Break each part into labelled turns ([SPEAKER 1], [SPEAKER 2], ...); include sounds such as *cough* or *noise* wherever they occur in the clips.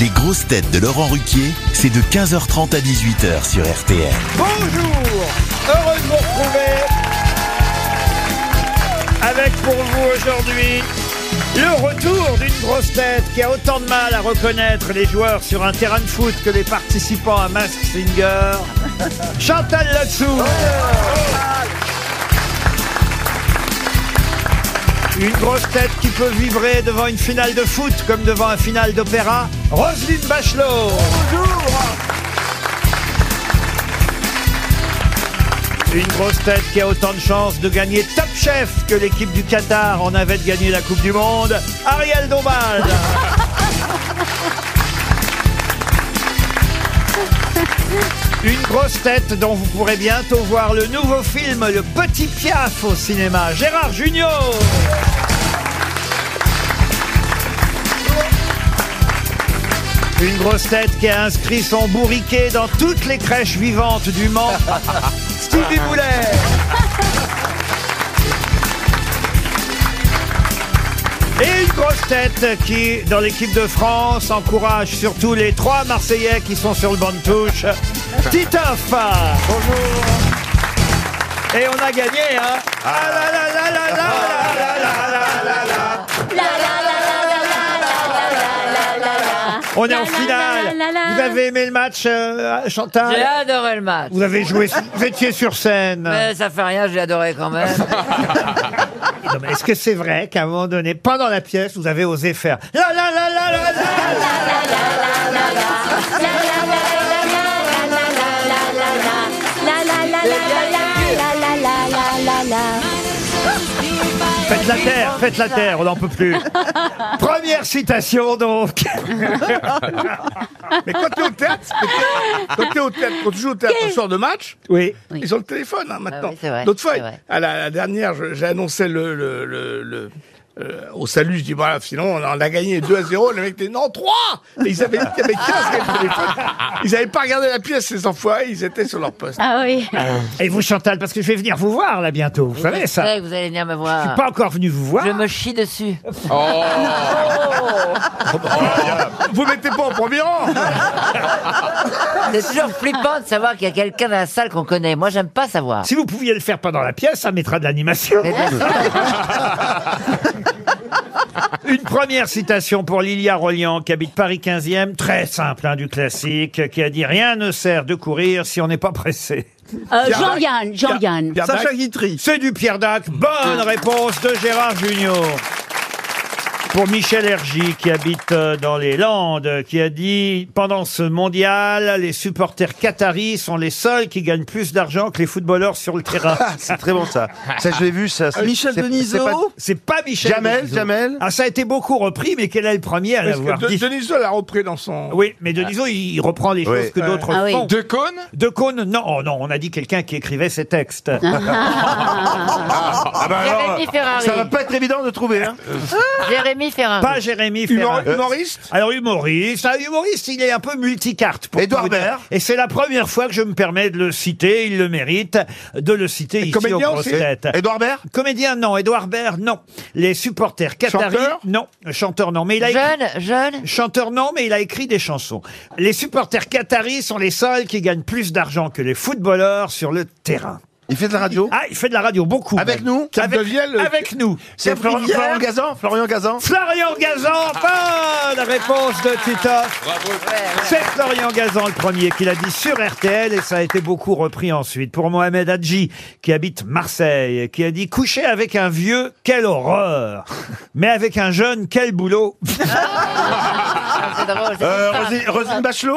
[SPEAKER 1] Les grosses têtes de Laurent Ruquier, c'est de 15h30 à 18h sur RTL.
[SPEAKER 2] Bonjour Heureux de vous retrouver avec pour vous aujourd'hui le retour d'une grosse tête qui a autant de mal à reconnaître les joueurs sur un terrain de foot que les participants à Mask Singer. Chantal Latsou Une grosse tête qui peut vibrer devant une finale de foot comme devant un final d'opéra, Roselyne Bachelot. Bonjour Une grosse tête qui a autant de chances de gagner Top Chef que l'équipe du Qatar en avait de gagner la Coupe du Monde, Ariel Dombal. *laughs* Une grosse tête dont vous pourrez bientôt voir le nouveau film Le Petit Piaf au cinéma, Gérard Junior. Une grosse tête qui a inscrit son bourriquet dans toutes les crèches vivantes du Mans, Stevie Boulet. Et une grosse tête qui, dans l'équipe de France, encourage surtout les trois Marseillais qui sont sur le banc de touche, Titoff. Bonjour. Et on a gagné, hein Ah là là là là là là là là On est en finale.
[SPEAKER 3] la, la, la.
[SPEAKER 2] Vous avez aimé le match, euh, Chantal
[SPEAKER 3] J'ai adoré le match.
[SPEAKER 2] Vous avez joué, vous étiez sur scène.
[SPEAKER 3] Mais ça fait rien, j'ai adoré
[SPEAKER 2] *laughs*
[SPEAKER 3] quand même.
[SPEAKER 2] Non, mais Est-ce que c'est vrai qu'à un moment donné, pendant la pièce, vous avez osé faire La la la la la la Faites la terre, faites la terre, on n'en
[SPEAKER 4] *laughs*
[SPEAKER 2] peut plus. Première citation donc.
[SPEAKER 5] Mais quand t'es au théâtre, quand t'es au théâtre, quand tu joues au théâtre un soir de match,
[SPEAKER 2] Oui.
[SPEAKER 5] ils ont le téléphone hein, maintenant.
[SPEAKER 3] Ah oui, c'est vrai,
[SPEAKER 5] L'autre fois,
[SPEAKER 3] c'est vrai.
[SPEAKER 5] à la, la dernière, je- j'ai annoncé le, le, le, le- euh, au salut, je dis voilà, sinon on en a gagné 2 à 0, le mec dit non 3 Et ils avaient, il y avait 15 sur le téléphone. Ils n'avaient pas regardé la pièce ces enfoirés, ils étaient sur leur poste.
[SPEAKER 6] Ah oui.
[SPEAKER 2] Et vous Chantal, parce que je vais venir vous voir là bientôt, vous, savez
[SPEAKER 3] Je
[SPEAKER 2] ça.
[SPEAKER 3] sais que vous allez venir me voir.
[SPEAKER 2] Pas encore venu vous voir.
[SPEAKER 3] Je
[SPEAKER 2] *laughs*
[SPEAKER 3] me chie dessus.
[SPEAKER 7] Oh.
[SPEAKER 2] Oh.
[SPEAKER 7] Ah,
[SPEAKER 5] Vous mettez pas au premier rang.
[SPEAKER 7] ah,
[SPEAKER 3] C'est toujours flippant de savoir qu'il y a quelqu'un dans la salle qu'on connaît. Moi, j'aime pas savoir.
[SPEAKER 2] Si vous pouviez le faire pendant la pièce, ça mettra de l'animation.
[SPEAKER 3] Mais Eh bien sûr,
[SPEAKER 2] *laughs* Une première citation pour Lilia Rollian, qui habite Paris 15e, très simple, hein, du classique, qui a dit Rien ne sert de courir si on n'est pas pressé.
[SPEAKER 6] Euh, Jean-Yann, Jean-Yann.
[SPEAKER 5] Pierre Dac,
[SPEAKER 7] Guitry.
[SPEAKER 2] C'est du Pierre Dac. Bonne réponse de Gérard Junior. Pour Michel Hergy, qui habite euh, dans les Landes, qui a dit Pendant ce mondial, les supporters qataris sont les seuls qui gagnent plus d'argent que les footballeurs sur le terrain.
[SPEAKER 7] Ah, C'est très bon ça. Ça je l'ai vu ça. c'est-
[SPEAKER 8] Michel
[SPEAKER 7] c'est-
[SPEAKER 8] Denisot.
[SPEAKER 7] c'est pas-
[SPEAKER 2] C'est pas Michel.
[SPEAKER 7] Jamel,
[SPEAKER 2] Denisot.
[SPEAKER 7] Jamel.
[SPEAKER 2] Ah, ça a été beaucoup repris, mais quel est le premier à
[SPEAKER 5] parce
[SPEAKER 2] l'avoir
[SPEAKER 5] que De-
[SPEAKER 2] dit
[SPEAKER 5] Denisot l'a repris dans son.
[SPEAKER 2] Oui, mais Denisot, il reprend les
[SPEAKER 7] Oui.
[SPEAKER 2] choses que d'autres
[SPEAKER 6] Ah oui.
[SPEAKER 2] font.
[SPEAKER 9] De Cône
[SPEAKER 2] De Cône, non, oh non, on a dit quelqu'un qui écrivait ses
[SPEAKER 3] *laughs*
[SPEAKER 2] textes.
[SPEAKER 7] Ah bah alors,
[SPEAKER 3] bah Jérémy Ferrari.
[SPEAKER 7] ça va pas être évident de trouver. Hein.
[SPEAKER 3] Jérémy Ferrari.
[SPEAKER 2] Pas Jérémy Euh,
[SPEAKER 5] Humor-
[SPEAKER 2] Ferrari.
[SPEAKER 5] humoriste
[SPEAKER 2] Alors humoriste, un humoriste, il est un peu multicarte. pour
[SPEAKER 7] Édouard
[SPEAKER 2] tout vous dire.
[SPEAKER 7] Baird.
[SPEAKER 2] Et c'est la première fois que je me permets de le citer, il le mérite, de le citer ici aux
[SPEAKER 5] comédien
[SPEAKER 2] grosses
[SPEAKER 5] aussi
[SPEAKER 2] têtes.
[SPEAKER 7] Edouard Baird
[SPEAKER 2] Comédien, non. Édouard Baird, non. Les supporters qataris,
[SPEAKER 5] Chanteur
[SPEAKER 2] non. Chanteur, non. Mais il a écrit-
[SPEAKER 3] Jeune, jeune.
[SPEAKER 2] Chanteur, non, mais il a écrit des chansons. Les supporters qataris sont les seuls qui gagnent plus d'argent que les footballeurs sur le terrain.
[SPEAKER 7] Il fait de la radio.
[SPEAKER 2] Ah, il fait de la radio, beaucoup.
[SPEAKER 7] Avec
[SPEAKER 2] même.
[SPEAKER 7] nous
[SPEAKER 5] Cap de
[SPEAKER 2] avec,
[SPEAKER 5] Vielle, euh,
[SPEAKER 2] avec nous.
[SPEAKER 7] C'est Flor-
[SPEAKER 2] Florian-
[SPEAKER 7] Florian Gazan. Florian Gazan. Ah.
[SPEAKER 2] Florian Gazan, bonne réponse de Titoff. C'est Florian Gazan le premier qui l'a dit sur RTL et ça a été beaucoup repris ensuite. Pour Mohamed Hadji, qui habite Marseille, qui a dit coucher avec un vieux, quelle horreur. *laughs* Mais avec un jeune, quel boulot. *laughs*
[SPEAKER 3] Ah, c'est drôle. c'est-
[SPEAKER 7] Euh, Rosi- Roselyne
[SPEAKER 2] *laughs*
[SPEAKER 7] Bachelot.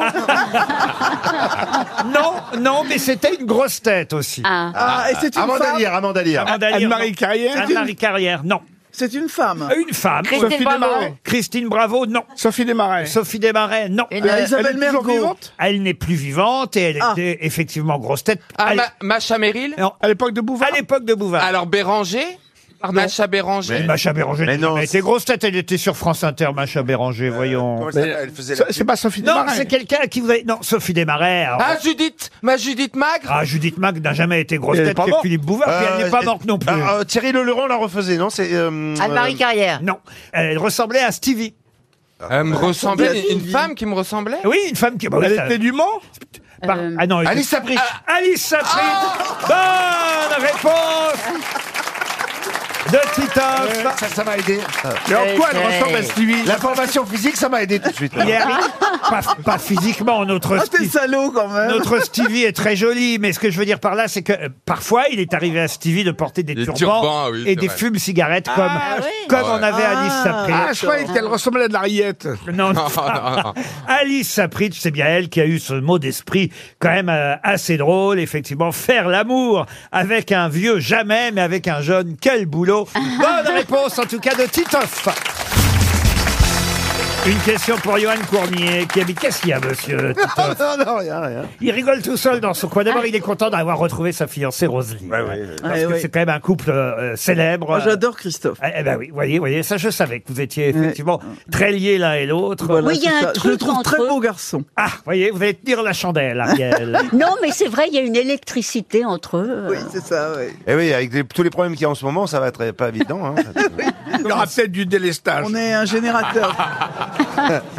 [SPEAKER 2] Non, non, mais c'était une grosse tête aussi.
[SPEAKER 6] Ah.
[SPEAKER 8] Ah, et c'est une
[SPEAKER 7] Amanda
[SPEAKER 8] femme.
[SPEAKER 7] Lear, Amanda Lear.
[SPEAKER 2] Amanda Lear,
[SPEAKER 5] Anne-Marie
[SPEAKER 2] non.
[SPEAKER 5] Carrière
[SPEAKER 2] Anne-Marie Carrière, non.
[SPEAKER 8] C'est une femme.
[SPEAKER 9] Ah,
[SPEAKER 2] Euh, Une femme.
[SPEAKER 3] Christine Bravo.
[SPEAKER 5] Desmarais.
[SPEAKER 2] Christine Bravo, non.
[SPEAKER 5] Sophie Desmarais.
[SPEAKER 2] Sophie Desmarais, non.
[SPEAKER 3] Une-
[SPEAKER 8] Euh,
[SPEAKER 3] euh,
[SPEAKER 8] Isabelle
[SPEAKER 5] elle est toujours
[SPEAKER 8] Mergo.
[SPEAKER 5] vivante
[SPEAKER 2] Elle n'est plus vivante et elle
[SPEAKER 8] Ah.
[SPEAKER 2] était effectivement grosse tête.
[SPEAKER 9] Ah,
[SPEAKER 2] Elle-
[SPEAKER 9] Ma- Macha Merrill
[SPEAKER 2] Non,
[SPEAKER 5] À l'époque de Bouvard
[SPEAKER 2] à l'époque de Bouvard.
[SPEAKER 9] Alors Béranger Macha Béranger
[SPEAKER 2] Et Macha Béranger,
[SPEAKER 7] Mais
[SPEAKER 2] n'a
[SPEAKER 7] non, Euh,
[SPEAKER 2] jamais été grosse tête, elle était sur France Inter, Macha Béranger, voyons.
[SPEAKER 7] Elle faisait
[SPEAKER 5] Ça, C'est pas Sophie
[SPEAKER 2] Non,
[SPEAKER 5] Desmarais.
[SPEAKER 2] c'est quelqu'un à qui vous avez... Non, Sophie Desmarais. alors-
[SPEAKER 9] Ah, Judith Ma Judith Magre
[SPEAKER 2] Ah, Judith Mac n'a jamais été grosse
[SPEAKER 5] Elle est
[SPEAKER 2] tête
[SPEAKER 5] pas
[SPEAKER 2] que
[SPEAKER 5] morte.
[SPEAKER 2] Philippe Bouvard, puis elle
[SPEAKER 7] Euh,
[SPEAKER 2] n'est pas morte non plus.
[SPEAKER 7] Ah, Thierry Le Leron la refaisait, non C'est. euh,
[SPEAKER 3] Anne-Marie
[SPEAKER 7] euh,
[SPEAKER 3] Carrière.
[SPEAKER 2] Non, elle ressemblait à Stevie.
[SPEAKER 7] Ah.
[SPEAKER 9] Elle me ressemblait, une femme qui me ressemblait
[SPEAKER 2] Oui, une femme qui. bah oui,
[SPEAKER 5] Elle
[SPEAKER 2] ça-
[SPEAKER 5] était du Mans
[SPEAKER 2] par-
[SPEAKER 6] Euh,
[SPEAKER 2] Ah non, elle-
[SPEAKER 7] Alice Sapri.
[SPEAKER 2] Alice Saprit. Bonne réponse de Titoff.
[SPEAKER 7] ça, ça m'a aidé.
[SPEAKER 5] Mais en quoi elle
[SPEAKER 3] Ouais.
[SPEAKER 5] ressemble à Stevie
[SPEAKER 7] L'information physique, ça m'a aidé tout de suite.
[SPEAKER 2] Hier, pas, pas physiquement, notre, Sti-
[SPEAKER 7] salaud quand même.
[SPEAKER 2] notre Stevie est très joli, mais ce que je veux dire par là, c'est que euh, parfois, il est arrivé à Stevie de porter des
[SPEAKER 9] Des
[SPEAKER 2] turbans,
[SPEAKER 9] turbans, oui,
[SPEAKER 2] et
[SPEAKER 9] c'est
[SPEAKER 2] des
[SPEAKER 9] vrai.
[SPEAKER 2] fumes-cigarettes comme,
[SPEAKER 8] oui.
[SPEAKER 2] comme
[SPEAKER 9] Ah
[SPEAKER 2] on avait Alice Saprit.
[SPEAKER 5] Ah, je croyais qu'elle ressemblait à de la rillette.
[SPEAKER 2] Non, non.
[SPEAKER 9] non, non.
[SPEAKER 2] Alice Sapritch, c'est bien elle qui a eu ce mot d'esprit quand même euh, assez drôle, effectivement. Faire l'amour avec un vieux jamais, mais avec un jeune, quel boulot Bonne réponse en tout cas de Titoff une question pour Johan Cournier qui habite. Qu'est-ce qu'il y a, monsieur Titoff
[SPEAKER 7] Non, non, rien, rien.
[SPEAKER 2] Il rigole tout seul dans son coin. D'abord, il est content d'avoir retrouvé sa fiancée Roselyne. Parce
[SPEAKER 8] Ouais,
[SPEAKER 2] que
[SPEAKER 8] ouais.
[SPEAKER 2] c'est quand même un couple euh, euh, célèbre.
[SPEAKER 8] Moi, Eh Ah, J'adore Christophe.
[SPEAKER 2] Eh eh ben oui, voyez, voyez, ça je savais que vous étiez effectivement très liés l'un et l'autre.
[SPEAKER 8] Voilà,
[SPEAKER 6] Oui, il y a
[SPEAKER 8] c'est
[SPEAKER 6] un
[SPEAKER 8] ça. Je
[SPEAKER 6] truc
[SPEAKER 8] le trouve
[SPEAKER 6] entre
[SPEAKER 8] très
[SPEAKER 6] eux.
[SPEAKER 8] beau garçon.
[SPEAKER 2] Ah, voyez, vous allez tenir la chandelle, Ariel.
[SPEAKER 6] *laughs* Non, mais c'est vrai, il y a une électricité entre eux.
[SPEAKER 8] Oui, c'est ça, oui.
[SPEAKER 7] Eh oui, avec des- tous les problèmes qu'il y a en ce moment, ça va être pas évident.
[SPEAKER 2] *laughs*
[SPEAKER 7] Hein.
[SPEAKER 5] Il y aura peut-être du délestage.
[SPEAKER 8] On est
[SPEAKER 7] *laughs*
[SPEAKER 8] un générateur.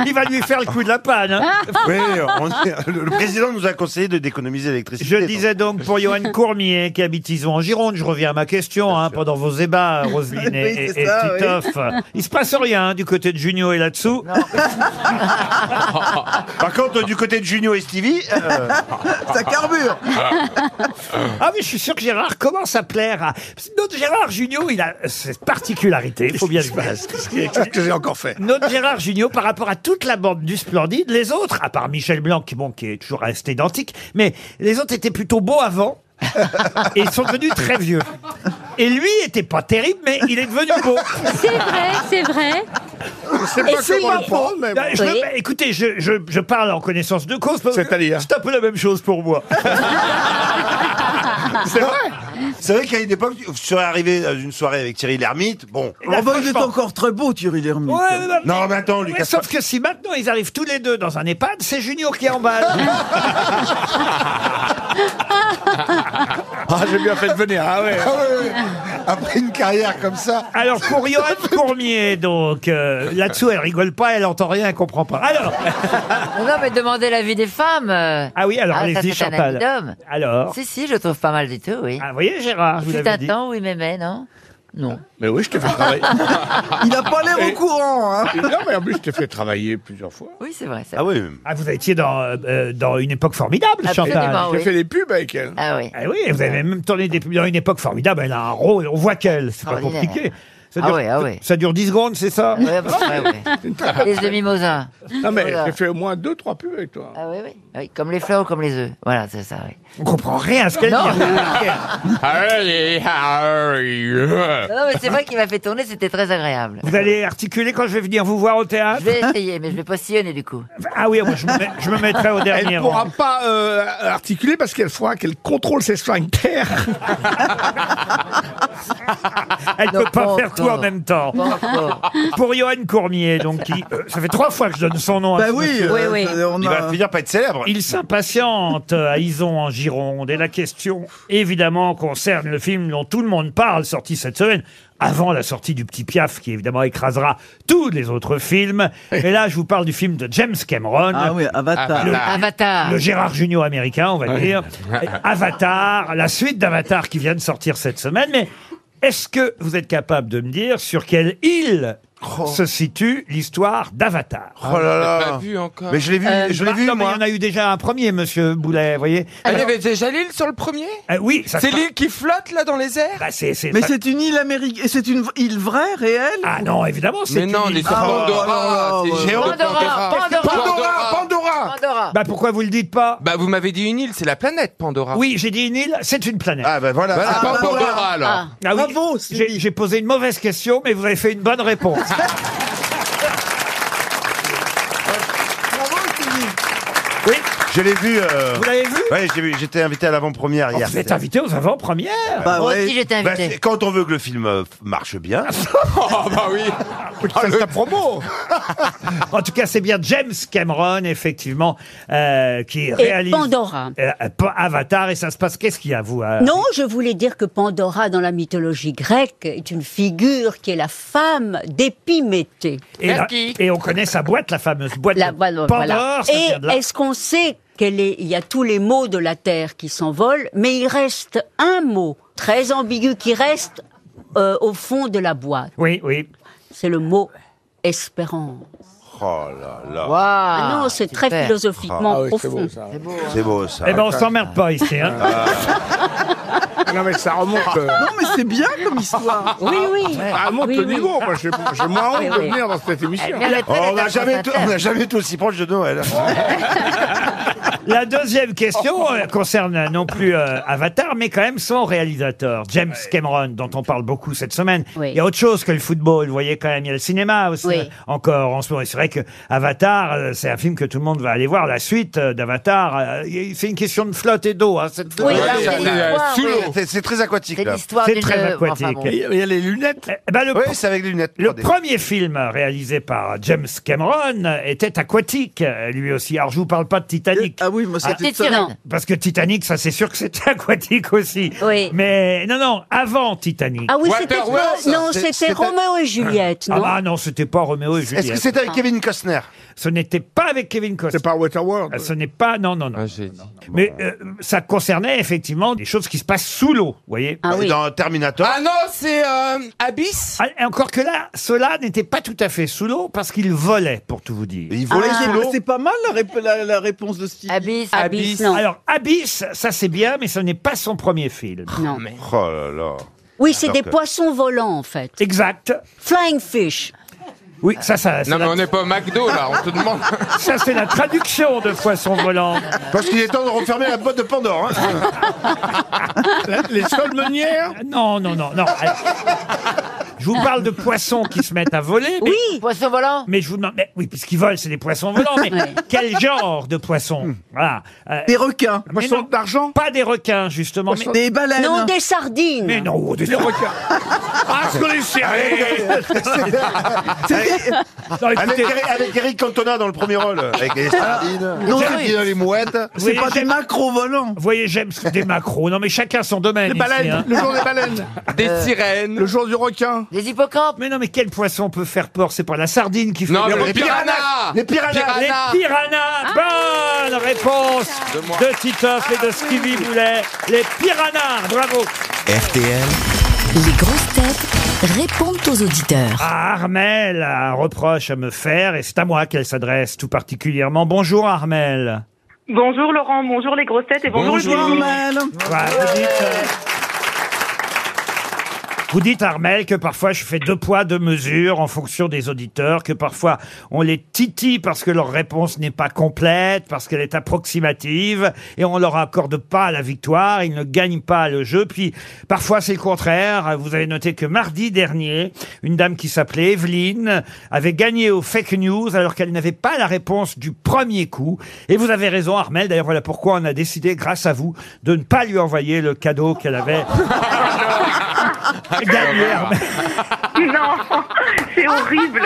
[SPEAKER 2] Il va lui faire le coup de la panne. hein.
[SPEAKER 3] *laughs*
[SPEAKER 7] oui, on est- le, le président nous a conseillé de d'économiser l'électricité.
[SPEAKER 2] Je
[SPEAKER 7] donc.
[SPEAKER 2] disais donc pour
[SPEAKER 7] *laughs*
[SPEAKER 8] *laughs*
[SPEAKER 2] Johan Courmier qui habite Ison en Gironde, je reviens à ma question hein, pendant vos
[SPEAKER 8] *laughs*
[SPEAKER 2] ébats, Roselyne et,
[SPEAKER 8] Oui,
[SPEAKER 2] et-
[SPEAKER 8] c'est
[SPEAKER 2] et
[SPEAKER 8] ça, oui. *laughs*
[SPEAKER 2] Titoff. Il se passe rien hein, du côté de Junio et là-dessous. *laughs*
[SPEAKER 7] Par contre, euh, du côté de Junio et Stevie, euh,
[SPEAKER 8] *laughs* ça carbure.
[SPEAKER 2] Ah mais je suis sûr que Gérard commence à plaire. À... Notre Gérard Junio, il a cette particularité, il faut bien le
[SPEAKER 5] Ah,
[SPEAKER 2] dire.
[SPEAKER 5] Qu'est-ce que j'ai encore fait
[SPEAKER 2] Notre Gérard Junior, par rapport à toute la bande du Splendide, les autres, à part Michel Blanc, qui, bon, qui est toujours resté identique, mais les autres étaient plutôt beaux
[SPEAKER 5] *laughs*
[SPEAKER 2] avant. et ils sont devenus très vieux. Et lui était pas terrible, mais il est devenu beau.
[SPEAKER 6] C'est vrai, c'est vrai.
[SPEAKER 5] Je sais
[SPEAKER 6] Et
[SPEAKER 5] pas
[SPEAKER 6] c'est
[SPEAKER 5] comment
[SPEAKER 6] pas
[SPEAKER 5] le prendre, mais bon.
[SPEAKER 2] Je-
[SPEAKER 6] Oui.
[SPEAKER 3] *laughs*
[SPEAKER 2] bah, écoutez, je, je, je parle en connaissance de cause. parce que
[SPEAKER 5] C'est-à-dire
[SPEAKER 2] C'est un peu la même chose pour
[SPEAKER 5] *laughs*
[SPEAKER 2] moi.
[SPEAKER 7] c'est vrai. C'est vrai qu'à une époque, tu serais arrivé dans une soirée avec Thierry Lhermitte. Bon.
[SPEAKER 5] Oh, bah,
[SPEAKER 8] On voit qu'il est
[SPEAKER 2] franchement-
[SPEAKER 8] encore très beau, Thierry Lhermitte.
[SPEAKER 2] Ouais, ouais, ouais.
[SPEAKER 7] Non, mais attends,
[SPEAKER 2] Ouais,
[SPEAKER 7] Lucas.
[SPEAKER 2] sauf que si maintenant ils arrivent tous les deux dans un EHPAD, c'est Junior qui emballe.
[SPEAKER 5] *laughs* Ah, j'ai bien fait de venir. Ah ouais.
[SPEAKER 7] Ah ouais, ouais. Après une carrière comme ça.
[SPEAKER 2] Alors pour Johan Courmier, donc, euh, là-dessous, elle rigole pas, elle entend rien, elle comprend pas. Alors,
[SPEAKER 3] Ah, Non, non, mais demandez l'avis des femmes. euh.
[SPEAKER 2] Ah oui, alors
[SPEAKER 3] Ah, ça,
[SPEAKER 2] allez-y,
[SPEAKER 3] c'est un
[SPEAKER 2] Chantal.
[SPEAKER 3] ami d'homme.
[SPEAKER 2] Alors.
[SPEAKER 3] Si, si, je trouve pas mal du tout, oui.
[SPEAKER 2] Ah, vous voyez, Gérard, je vous
[SPEAKER 3] C'est un
[SPEAKER 2] l'avais dit.
[SPEAKER 3] temps où il m'aimait, non Non.
[SPEAKER 5] Mais oui, je t'ai fait travailler.
[SPEAKER 2] Ah.
[SPEAKER 8] Il n'a pas l'air au courant. hein.
[SPEAKER 5] non, mais en plus, je t'ai fait travailler plusieurs fois.
[SPEAKER 3] Oui, c'est vrai. Ça.
[SPEAKER 7] Ah oui.
[SPEAKER 2] Ah, vous étiez dans, euh, euh, dans une époque formidable, Chantal.
[SPEAKER 3] Absolument,
[SPEAKER 5] J'ai
[SPEAKER 3] oui.
[SPEAKER 5] fait les pubs avec elle.
[SPEAKER 3] Ah oui.
[SPEAKER 2] Ah oui, vous avez même tourné des pubs dans une époque formidable. Elle a un rôle, on voit qu'elle, c'est pas
[SPEAKER 3] Extraordinaire.
[SPEAKER 2] compliqué. Ça
[SPEAKER 3] Ah
[SPEAKER 2] dure,
[SPEAKER 3] oui, ah oui. bah,
[SPEAKER 2] ça dure 10 secondes, c'est ça
[SPEAKER 3] Oui, à peu près, oui. Ah *laughs* Les de mimosa.
[SPEAKER 5] Non, mais
[SPEAKER 3] Voilà.
[SPEAKER 5] j'ai fait au moins deux, trois pubs avec toi.
[SPEAKER 3] Ah oui, oui, oui. Comme les fleurs ou comme les œufs. Voilà, c'est ça, oui.
[SPEAKER 2] On comprend rien à ce qu'elle
[SPEAKER 3] Non.
[SPEAKER 2] dit. hein.
[SPEAKER 9] Allez, allez.
[SPEAKER 3] *laughs* Non, non, mais c'est vrai qu'il m'a fait tourner, c'était très agréable.
[SPEAKER 2] Vous allez articuler quand je vais venir vous voir au
[SPEAKER 3] Je
[SPEAKER 2] théâtre
[SPEAKER 3] vais essayer, mais je vais pas sillonner du coup.
[SPEAKER 2] Ah oui, moi, je, me mets- je me mettrai au
[SPEAKER 5] Elle
[SPEAKER 2] dernier
[SPEAKER 5] ne pourra
[SPEAKER 2] rang.
[SPEAKER 5] pas euh, articuler parce qu'elle faudra qu'elle contrôle ses sphincters.
[SPEAKER 2] Elle
[SPEAKER 3] Non,
[SPEAKER 2] peut pas
[SPEAKER 3] pas
[SPEAKER 2] faire tout en
[SPEAKER 3] encore.
[SPEAKER 2] même temps.
[SPEAKER 3] Pas encore.
[SPEAKER 2] Pour Johan Courmier, donc, qui, euh, ça fait trois fois que je donne son nom. à
[SPEAKER 8] Bah
[SPEAKER 2] ce
[SPEAKER 8] oui,
[SPEAKER 6] Oui,
[SPEAKER 8] euh,
[SPEAKER 6] oui.
[SPEAKER 8] on
[SPEAKER 7] Il va
[SPEAKER 8] a...
[SPEAKER 7] finir par être célèbre.
[SPEAKER 2] Il s'impatiente euh, à Ison en Gironde et la question, évidemment, concerne le film dont tout le monde parle, sorti cette semaine, avant la sortie du Petit Piaf, qui évidemment écrasera tous les autres films. Et là, je vous parle du film de James Cameron.
[SPEAKER 8] Ah oui, Avatar.
[SPEAKER 9] Ah,
[SPEAKER 3] Avatar.
[SPEAKER 2] Le Gérard Junior américain, on va
[SPEAKER 7] *laughs*
[SPEAKER 2] dire. Avatar, la suite d'Avatar qui vient de sortir cette semaine. Mais est-ce que vous êtes capable de me dire sur quelle île se situe l'histoire d'Avatar
[SPEAKER 7] Oh là
[SPEAKER 9] T'as Ah, pas
[SPEAKER 7] là.
[SPEAKER 9] vu encore.
[SPEAKER 7] Mais je l'ai vu, je l'ai
[SPEAKER 2] Ah,
[SPEAKER 7] vu
[SPEAKER 2] non, mais
[SPEAKER 7] moi.
[SPEAKER 2] Il y en a eu déjà un premier, monsieur Boulet, vous voyez
[SPEAKER 9] Elle Ah, avait déjà l'île sur le premier
[SPEAKER 2] Euh, oui, ça se
[SPEAKER 9] C'est l'île qui flotte là dans les airs
[SPEAKER 2] Bah, c'est, c'est-
[SPEAKER 8] Mais
[SPEAKER 2] ça-
[SPEAKER 8] c'est une île américaine. C'est une île vraie, réelle
[SPEAKER 2] Ah non, évidemment, c'est.
[SPEAKER 9] Mais non,
[SPEAKER 2] une-
[SPEAKER 9] les
[SPEAKER 8] Ah,
[SPEAKER 9] Pandora,
[SPEAKER 8] ouais, ouais,
[SPEAKER 9] c'est
[SPEAKER 8] ouais.
[SPEAKER 9] géant de
[SPEAKER 3] Pandora, Pandora,
[SPEAKER 9] Pandora,
[SPEAKER 5] Pandora
[SPEAKER 3] *laughs* Pandora.
[SPEAKER 2] Bah pourquoi vous le dites pas
[SPEAKER 9] Ah. Bah vous m'avez dit une île, c'est la planète Pandora.
[SPEAKER 2] Oui, j'ai dit une île, c'est une planète.
[SPEAKER 7] Ah bah voilà.
[SPEAKER 9] Voilà, pas Pandora alors.
[SPEAKER 6] Ah.
[SPEAKER 2] Ah oui,
[SPEAKER 8] bravo,
[SPEAKER 2] j'ai,
[SPEAKER 8] Sylvie.
[SPEAKER 2] j'ai posé une mauvaise question, mais vous avez fait une bonne réponse.
[SPEAKER 9] *laughs*
[SPEAKER 8] Bravo, Sylvie.
[SPEAKER 2] oui,
[SPEAKER 7] Je l'ai vu. euh,
[SPEAKER 2] Vous l'avez vu
[SPEAKER 7] Ouais, j'ai vu- j'étais invité à l'avant-première
[SPEAKER 2] Oh,
[SPEAKER 7] hier.
[SPEAKER 2] Vous êtes invité aux avant-premières
[SPEAKER 8] Bah
[SPEAKER 3] Moi
[SPEAKER 8] ouais.
[SPEAKER 3] aussi, j'étais
[SPEAKER 7] Bah,
[SPEAKER 3] invité.
[SPEAKER 7] c'est- quand on veut que le film euh, marche
[SPEAKER 2] *laughs*
[SPEAKER 7] bien, Ah,
[SPEAKER 9] Oh, bah oui.
[SPEAKER 5] c'est ta promo.
[SPEAKER 2] En tout cas, c'est bien James Cameron, effectivement, euh, qui
[SPEAKER 6] Et
[SPEAKER 2] réalise
[SPEAKER 6] Pandora.
[SPEAKER 2] euh, euh, Avatar. Et ça se passe. Qu'est-ce qu'il y a, vous euh,
[SPEAKER 6] Non, je voulais dire que Pandora, dans la mythologie grecque, est une figure qui est la femme d'Épiméthée.
[SPEAKER 2] et, la- et on connaît sa boîte, la fameuse boîte
[SPEAKER 6] La-
[SPEAKER 2] de
[SPEAKER 6] voilà,
[SPEAKER 2] Pandore.
[SPEAKER 6] voilà.
[SPEAKER 2] ça vient de là.
[SPEAKER 6] Et est-ce qu'on sait quel est Il y a tous les mots de la terre qui s'envolent, mais il reste un mot très ambigu qui reste euh, au fond de la boîte.
[SPEAKER 2] Oui, oui.
[SPEAKER 6] C'est le mot espérance.
[SPEAKER 7] oh là là,
[SPEAKER 3] Waouh,
[SPEAKER 6] Ah
[SPEAKER 4] Oh,
[SPEAKER 6] non, c'est très
[SPEAKER 3] super.
[SPEAKER 6] philosophiquement
[SPEAKER 5] Ah oui, c'est
[SPEAKER 6] profond.
[SPEAKER 5] beau ça.
[SPEAKER 8] hein.
[SPEAKER 7] c'est beau ça. Ah,
[SPEAKER 2] Eh ben, on s'emmerde pas ici. hein.
[SPEAKER 7] *laughs*
[SPEAKER 5] Non mais ça remonte, euh,
[SPEAKER 8] Non, mais c'est bien comme histoire.
[SPEAKER 6] Oui, oui.
[SPEAKER 2] Ah,
[SPEAKER 5] ça remonte
[SPEAKER 6] Oui,
[SPEAKER 5] le
[SPEAKER 6] oui.
[SPEAKER 5] niveau. Moi, j'ai j'ai moins honte
[SPEAKER 3] Oui,
[SPEAKER 5] de
[SPEAKER 3] oui.
[SPEAKER 5] venir dans cette émission.
[SPEAKER 3] Elle mérite
[SPEAKER 7] Oh,
[SPEAKER 3] pas
[SPEAKER 7] on
[SPEAKER 3] d'être
[SPEAKER 7] n'a
[SPEAKER 3] un
[SPEAKER 7] jamais, été- on
[SPEAKER 3] présentateur.
[SPEAKER 7] n'a jamais été aussi proche de Noël.
[SPEAKER 2] *laughs* La deuxième question euh, concerne non plus euh, Avatar, mais quand même son réalisateur, James Cameron, dont on parle beaucoup cette semaine.
[SPEAKER 6] Oui.
[SPEAKER 2] Il y a autre chose que le football, vous voyez quand même, il y a le cinéma aussi
[SPEAKER 6] Oui.
[SPEAKER 2] euh, encore en ce moment. Et C'est vrai que Avatar, euh, c'est un film que tout le monde va aller voir, la suite euh, d'Avatar. euh, y- c'est une question de flotte et d'eau, hein, cette flotte.
[SPEAKER 3] Oui, là,
[SPEAKER 9] Ouais,
[SPEAKER 3] c'est
[SPEAKER 9] on est, euh,
[SPEAKER 3] l'histoire,
[SPEAKER 9] sous
[SPEAKER 3] oui.
[SPEAKER 9] l'eau.
[SPEAKER 7] C'est- C'est très aquatique
[SPEAKER 3] C'est
[SPEAKER 7] là.
[SPEAKER 3] l'histoire
[SPEAKER 2] C'est
[SPEAKER 3] d'une-
[SPEAKER 2] très
[SPEAKER 3] enfin,
[SPEAKER 2] aquatique.
[SPEAKER 3] bon.
[SPEAKER 5] Il y a- il y a les lunettes.
[SPEAKER 2] Eh ben, le,
[SPEAKER 7] Oui, c'est avec les lunettes.
[SPEAKER 2] le
[SPEAKER 7] 3D.
[SPEAKER 2] premier film réalisé par James Cameron euh, était aquatique, euh, lui aussi. Alors, je vous parle pas de Titanic.
[SPEAKER 8] Ah oui, moi
[SPEAKER 3] La
[SPEAKER 8] c'était
[SPEAKER 3] petite
[SPEAKER 8] ça.
[SPEAKER 3] sirène.
[SPEAKER 2] Parce que Titanic, ça c'est sûr que c'était *laughs* aquatique aussi.
[SPEAKER 6] Oui.
[SPEAKER 2] Mais non, non, avant Titanic.
[SPEAKER 6] Ah oui, c'était
[SPEAKER 9] Waterworld,
[SPEAKER 6] non,
[SPEAKER 7] c'est-
[SPEAKER 6] c'était
[SPEAKER 7] c'était-
[SPEAKER 6] Roméo et Juliette,
[SPEAKER 2] Ah
[SPEAKER 6] non
[SPEAKER 2] bah non, c'était pas Roméo et
[SPEAKER 7] Est-ce que
[SPEAKER 2] Juliette.
[SPEAKER 7] c'était avec Kevin Costner
[SPEAKER 2] Ce n'était pas avec Kevin Costner.
[SPEAKER 5] C'est pas Waterworld.
[SPEAKER 2] Ah, Ce n'est pas, non, non, non.
[SPEAKER 9] Ah, j'ai dit.
[SPEAKER 2] Mais euh, ça concernait effectivement des choses qui se passent sous l'eau, vous voyez.
[SPEAKER 6] Ah oui.
[SPEAKER 7] Dans Terminator
[SPEAKER 9] Ah non, c'est euh, Abyss.
[SPEAKER 2] Ah, et encore que là, ceux-là n'étaient pas tout à fait sous l'eau parce qu'ils volaient, pour tout vous dire.
[SPEAKER 7] Il volait
[SPEAKER 8] Ah, C'est-
[SPEAKER 7] sous l'eau.
[SPEAKER 8] C'est pas mal la, rép- la- la réponse de Steve.
[SPEAKER 3] Abyss.
[SPEAKER 6] Abyss,
[SPEAKER 9] Ah, Abyss.
[SPEAKER 6] non.
[SPEAKER 2] Alors, Abyss, ça c'est bien, mais ce n'est pas son premier film.
[SPEAKER 6] non.
[SPEAKER 7] Oh là là.
[SPEAKER 6] Oui, c'est des
[SPEAKER 7] que-
[SPEAKER 6] poissons volants, en fait.
[SPEAKER 2] Exact.
[SPEAKER 6] Flying fish.
[SPEAKER 2] Oui, ça, ça, c'est
[SPEAKER 9] Non, mais
[SPEAKER 2] la,
[SPEAKER 9] on n'est pas au McDo, là, on te demande.
[SPEAKER 2] *laughs* ça, c'est la traduction de Poisson volant.
[SPEAKER 7] Parce qu'il est temps de refermer la boîte de Pandore. hein.
[SPEAKER 5] La- Les sols meunières.
[SPEAKER 2] Euh, Non, non, non, non. Alors, Je vous parle de poissons qui se mettent à voler. Mais,
[SPEAKER 6] Oui.
[SPEAKER 3] Poisson volant
[SPEAKER 2] mais je vous demande, mais oui, puisqu'ils volent, c'est des poissons volants. Mais
[SPEAKER 6] Ouais.
[SPEAKER 2] quel genre de poissons Voilà. Euh,
[SPEAKER 8] Des requins.
[SPEAKER 5] Poissons d'argent.
[SPEAKER 2] pas des requins, justement. Mais,
[SPEAKER 8] Des baleines.
[SPEAKER 6] Non, des sardines.
[SPEAKER 2] mais non, oh, des-
[SPEAKER 5] Ah, je
[SPEAKER 8] *laughs*
[SPEAKER 5] connais serré.
[SPEAKER 2] non,
[SPEAKER 7] Avec,
[SPEAKER 2] écoutez,
[SPEAKER 7] Eric- avec Eric Cantona dans le premier rôle. Avec les
[SPEAKER 5] Ah,
[SPEAKER 7] sardines.
[SPEAKER 8] Non,
[SPEAKER 7] Eric
[SPEAKER 8] oui.
[SPEAKER 7] qui dans les mouettes.
[SPEAKER 2] vous
[SPEAKER 8] C'est
[SPEAKER 2] voyez,
[SPEAKER 8] pas des
[SPEAKER 2] j'aime-
[SPEAKER 8] macros volants.
[SPEAKER 2] vous voyez, j'aime des macros. Non, mais chacun son domaine.
[SPEAKER 5] Les
[SPEAKER 2] ici,
[SPEAKER 5] baleines.
[SPEAKER 2] hein.
[SPEAKER 5] Le jour des baleines.
[SPEAKER 9] *laughs*
[SPEAKER 5] Euh,
[SPEAKER 9] Des sirènes.
[SPEAKER 5] Le jour du requin.
[SPEAKER 3] Des hippocampes
[SPEAKER 2] Mais non, mais quel poisson peut faire peur C'est pas la sardine qui fait
[SPEAKER 9] Non,
[SPEAKER 2] peur.
[SPEAKER 9] mais les piranhas.
[SPEAKER 7] Les piranhas.
[SPEAKER 2] Les
[SPEAKER 3] Ah.
[SPEAKER 2] piranhas. Bonne réponse
[SPEAKER 9] De moi.
[SPEAKER 2] de Titoff et de Stevie Boulet. Les piranhas. Bravo.
[SPEAKER 1] RTL,
[SPEAKER 10] Les grosses têtes répondent aux auditeurs.
[SPEAKER 2] Ah, Armel a un reproche à me faire et c'est à moi qu'elle s'adresse tout particulièrement. Bonjour Armel.
[SPEAKER 11] Bonjour Laurent, bonjour les grosses têtes et bonjour,
[SPEAKER 9] Bonjour.
[SPEAKER 11] le public.
[SPEAKER 8] Normal.
[SPEAKER 2] Voilà, vous, dites, euh, vous dites, Armel que parfois je fais deux poids, deux mesures en fonction des auditeurs, que parfois on les titille parce que leur réponse n'est pas complète, parce qu'elle est approximative et on leur accorde pas la victoire, ils ne gagnent pas le jeu. Puis parfois c'est le contraire. Vous avez noté que mardi dernier, une dame qui s'appelait Evelyne avait gagné au fake news alors qu'elle n'avait pas la réponse du premier coup. Et vous avez raison, Armel. D'ailleurs, voilà pourquoi on a décidé, grâce à vous, de ne pas lui envoyer le cadeau qu'elle avait gagné. Armel.
[SPEAKER 5] Eh
[SPEAKER 11] Non, c'est horrible.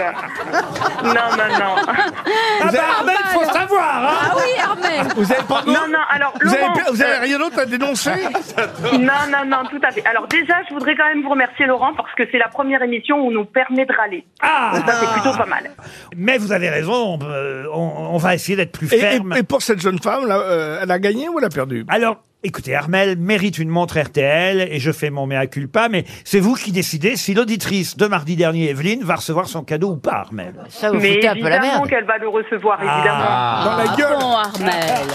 [SPEAKER 11] Non, non, non.
[SPEAKER 2] Ah bah, Armel, faut savoir, hein
[SPEAKER 6] Ah oui, Armel.
[SPEAKER 5] Vous avez pas
[SPEAKER 11] Non, non, alors
[SPEAKER 5] Vous
[SPEAKER 11] Laurent,
[SPEAKER 5] avez, vous avez rien d'autre à dénoncer
[SPEAKER 11] euh, *laughs* non, non, non, tout à fait. Alors déjà, je voudrais quand même vous remercier Laurent parce que c'est la première émission où on nous permet de râler.
[SPEAKER 2] Ah
[SPEAKER 11] Ça, c'est plutôt pas mal.
[SPEAKER 2] Mais vous avez raison, on, peut- on- on va essayer d'être plus
[SPEAKER 5] et, et-
[SPEAKER 2] ferme.
[SPEAKER 5] et pour cette jeune femme, là, euh, elle a gagné ou elle a perdu
[SPEAKER 2] Alors, écoutez, Armel mérite une montre RTL et je fais mon mea culpa, mais c'est vous qui décidez si l'auditrice de mardi dernier, Evelyne, va recevoir son cadeau ou pas, Armel.
[SPEAKER 3] Ça vous
[SPEAKER 11] Mais
[SPEAKER 3] foutez un peu la
[SPEAKER 11] évidemment
[SPEAKER 3] merde.
[SPEAKER 11] qu'elle va le recevoir, évidemment.
[SPEAKER 5] Dans la
[SPEAKER 6] Ah
[SPEAKER 5] gueule.
[SPEAKER 6] bon, Armel.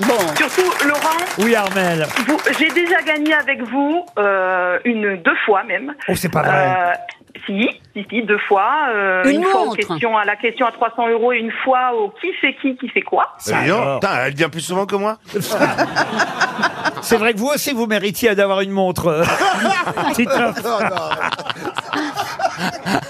[SPEAKER 6] Bon.
[SPEAKER 11] Surtout Laurent,
[SPEAKER 2] Oui, Armel.
[SPEAKER 11] vous- j'ai déjà gagné avec vous euh, une deux fois même.
[SPEAKER 2] Oh, c'est pas vrai.
[SPEAKER 11] Euh, si, si, si, deux fois. euh,
[SPEAKER 6] Une
[SPEAKER 11] fois aux
[SPEAKER 6] montre.
[SPEAKER 11] questions, à la question à 300 euros et une fois au qui fait qui, qui fait quoi.
[SPEAKER 2] Ça
[SPEAKER 7] Mais dis donc,
[SPEAKER 2] alors.
[SPEAKER 7] putain, elle vient plus souvent que moi.
[SPEAKER 2] *laughs* C'est vrai que vous aussi, vous méritiez d'avoir une montre.
[SPEAKER 7] *laughs*
[SPEAKER 2] euh, Titoff. Ah,
[SPEAKER 8] *laughs*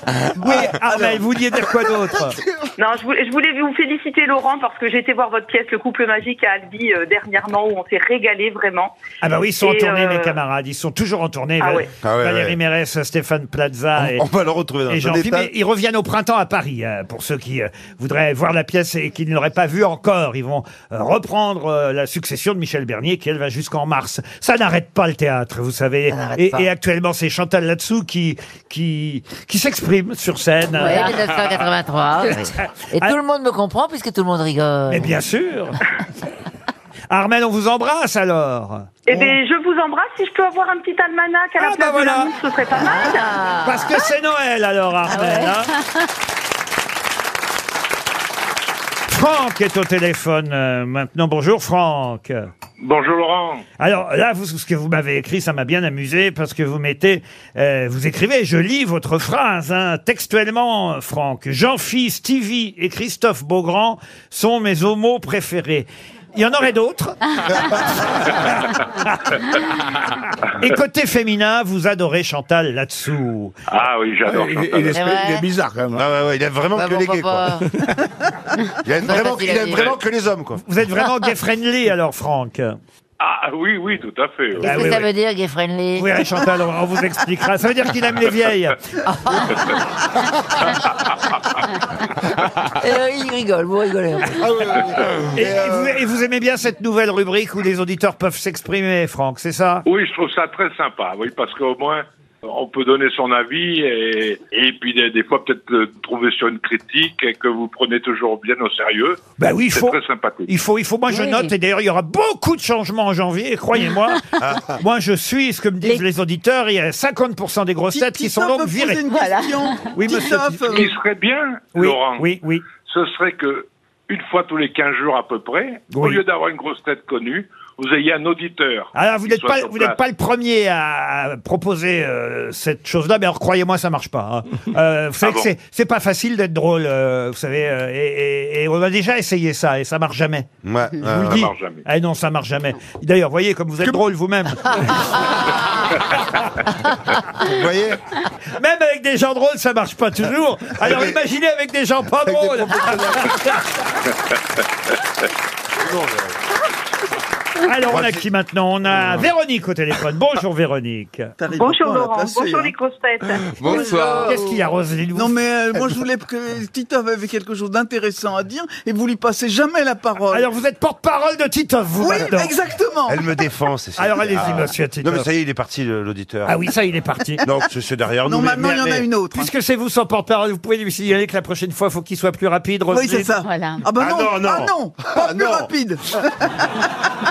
[SPEAKER 2] oui, Armel, vous vouliez dire quoi d'autre
[SPEAKER 11] Non, je voulais, je voulais vous féliciter, Laurent, parce que j'ai été voir votre pièce, Le couple magique à Albi, euh, dernièrement, où on s'est régalé vraiment.
[SPEAKER 2] Ah bah oui, ils sont en
[SPEAKER 11] Et,
[SPEAKER 2] tournée,
[SPEAKER 11] euh,
[SPEAKER 2] mes camarades. Ils sont toujours en tournée.
[SPEAKER 11] Ah
[SPEAKER 2] Val-
[SPEAKER 11] ouais.
[SPEAKER 7] Ah ouais,
[SPEAKER 2] Valérie
[SPEAKER 7] ouais.
[SPEAKER 2] Mérès, Stéphane Plaza. et,
[SPEAKER 7] On va le retrouver dans
[SPEAKER 2] et
[SPEAKER 7] un
[SPEAKER 2] jean
[SPEAKER 7] bon état.
[SPEAKER 2] Ils reviennent au printemps à Paris, euh, pour ceux qui euh, voudraient voir la pièce et qui ne l'auraient pas vue encore. Ils vont euh, reprendre euh, la succession de Michel Bernier, qui elle va jusqu'en mars. Ça n'arrête pas le théâtre, vous savez.
[SPEAKER 3] n'arrête
[SPEAKER 2] Et,
[SPEAKER 3] pas.
[SPEAKER 2] et actuellement, c'est Chantal Latsou qui, qui, qui s'exprime sur scène.
[SPEAKER 3] Oui,
[SPEAKER 2] *laughs*
[SPEAKER 3] 1983. oui. Et
[SPEAKER 2] Ah.
[SPEAKER 3] tout le monde me comprend puisque tout le monde rigole.
[SPEAKER 2] Mais
[SPEAKER 11] *laughs*
[SPEAKER 2] bien sûr Armel, on vous embrasse alors
[SPEAKER 11] Eh bien, je vous embrasse. Si je peux avoir un petit almanach à la
[SPEAKER 2] Ah,
[SPEAKER 11] place
[SPEAKER 2] bah voilà.
[SPEAKER 11] de l'annonce, ce serait pas mal.
[SPEAKER 8] Ah.
[SPEAKER 2] Parce que c'est Noël alors, Armel. hein. Franck est au téléphone euh, maintenant. Bonjour Franck.
[SPEAKER 12] Bonjour Laurent.
[SPEAKER 2] Alors là, vous, ce que vous m'avez écrit, ça m'a bien amusé parce que vous mettez, euh, vous écrivez, je lis votre phrase hein, textuellement, euh, Franck. Jean-Phil, Stevie et Christophe Beaugrand sont mes homos préférés. Il y en aurait d'autres. Et côté féminin, vous adorez Chantal là-dessous.
[SPEAKER 12] Ah oui, j'adore
[SPEAKER 5] Il,
[SPEAKER 12] Chantal.
[SPEAKER 5] il est,
[SPEAKER 3] C'est vrai.
[SPEAKER 5] il est bizarre quand
[SPEAKER 2] hein.
[SPEAKER 5] même.
[SPEAKER 7] Ah ouais, ouais, il aime vraiment
[SPEAKER 3] Bah,
[SPEAKER 7] que
[SPEAKER 3] bon,
[SPEAKER 7] les gays, quoi.
[SPEAKER 3] papa.
[SPEAKER 7] Il aime
[SPEAKER 3] Pas
[SPEAKER 7] vraiment,
[SPEAKER 3] facile
[SPEAKER 7] il
[SPEAKER 3] à
[SPEAKER 7] aime
[SPEAKER 3] dire.
[SPEAKER 7] vraiment que les hommes, quoi. Euh,
[SPEAKER 2] Vous êtes vraiment gay-friendly alors, Franck.
[SPEAKER 12] Ah oui, oui, tout à fait. oui.
[SPEAKER 2] Ah
[SPEAKER 3] Qu'est-ce
[SPEAKER 2] oui,
[SPEAKER 3] que ça
[SPEAKER 2] oui.
[SPEAKER 3] veut dire, gay friendly
[SPEAKER 2] Oui, Chantal, on on vous expliquera. Ça veut dire qu'il aime les
[SPEAKER 3] *laughs*
[SPEAKER 2] vieilles.
[SPEAKER 3] Ah, Et euh, il rigole, vous rigolez.
[SPEAKER 5] Ah
[SPEAKER 2] Et, et
[SPEAKER 7] euh,
[SPEAKER 2] vous, et vous aimez bien cette nouvelle rubrique où les auditeurs peuvent s'exprimer, Franck, c'est ça
[SPEAKER 12] Oui, je trouve ça très sympa, oui, parce qu'au moins, on peut donner son avis et, et puis des, des fois peut-être le trouver sur une critique et que vous prenez toujours bien au sérieux.
[SPEAKER 2] Bah oui, il
[SPEAKER 12] C'est
[SPEAKER 2] faut.
[SPEAKER 12] très sympathique.
[SPEAKER 2] Il faut, il faut. Moi, je
[SPEAKER 6] Oui.
[SPEAKER 2] note, et d'ailleurs, il y aura beaucoup de changements en janvier, et croyez-moi.
[SPEAKER 7] Ah.
[SPEAKER 2] moi, je suis ce que me disent les,
[SPEAKER 6] Les-
[SPEAKER 2] auditeurs. Il y a 50% des grosses têtes qui sont
[SPEAKER 8] Titoff
[SPEAKER 2] donc
[SPEAKER 8] veut poser
[SPEAKER 2] virées.
[SPEAKER 8] une
[SPEAKER 6] Voilà.
[SPEAKER 8] question.
[SPEAKER 2] Oui, monsieur
[SPEAKER 8] Titoff,
[SPEAKER 12] Ce qui serait bien,
[SPEAKER 2] Oui,
[SPEAKER 12] Laurent,
[SPEAKER 2] oui, oui.
[SPEAKER 12] ce serait que une fois tous les 15 jours à peu près, au
[SPEAKER 2] Oui.
[SPEAKER 12] lieu d'avoir une grosse tête connue, vous ayez un auditeur.
[SPEAKER 2] Alors, Ah, vous
[SPEAKER 12] qui
[SPEAKER 2] n'êtes
[SPEAKER 12] soit
[SPEAKER 2] pas,
[SPEAKER 12] sur
[SPEAKER 2] vous n'êtes
[SPEAKER 12] place.
[SPEAKER 2] pas le premier à proposer euh, cette chose-là, mais alors croyez-moi, ça marche pas.
[SPEAKER 12] *laughs*
[SPEAKER 2] hein. Euh, vous savez
[SPEAKER 12] Ah
[SPEAKER 2] que
[SPEAKER 12] bon
[SPEAKER 2] c'est- c'est pas facile d'être drôle, euh, vous savez, euh, et, et- et on a déjà essayé ça, et ça marche jamais.
[SPEAKER 7] Ouais, ouais,
[SPEAKER 2] Je vous le
[SPEAKER 7] ouais.
[SPEAKER 2] dis.
[SPEAKER 12] marche jamais.
[SPEAKER 2] Ah non, ça marche jamais. D'ailleurs, voyez comme vous êtes drôle vous-même.
[SPEAKER 7] Vous voyez
[SPEAKER 2] Même avec des gens drôles, ça marche pas toujours. Alors imaginez avec des gens pas drôles. *laughs* Alors on a qui maintenant On a Véronique au téléphone. Bonjour Véronique.
[SPEAKER 8] T'arrives
[SPEAKER 11] Bonjour
[SPEAKER 8] pas à la
[SPEAKER 11] Laurent.
[SPEAKER 8] placer,
[SPEAKER 11] Bonjour
[SPEAKER 8] hein.
[SPEAKER 11] les grosses têtes.
[SPEAKER 9] Bonsoir.
[SPEAKER 2] Qu'est-ce qu'il y a Roselyne Vous-
[SPEAKER 8] Non mais euh, moi je voulais que Titoff avait quelque chose d'intéressant à dire et vous lui passez jamais la parole.
[SPEAKER 2] Alors vous êtes porte-parole de Titoff, vous
[SPEAKER 8] oui,
[SPEAKER 2] maintenant.
[SPEAKER 8] exactement.
[SPEAKER 7] Elle me défend, c'est
[SPEAKER 2] Alors allez-y
[SPEAKER 7] Ah.
[SPEAKER 2] monsieur
[SPEAKER 7] Non, mais
[SPEAKER 2] Titoff.
[SPEAKER 7] ça y est, il est parti, le- l'auditeur.
[SPEAKER 2] Ah oui, ça il est parti.
[SPEAKER 7] Non, c'est c'est derrière nous.
[SPEAKER 8] Non
[SPEAKER 7] mais-
[SPEAKER 8] maintenant
[SPEAKER 7] mais-
[SPEAKER 8] il y en a
[SPEAKER 7] mais-
[SPEAKER 8] une autre. hein.
[SPEAKER 2] Puisque c'est vous son porte-parole, vous pouvez lui signaler que la prochaine fois, faut qu'il soit plus rapide.
[SPEAKER 8] Oui
[SPEAKER 2] Roselyne.
[SPEAKER 8] c'est ça.
[SPEAKER 6] Voilà.
[SPEAKER 8] Ah bah
[SPEAKER 7] Ah
[SPEAKER 8] non,
[SPEAKER 7] non, non.
[SPEAKER 8] ah non, pas
[SPEAKER 7] Ah
[SPEAKER 8] plus
[SPEAKER 7] non.
[SPEAKER 8] rapide.
[SPEAKER 2] *laughs*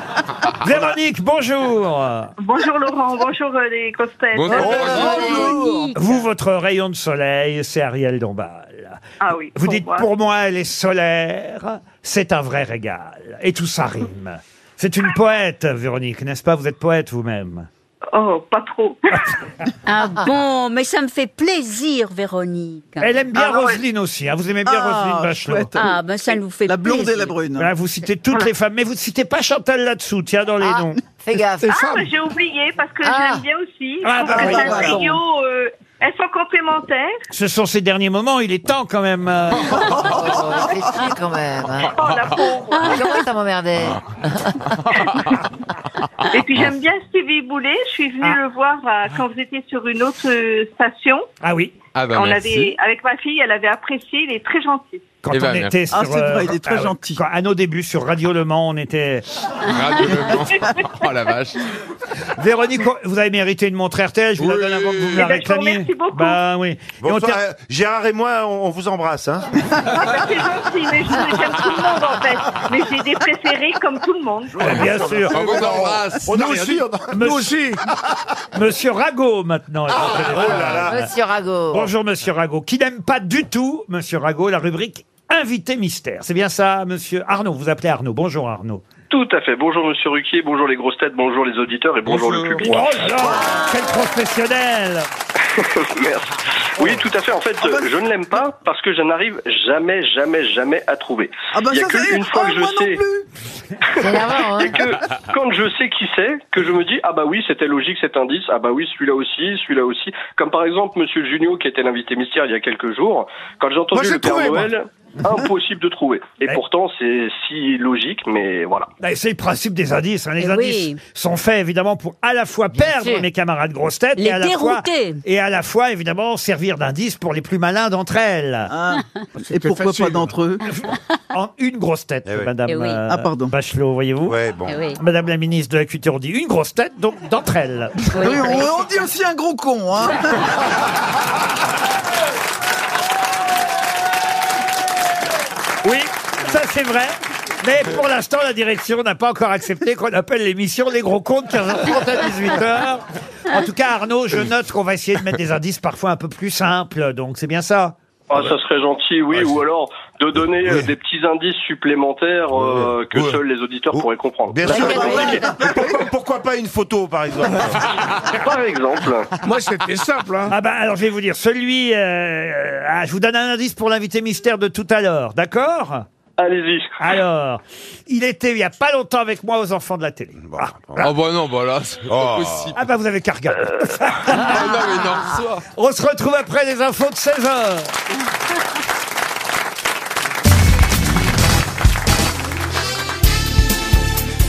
[SPEAKER 2] Véronique, bonjour.
[SPEAKER 11] Bonjour Laurent. Bonjour euh, les grosses têtes.
[SPEAKER 9] Bonjour.
[SPEAKER 2] Vous, votre rayon de soleil, c'est Ariel Dombal.
[SPEAKER 11] Ah oui.
[SPEAKER 2] Vous
[SPEAKER 11] pour
[SPEAKER 2] dites,
[SPEAKER 11] moi.
[SPEAKER 2] pour moi, elle est solaire, c'est un vrai régal. Et tout ça rime. C'est une poète, Véronique, n'est-ce pas Vous êtes poète vous-même.
[SPEAKER 11] Oh, pas trop.
[SPEAKER 6] *laughs* Ah bon, mais ça me fait plaisir, Véronique.
[SPEAKER 2] Elle aime bien
[SPEAKER 11] Ah, ouais.
[SPEAKER 2] Roselyne aussi. hein. Vous aimez bien
[SPEAKER 8] bah Ah,
[SPEAKER 2] Roselyne Bachelot.
[SPEAKER 8] chouette.
[SPEAKER 6] Hein. Ah ben ça nous fait
[SPEAKER 8] La blonde
[SPEAKER 6] plaisir.
[SPEAKER 8] et la brune.
[SPEAKER 2] Voilà, vous citez toutes les femmes, mais vous ne citez pas Chantal là-dessous, tiens, dans les
[SPEAKER 3] Ah,
[SPEAKER 2] noms.
[SPEAKER 3] fais gaffe.
[SPEAKER 11] Ah, bah, j'ai oublié parce que
[SPEAKER 3] Ah.
[SPEAKER 11] je l'aime bien aussi.
[SPEAKER 2] Ah,
[SPEAKER 11] Je trouve
[SPEAKER 2] bah,
[SPEAKER 11] que
[SPEAKER 2] oui.
[SPEAKER 11] c'est un
[SPEAKER 8] Pardon.
[SPEAKER 11] trio, euh, elles sont complémentaires.
[SPEAKER 2] Ce sont ces derniers moments, il est temps quand
[SPEAKER 8] *laughs*
[SPEAKER 2] même. euh.
[SPEAKER 3] *laughs* Oh, fais chier quand même. hein.
[SPEAKER 11] Oh la pauvre.
[SPEAKER 3] Comment ça m'emmerdait
[SPEAKER 11] Et puis j'aime bien Stevie Boulet. Je suis venue
[SPEAKER 3] Ah.
[SPEAKER 11] le voir euh, quand vous étiez sur une autre euh, station.
[SPEAKER 2] Ah oui,
[SPEAKER 9] Ah bah
[SPEAKER 11] on
[SPEAKER 9] merci.
[SPEAKER 11] avait, avec ma fille, elle avait apprécié. Il est très gentil.
[SPEAKER 2] quand
[SPEAKER 9] Eh
[SPEAKER 2] on
[SPEAKER 7] bah,
[SPEAKER 9] ben, merci.
[SPEAKER 2] était sur. euh,
[SPEAKER 8] Ah, c'est vrai, il est très
[SPEAKER 2] ouais,
[SPEAKER 8] gentil.
[SPEAKER 2] quand- à nos débuts, sur Radio Le Mans, on était.
[SPEAKER 9] Radio Le Mans. Oh la vache.
[SPEAKER 2] Véronique, vous avez mérité une montre RTL, je vous
[SPEAKER 7] Oui.
[SPEAKER 2] la donne avant que vous me la
[SPEAKER 11] Eh ben, je vous
[SPEAKER 2] réclamiez.
[SPEAKER 11] remercie beaucoup.
[SPEAKER 2] Bah oui. Et on
[SPEAKER 7] Bonsoir,
[SPEAKER 2] ter-
[SPEAKER 7] euh, Gérard et moi, on, on vous embrasse. Hein.
[SPEAKER 11] Ah, c'est gentil, mais je- j'aime tout le monde en fait. Mais j'ai des préférés comme tout le monde.
[SPEAKER 2] Ah, bien sûr.
[SPEAKER 9] On vous embrasse.
[SPEAKER 7] nous aussi, Ah, oh on a-
[SPEAKER 2] Monsieur, *laughs* Monsieur Rago, maintenant. est au téléphone.
[SPEAKER 3] Ah, Monsieur Rago.
[SPEAKER 2] oh Bonjour, Monsieur Rago, qui n'aime pas du tout, Monsieur Rago, la rubrique Invité Mystère. C'est bien ça, Monsieur Arnaud. Vous appelez Arnaud. Bonjour, Arnaud.
[SPEAKER 13] Tout à fait. Bonjour Monsieur Ruquier, bonjour les grosses têtes, bonjour les auditeurs et bonjour, le
[SPEAKER 2] Oh
[SPEAKER 13] public.
[SPEAKER 2] là là, quel professionnel
[SPEAKER 13] *laughs* Merci. Oui, tout à fait. En fait, euh,
[SPEAKER 8] Ah bah,
[SPEAKER 13] je ne l'aime pas parce que je n'arrive jamais, jamais, jamais à trouver.
[SPEAKER 8] Ah bah
[SPEAKER 13] Il y a
[SPEAKER 8] ça c'est
[SPEAKER 13] qu'une fois que je
[SPEAKER 8] moi non
[SPEAKER 13] sais,
[SPEAKER 8] plus.
[SPEAKER 3] C'est énervant, hein.
[SPEAKER 13] et que quand je sais qui c'est, que je me dis ah bah oui c'était logique cet indice, ah bah oui celui-là aussi, celui-là aussi. Comme par exemple Monsieur Junio qui était l'invité mystère il y a quelques jours, quand j'ai entendu
[SPEAKER 7] j'ai
[SPEAKER 13] le Père
[SPEAKER 7] trouvé, moi.
[SPEAKER 13] Noël. Impossible de trouver. Et pourtant, c'est si logique, mais voilà.
[SPEAKER 2] Bah, C'est le principe des indices. hein. Les
[SPEAKER 13] Eh
[SPEAKER 2] indices
[SPEAKER 13] oui.
[SPEAKER 2] sont faits évidemment pour à la fois perdre
[SPEAKER 13] sûr.
[SPEAKER 2] mes camarades grosses têtes
[SPEAKER 13] Les
[SPEAKER 2] et, à la fois,
[SPEAKER 13] dérouter.
[SPEAKER 2] et à la fois évidemment servir d'indice pour les plus malins d'entre elles.
[SPEAKER 8] Ah.
[SPEAKER 2] *laughs*
[SPEAKER 8] Et pourquoi pas d'entre *laughs* eux
[SPEAKER 2] En une grosse tête, Madame
[SPEAKER 8] Eh oui.
[SPEAKER 2] euh,
[SPEAKER 8] Ah, pardon.
[SPEAKER 2] Bachelot, voyez-vous
[SPEAKER 8] Eh oui.
[SPEAKER 2] Madame la ministre de la Culture on dit une grosse tête, donc d'entre elles.
[SPEAKER 8] Oui, on, on dit aussi un gros con,
[SPEAKER 2] *laughs*
[SPEAKER 8] hein
[SPEAKER 2] Oui, ça c'est vrai. Mais pour l'instant, la direction n'a pas encore accepté qu'on appelle l'émission Les Gros Comptes 15h30 à 18h. En tout cas, Arnaud, je note qu'on va essayer de mettre des indices parfois un peu plus simples, donc c'est bien ça.
[SPEAKER 13] Ah, ça serait gentil, oui, ou alors de donner euh, des petits indices supplémentaires euh, que seuls les auditeurs pourraient comprendre.
[SPEAKER 7] Bien sûr. pourquoi, pourquoi pas une photo, par exemple
[SPEAKER 13] Par exemple.
[SPEAKER 5] Moi, c'était simple. hein.
[SPEAKER 2] Ah bah alors je vais vous dire, celui... euh, ah, je vous donne un indice pour l'invité mystère de tout à l'heure, d'accord
[SPEAKER 13] Allez-y.
[SPEAKER 2] Alors, il était il y a pas longtemps avec moi aux enfants de la télé. Ah,
[SPEAKER 9] Oh bah non, bah là, c'est pas possible.
[SPEAKER 2] Ah bah vous avez qu'à regarder.
[SPEAKER 9] Oh non, mais non, soit.
[SPEAKER 2] On se retrouve après les infos de 16h.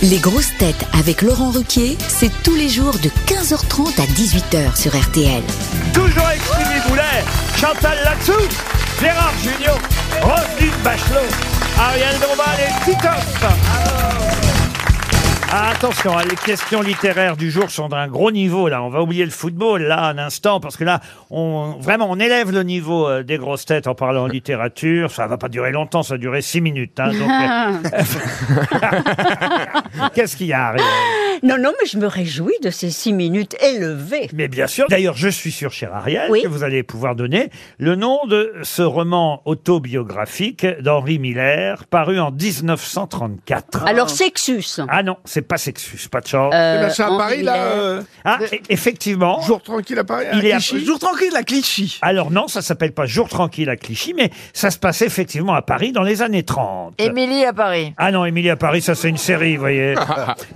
[SPEAKER 10] Les grosses têtes avec Laurent Ruquier, c'est tous les jours de 15h30 à 18h sur RTL.
[SPEAKER 2] Toujours avec Stevie Boulet, Chantal Latsou, Gérard Junior, Roselyne Bachelot, Ariel Dombal et Titoff. Ah, attention, hein, les questions littéraires du jour sont d'un gros niveau. Là, on va oublier le football là un instant parce que là, on vraiment on élève le niveau euh, des grosses têtes en parlant littérature. Ça va pas durer longtemps, ça va durer six minutes. hein, donc, euh, Qu'est-ce qu'il y a Ariel
[SPEAKER 6] *laughs* Non, non, mais je me réjouis de ces six minutes élevées.
[SPEAKER 2] Mais bien sûr. D'ailleurs, je suis sûr, cher Ariel,
[SPEAKER 6] Oui.
[SPEAKER 2] que vous allez pouvoir donner le nom de ce roman autobiographique d'Henri Miller, paru en 1934.
[SPEAKER 6] Alors, Sexus.
[SPEAKER 2] Ah non, c'est pas Sexus, pas de chance.
[SPEAKER 6] Euh, Eh ben, c'est à Henri Paris, là, Miller. euh,
[SPEAKER 2] Ah, e- effectivement. Jour
[SPEAKER 5] tranquille à Paris.
[SPEAKER 2] Il est à-
[SPEAKER 8] Jour tranquille à Clichy.
[SPEAKER 2] Alors non, ça s'appelle pas Jour tranquille à Clichy, mais ça se passe effectivement à Paris dans les années 30.
[SPEAKER 6] Eh
[SPEAKER 3] Émilie à Paris.
[SPEAKER 2] Ah non, Émilie à Paris, ça c'est une série, vous voyez.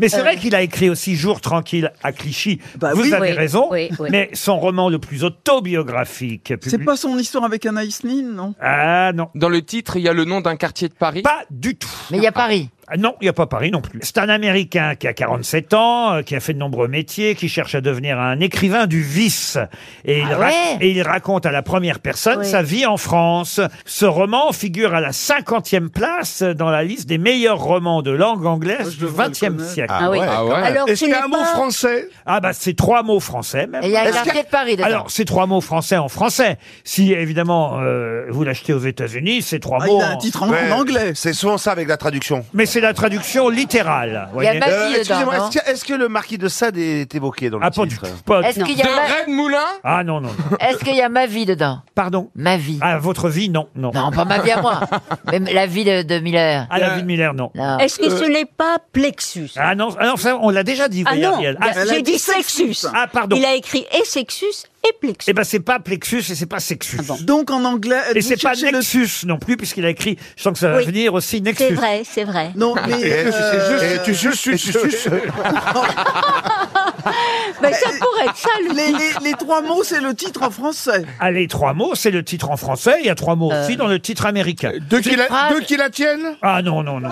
[SPEAKER 2] mais c'est
[SPEAKER 3] Euh.
[SPEAKER 2] vrai qu'il a écrit aussi Jour tranquille à Clichy. vous
[SPEAKER 8] Bah oui.
[SPEAKER 2] avez
[SPEAKER 8] Oui,
[SPEAKER 2] raison.
[SPEAKER 8] oui, oui.
[SPEAKER 2] Mais son roman le plus autobiographique.
[SPEAKER 8] C'est
[SPEAKER 2] publié-
[SPEAKER 8] pas son histoire avec Anaïs Nin, non
[SPEAKER 2] Ah non.
[SPEAKER 9] Dans le titre, il y a le nom d'un quartier de Paris
[SPEAKER 2] Pas du tout.
[SPEAKER 3] Mais il y a Paris.
[SPEAKER 2] Ah Non, il n'y a pas Paris non plus. C'est un Américain qui a 47 ans, euh, qui a fait de nombreux métiers, qui cherche à devenir un écrivain du vice. Et il,
[SPEAKER 3] Ah
[SPEAKER 2] rac-
[SPEAKER 3] ouais
[SPEAKER 2] et il raconte à la première personne
[SPEAKER 3] Oui.
[SPEAKER 2] sa vie en France. Ce roman figure à la 50e place dans la liste des meilleurs romans de langue anglaise du XXe siècle.
[SPEAKER 5] Ah Ah oui. ouais, Ah ouais. Alors, Est-ce tu qu'il y a n'es un mot pas-
[SPEAKER 2] français Ah bah c'est trois mots français même.
[SPEAKER 3] Et il y a un
[SPEAKER 2] Est-ce
[SPEAKER 3] quartier
[SPEAKER 2] qu'il y a-
[SPEAKER 3] de Paris, dedans.
[SPEAKER 2] Alors c'est trois mots français en français. Si évidemment euh, vous l'achetez aux États-Unis, c'est trois
[SPEAKER 8] Ah,
[SPEAKER 2] mots.
[SPEAKER 8] il a un titre en- en Ouais. anglais.
[SPEAKER 2] C'est souvent ça avec la traduction. Mais c'est la traduction littérale.
[SPEAKER 7] Euh,
[SPEAKER 2] voyez.
[SPEAKER 7] Excusez-moi, est-ce que, est-ce que le marquis de Sade est évoqué dans le
[SPEAKER 2] Ah, pas
[SPEAKER 7] titre
[SPEAKER 2] du tout, pas du
[SPEAKER 3] Est-ce qu'il y a De ma-
[SPEAKER 9] Moulin
[SPEAKER 2] Ah non, non. non.
[SPEAKER 3] Est-ce qu'il y a ma vie dedans
[SPEAKER 2] Pardon
[SPEAKER 3] Ma vie.
[SPEAKER 2] Ah, votre vie, non, non.
[SPEAKER 3] Non, pas ma vie
[SPEAKER 2] *laughs*
[SPEAKER 3] à moi. Mais la vie de, de Miller.
[SPEAKER 2] Ah, la vie de Miller, non.
[SPEAKER 6] Est-ce que ce
[SPEAKER 2] Euh,
[SPEAKER 6] n'est pas Plexus
[SPEAKER 2] Ah non, ah non, ça, on l'a déjà dit.
[SPEAKER 6] Ah
[SPEAKER 2] voyez,
[SPEAKER 6] non,
[SPEAKER 2] Ariel.
[SPEAKER 6] j'ai dit Sexus.
[SPEAKER 2] Ah, pardon.
[SPEAKER 6] Il a écrit et Sexus et Plexus. Ah
[SPEAKER 2] Eh ben, c'est pas Plexus et c'est pas Sexus.
[SPEAKER 8] Donc en anglais.
[SPEAKER 2] Et
[SPEAKER 8] vous
[SPEAKER 2] c'est pas
[SPEAKER 8] cherchez le-
[SPEAKER 2] Nexus non plus, puisqu'il a écrit, je sens que ça va
[SPEAKER 6] Oui.
[SPEAKER 2] venir aussi, Nexus.
[SPEAKER 6] C'est vrai, c'est vrai.
[SPEAKER 8] Non,
[SPEAKER 2] Eh,
[SPEAKER 8] mais. euh, *laughs*
[SPEAKER 6] Mais Ben, ça pourrait être ça le
[SPEAKER 8] les,
[SPEAKER 6] titre.
[SPEAKER 8] les- les trois mots, c'est le titre en français.
[SPEAKER 2] Ah, les trois mots, c'est le titre en français, il y a trois mots
[SPEAKER 6] Euh.
[SPEAKER 2] aussi dans le titre américain.
[SPEAKER 5] Deux qui, la, deux qui la tiennent
[SPEAKER 2] Ah non, non, non.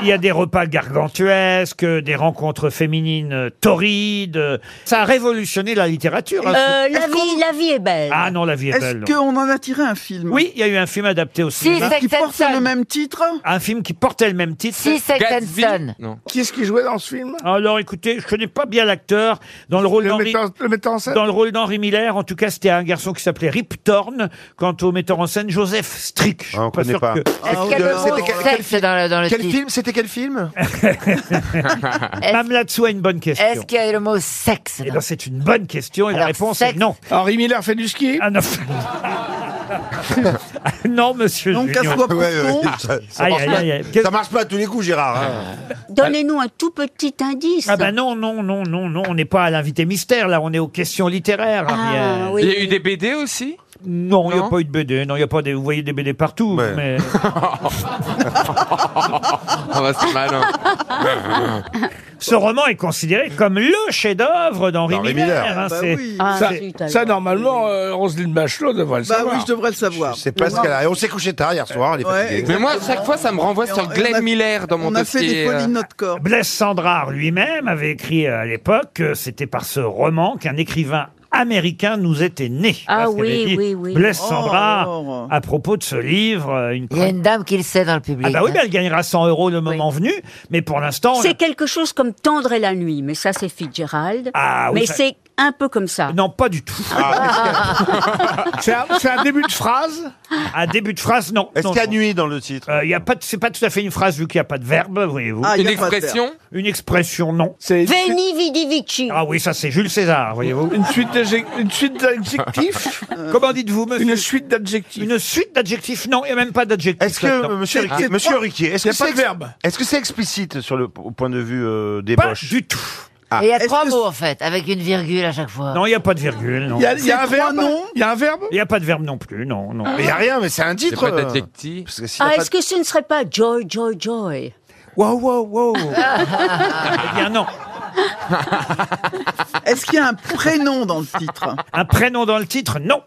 [SPEAKER 2] Il y a des repas gargantuesques, des rencontres féminines euh, torrides. Ça a révolutionné la littérature. hein.
[SPEAKER 6] Euh, la, vie, la vie est belle.
[SPEAKER 2] Ah non, la vie est belle.
[SPEAKER 8] Est-ce qu'on en a tiré un film
[SPEAKER 2] Oui, il y a eu un film adapté au cinéma.
[SPEAKER 8] Qui porte le même titre
[SPEAKER 2] Un film qui portait le même titre.
[SPEAKER 3] Six Sex and Gatsby Son.
[SPEAKER 9] Non.
[SPEAKER 5] Qui est-ce qui jouait dans ce film
[SPEAKER 2] Alors écoutez, je connais pas bien l'acteur dans le rôle
[SPEAKER 5] Le
[SPEAKER 2] d'Henri
[SPEAKER 5] metteur- le metteur en scène
[SPEAKER 2] dans le rôle d'Henri Miller. En tout cas, c'était un garçon qui s'appelait Rip Torn. Quant au metteur en scène, Joseph Strick. Je suis
[SPEAKER 7] Ah, on connaît
[SPEAKER 2] sûr
[SPEAKER 7] pas.
[SPEAKER 2] que-
[SPEAKER 3] Est-ce qu'il y a le mot sexe dans le, dans le
[SPEAKER 7] Ah, Quel
[SPEAKER 3] titre
[SPEAKER 7] film C'était quel film
[SPEAKER 3] *laughs*
[SPEAKER 2] Mme Latsou a une bonne question.
[SPEAKER 3] Est-ce qu'il y a le mot sexe
[SPEAKER 2] Eh
[SPEAKER 3] dans-
[SPEAKER 2] ben, c'est une bonne question et la
[SPEAKER 3] Alors,
[SPEAKER 2] réponse
[SPEAKER 3] sexe.
[SPEAKER 2] est non.
[SPEAKER 5] Henri Miller fait du ski *laughs*
[SPEAKER 2] Ah non. Ah, non, monsieur.
[SPEAKER 8] Donc,
[SPEAKER 2] Junior.
[SPEAKER 8] casse-toi, Ouais, ouais,
[SPEAKER 7] Euh, ça, ça
[SPEAKER 2] Aïe,
[SPEAKER 7] marche
[SPEAKER 2] aïe,
[SPEAKER 7] pas.
[SPEAKER 2] aïe, aïe.
[SPEAKER 7] Ça marche pas à tous les coups, Gérard. hein.
[SPEAKER 6] Donnez-nous un tout petit indice.
[SPEAKER 2] Ah ben non, non, non, non, non, on n'est pas à l'invité mystère, là, on est aux questions littéraires,
[SPEAKER 6] Ah,
[SPEAKER 2] Ariel.
[SPEAKER 9] Il y a eu des BD aussi
[SPEAKER 2] Non, il n'y a
[SPEAKER 9] Non
[SPEAKER 2] pas eu de BD, non, il y a pas des... vous voyez des BD partout, mais...
[SPEAKER 9] Oh, bah, c'est Ah, malin.
[SPEAKER 2] Ce roman est considéré comme le chef-d'œuvre d'Henri Miller. hein,
[SPEAKER 5] Bah
[SPEAKER 2] c'est-
[SPEAKER 5] oui.
[SPEAKER 2] c'est-
[SPEAKER 5] ça, ça, normalement, euh, Roselyne Bachelot devrait le
[SPEAKER 8] Bah
[SPEAKER 5] savoir.
[SPEAKER 8] oui, je devrais le savoir.
[SPEAKER 5] C'est
[SPEAKER 8] pas ce qu'elle a. Et on
[SPEAKER 5] s'est couché tard hier soir.
[SPEAKER 9] Mais moi, à chaque fois, Ah, ça me renvoie
[SPEAKER 8] Et
[SPEAKER 9] sur
[SPEAKER 8] on-
[SPEAKER 9] Glenn
[SPEAKER 8] on a-
[SPEAKER 9] Miller dans mon
[SPEAKER 8] on a fait
[SPEAKER 9] dossier.
[SPEAKER 8] des folies de
[SPEAKER 9] euh.
[SPEAKER 8] notre corps.
[SPEAKER 2] Blaise Sandrard lui-même avait écrit euh, à l'époque que c'était par ce roman qu'un écrivain américain nous était né. Voilà
[SPEAKER 3] Ah
[SPEAKER 2] ce qu'avait
[SPEAKER 3] oui,
[SPEAKER 2] dit
[SPEAKER 3] oui, oui.
[SPEAKER 2] Blaise
[SPEAKER 3] Oh,
[SPEAKER 2] Sandrard,
[SPEAKER 3] alors.
[SPEAKER 2] à propos de ce livre, euh, une
[SPEAKER 3] Il y a une dame qui le sait dans le public.
[SPEAKER 2] Ah bah oui,
[SPEAKER 3] hein.
[SPEAKER 2] mais elle gagnera 100 euros le moment venu, mais pour l'instant... on-
[SPEAKER 6] C'est quelque chose comme Tendre et la nuit, mais ça c'est Fitzgerald.
[SPEAKER 2] Ah oui,
[SPEAKER 6] mais
[SPEAKER 2] ça-
[SPEAKER 6] c'est un peu comme ça. Ah.
[SPEAKER 2] Non, pas du tout. Ah,
[SPEAKER 5] C'est un, c'est un début de phrase
[SPEAKER 2] Un début de phrase, non.
[SPEAKER 7] Est-ce
[SPEAKER 2] non,
[SPEAKER 7] qu'il y a
[SPEAKER 2] non.
[SPEAKER 7] nuit dans le titre
[SPEAKER 2] Euh, il y a pas, de- c'est pas tout à fait une phrase vu qu'il n'y a pas de verbe, voyez-vous.
[SPEAKER 8] Ah, il y a Une pas de expression verbe.
[SPEAKER 2] Une expression, non. C'est
[SPEAKER 6] Veni vidi vici.
[SPEAKER 2] Ah oui, ça c'est Jules César, voyez-vous.
[SPEAKER 5] Une suite d'adjec- une suite d'adjectifs
[SPEAKER 2] Comment dites-vous, monsieur
[SPEAKER 5] Une suite d'adjectifs.
[SPEAKER 2] Une suite d'adjectifs, non, il n'y a même pas d'adjectif.
[SPEAKER 7] Est-ce que,
[SPEAKER 2] là-dedans.
[SPEAKER 7] monsieur Riquier, monsieur Riquier, est-ce
[SPEAKER 5] Il y
[SPEAKER 7] que
[SPEAKER 5] a pas
[SPEAKER 7] c'est
[SPEAKER 5] de verbe.
[SPEAKER 7] Est-ce que c'est explicite sur le au point de vue euh, des
[SPEAKER 2] Pas
[SPEAKER 7] poches
[SPEAKER 2] du tout.
[SPEAKER 7] Ah.
[SPEAKER 3] Et il y a trois mots en fait, avec une virgule à chaque fois.
[SPEAKER 2] Non, il n'y a pas de virgule, non.
[SPEAKER 5] Il y a, il y a un verbe Il y a un verbe
[SPEAKER 2] Il n'y a pas de verbe non plus, non, non.
[SPEAKER 7] Mais il y a rien, mais c'est un titre.
[SPEAKER 9] pas
[SPEAKER 7] euh,
[SPEAKER 9] d'adjectif.
[SPEAKER 7] parce que s'il y a
[SPEAKER 6] Ah,
[SPEAKER 7] pas
[SPEAKER 6] est-ce que ce ne serait pas Joy, Joy, Joy
[SPEAKER 2] Wow, wow,
[SPEAKER 6] *laughs*
[SPEAKER 2] wow. eh bien non.
[SPEAKER 8] Est-ce qu'il y a un prénom dans le titre
[SPEAKER 2] Un prénom dans le titre, non.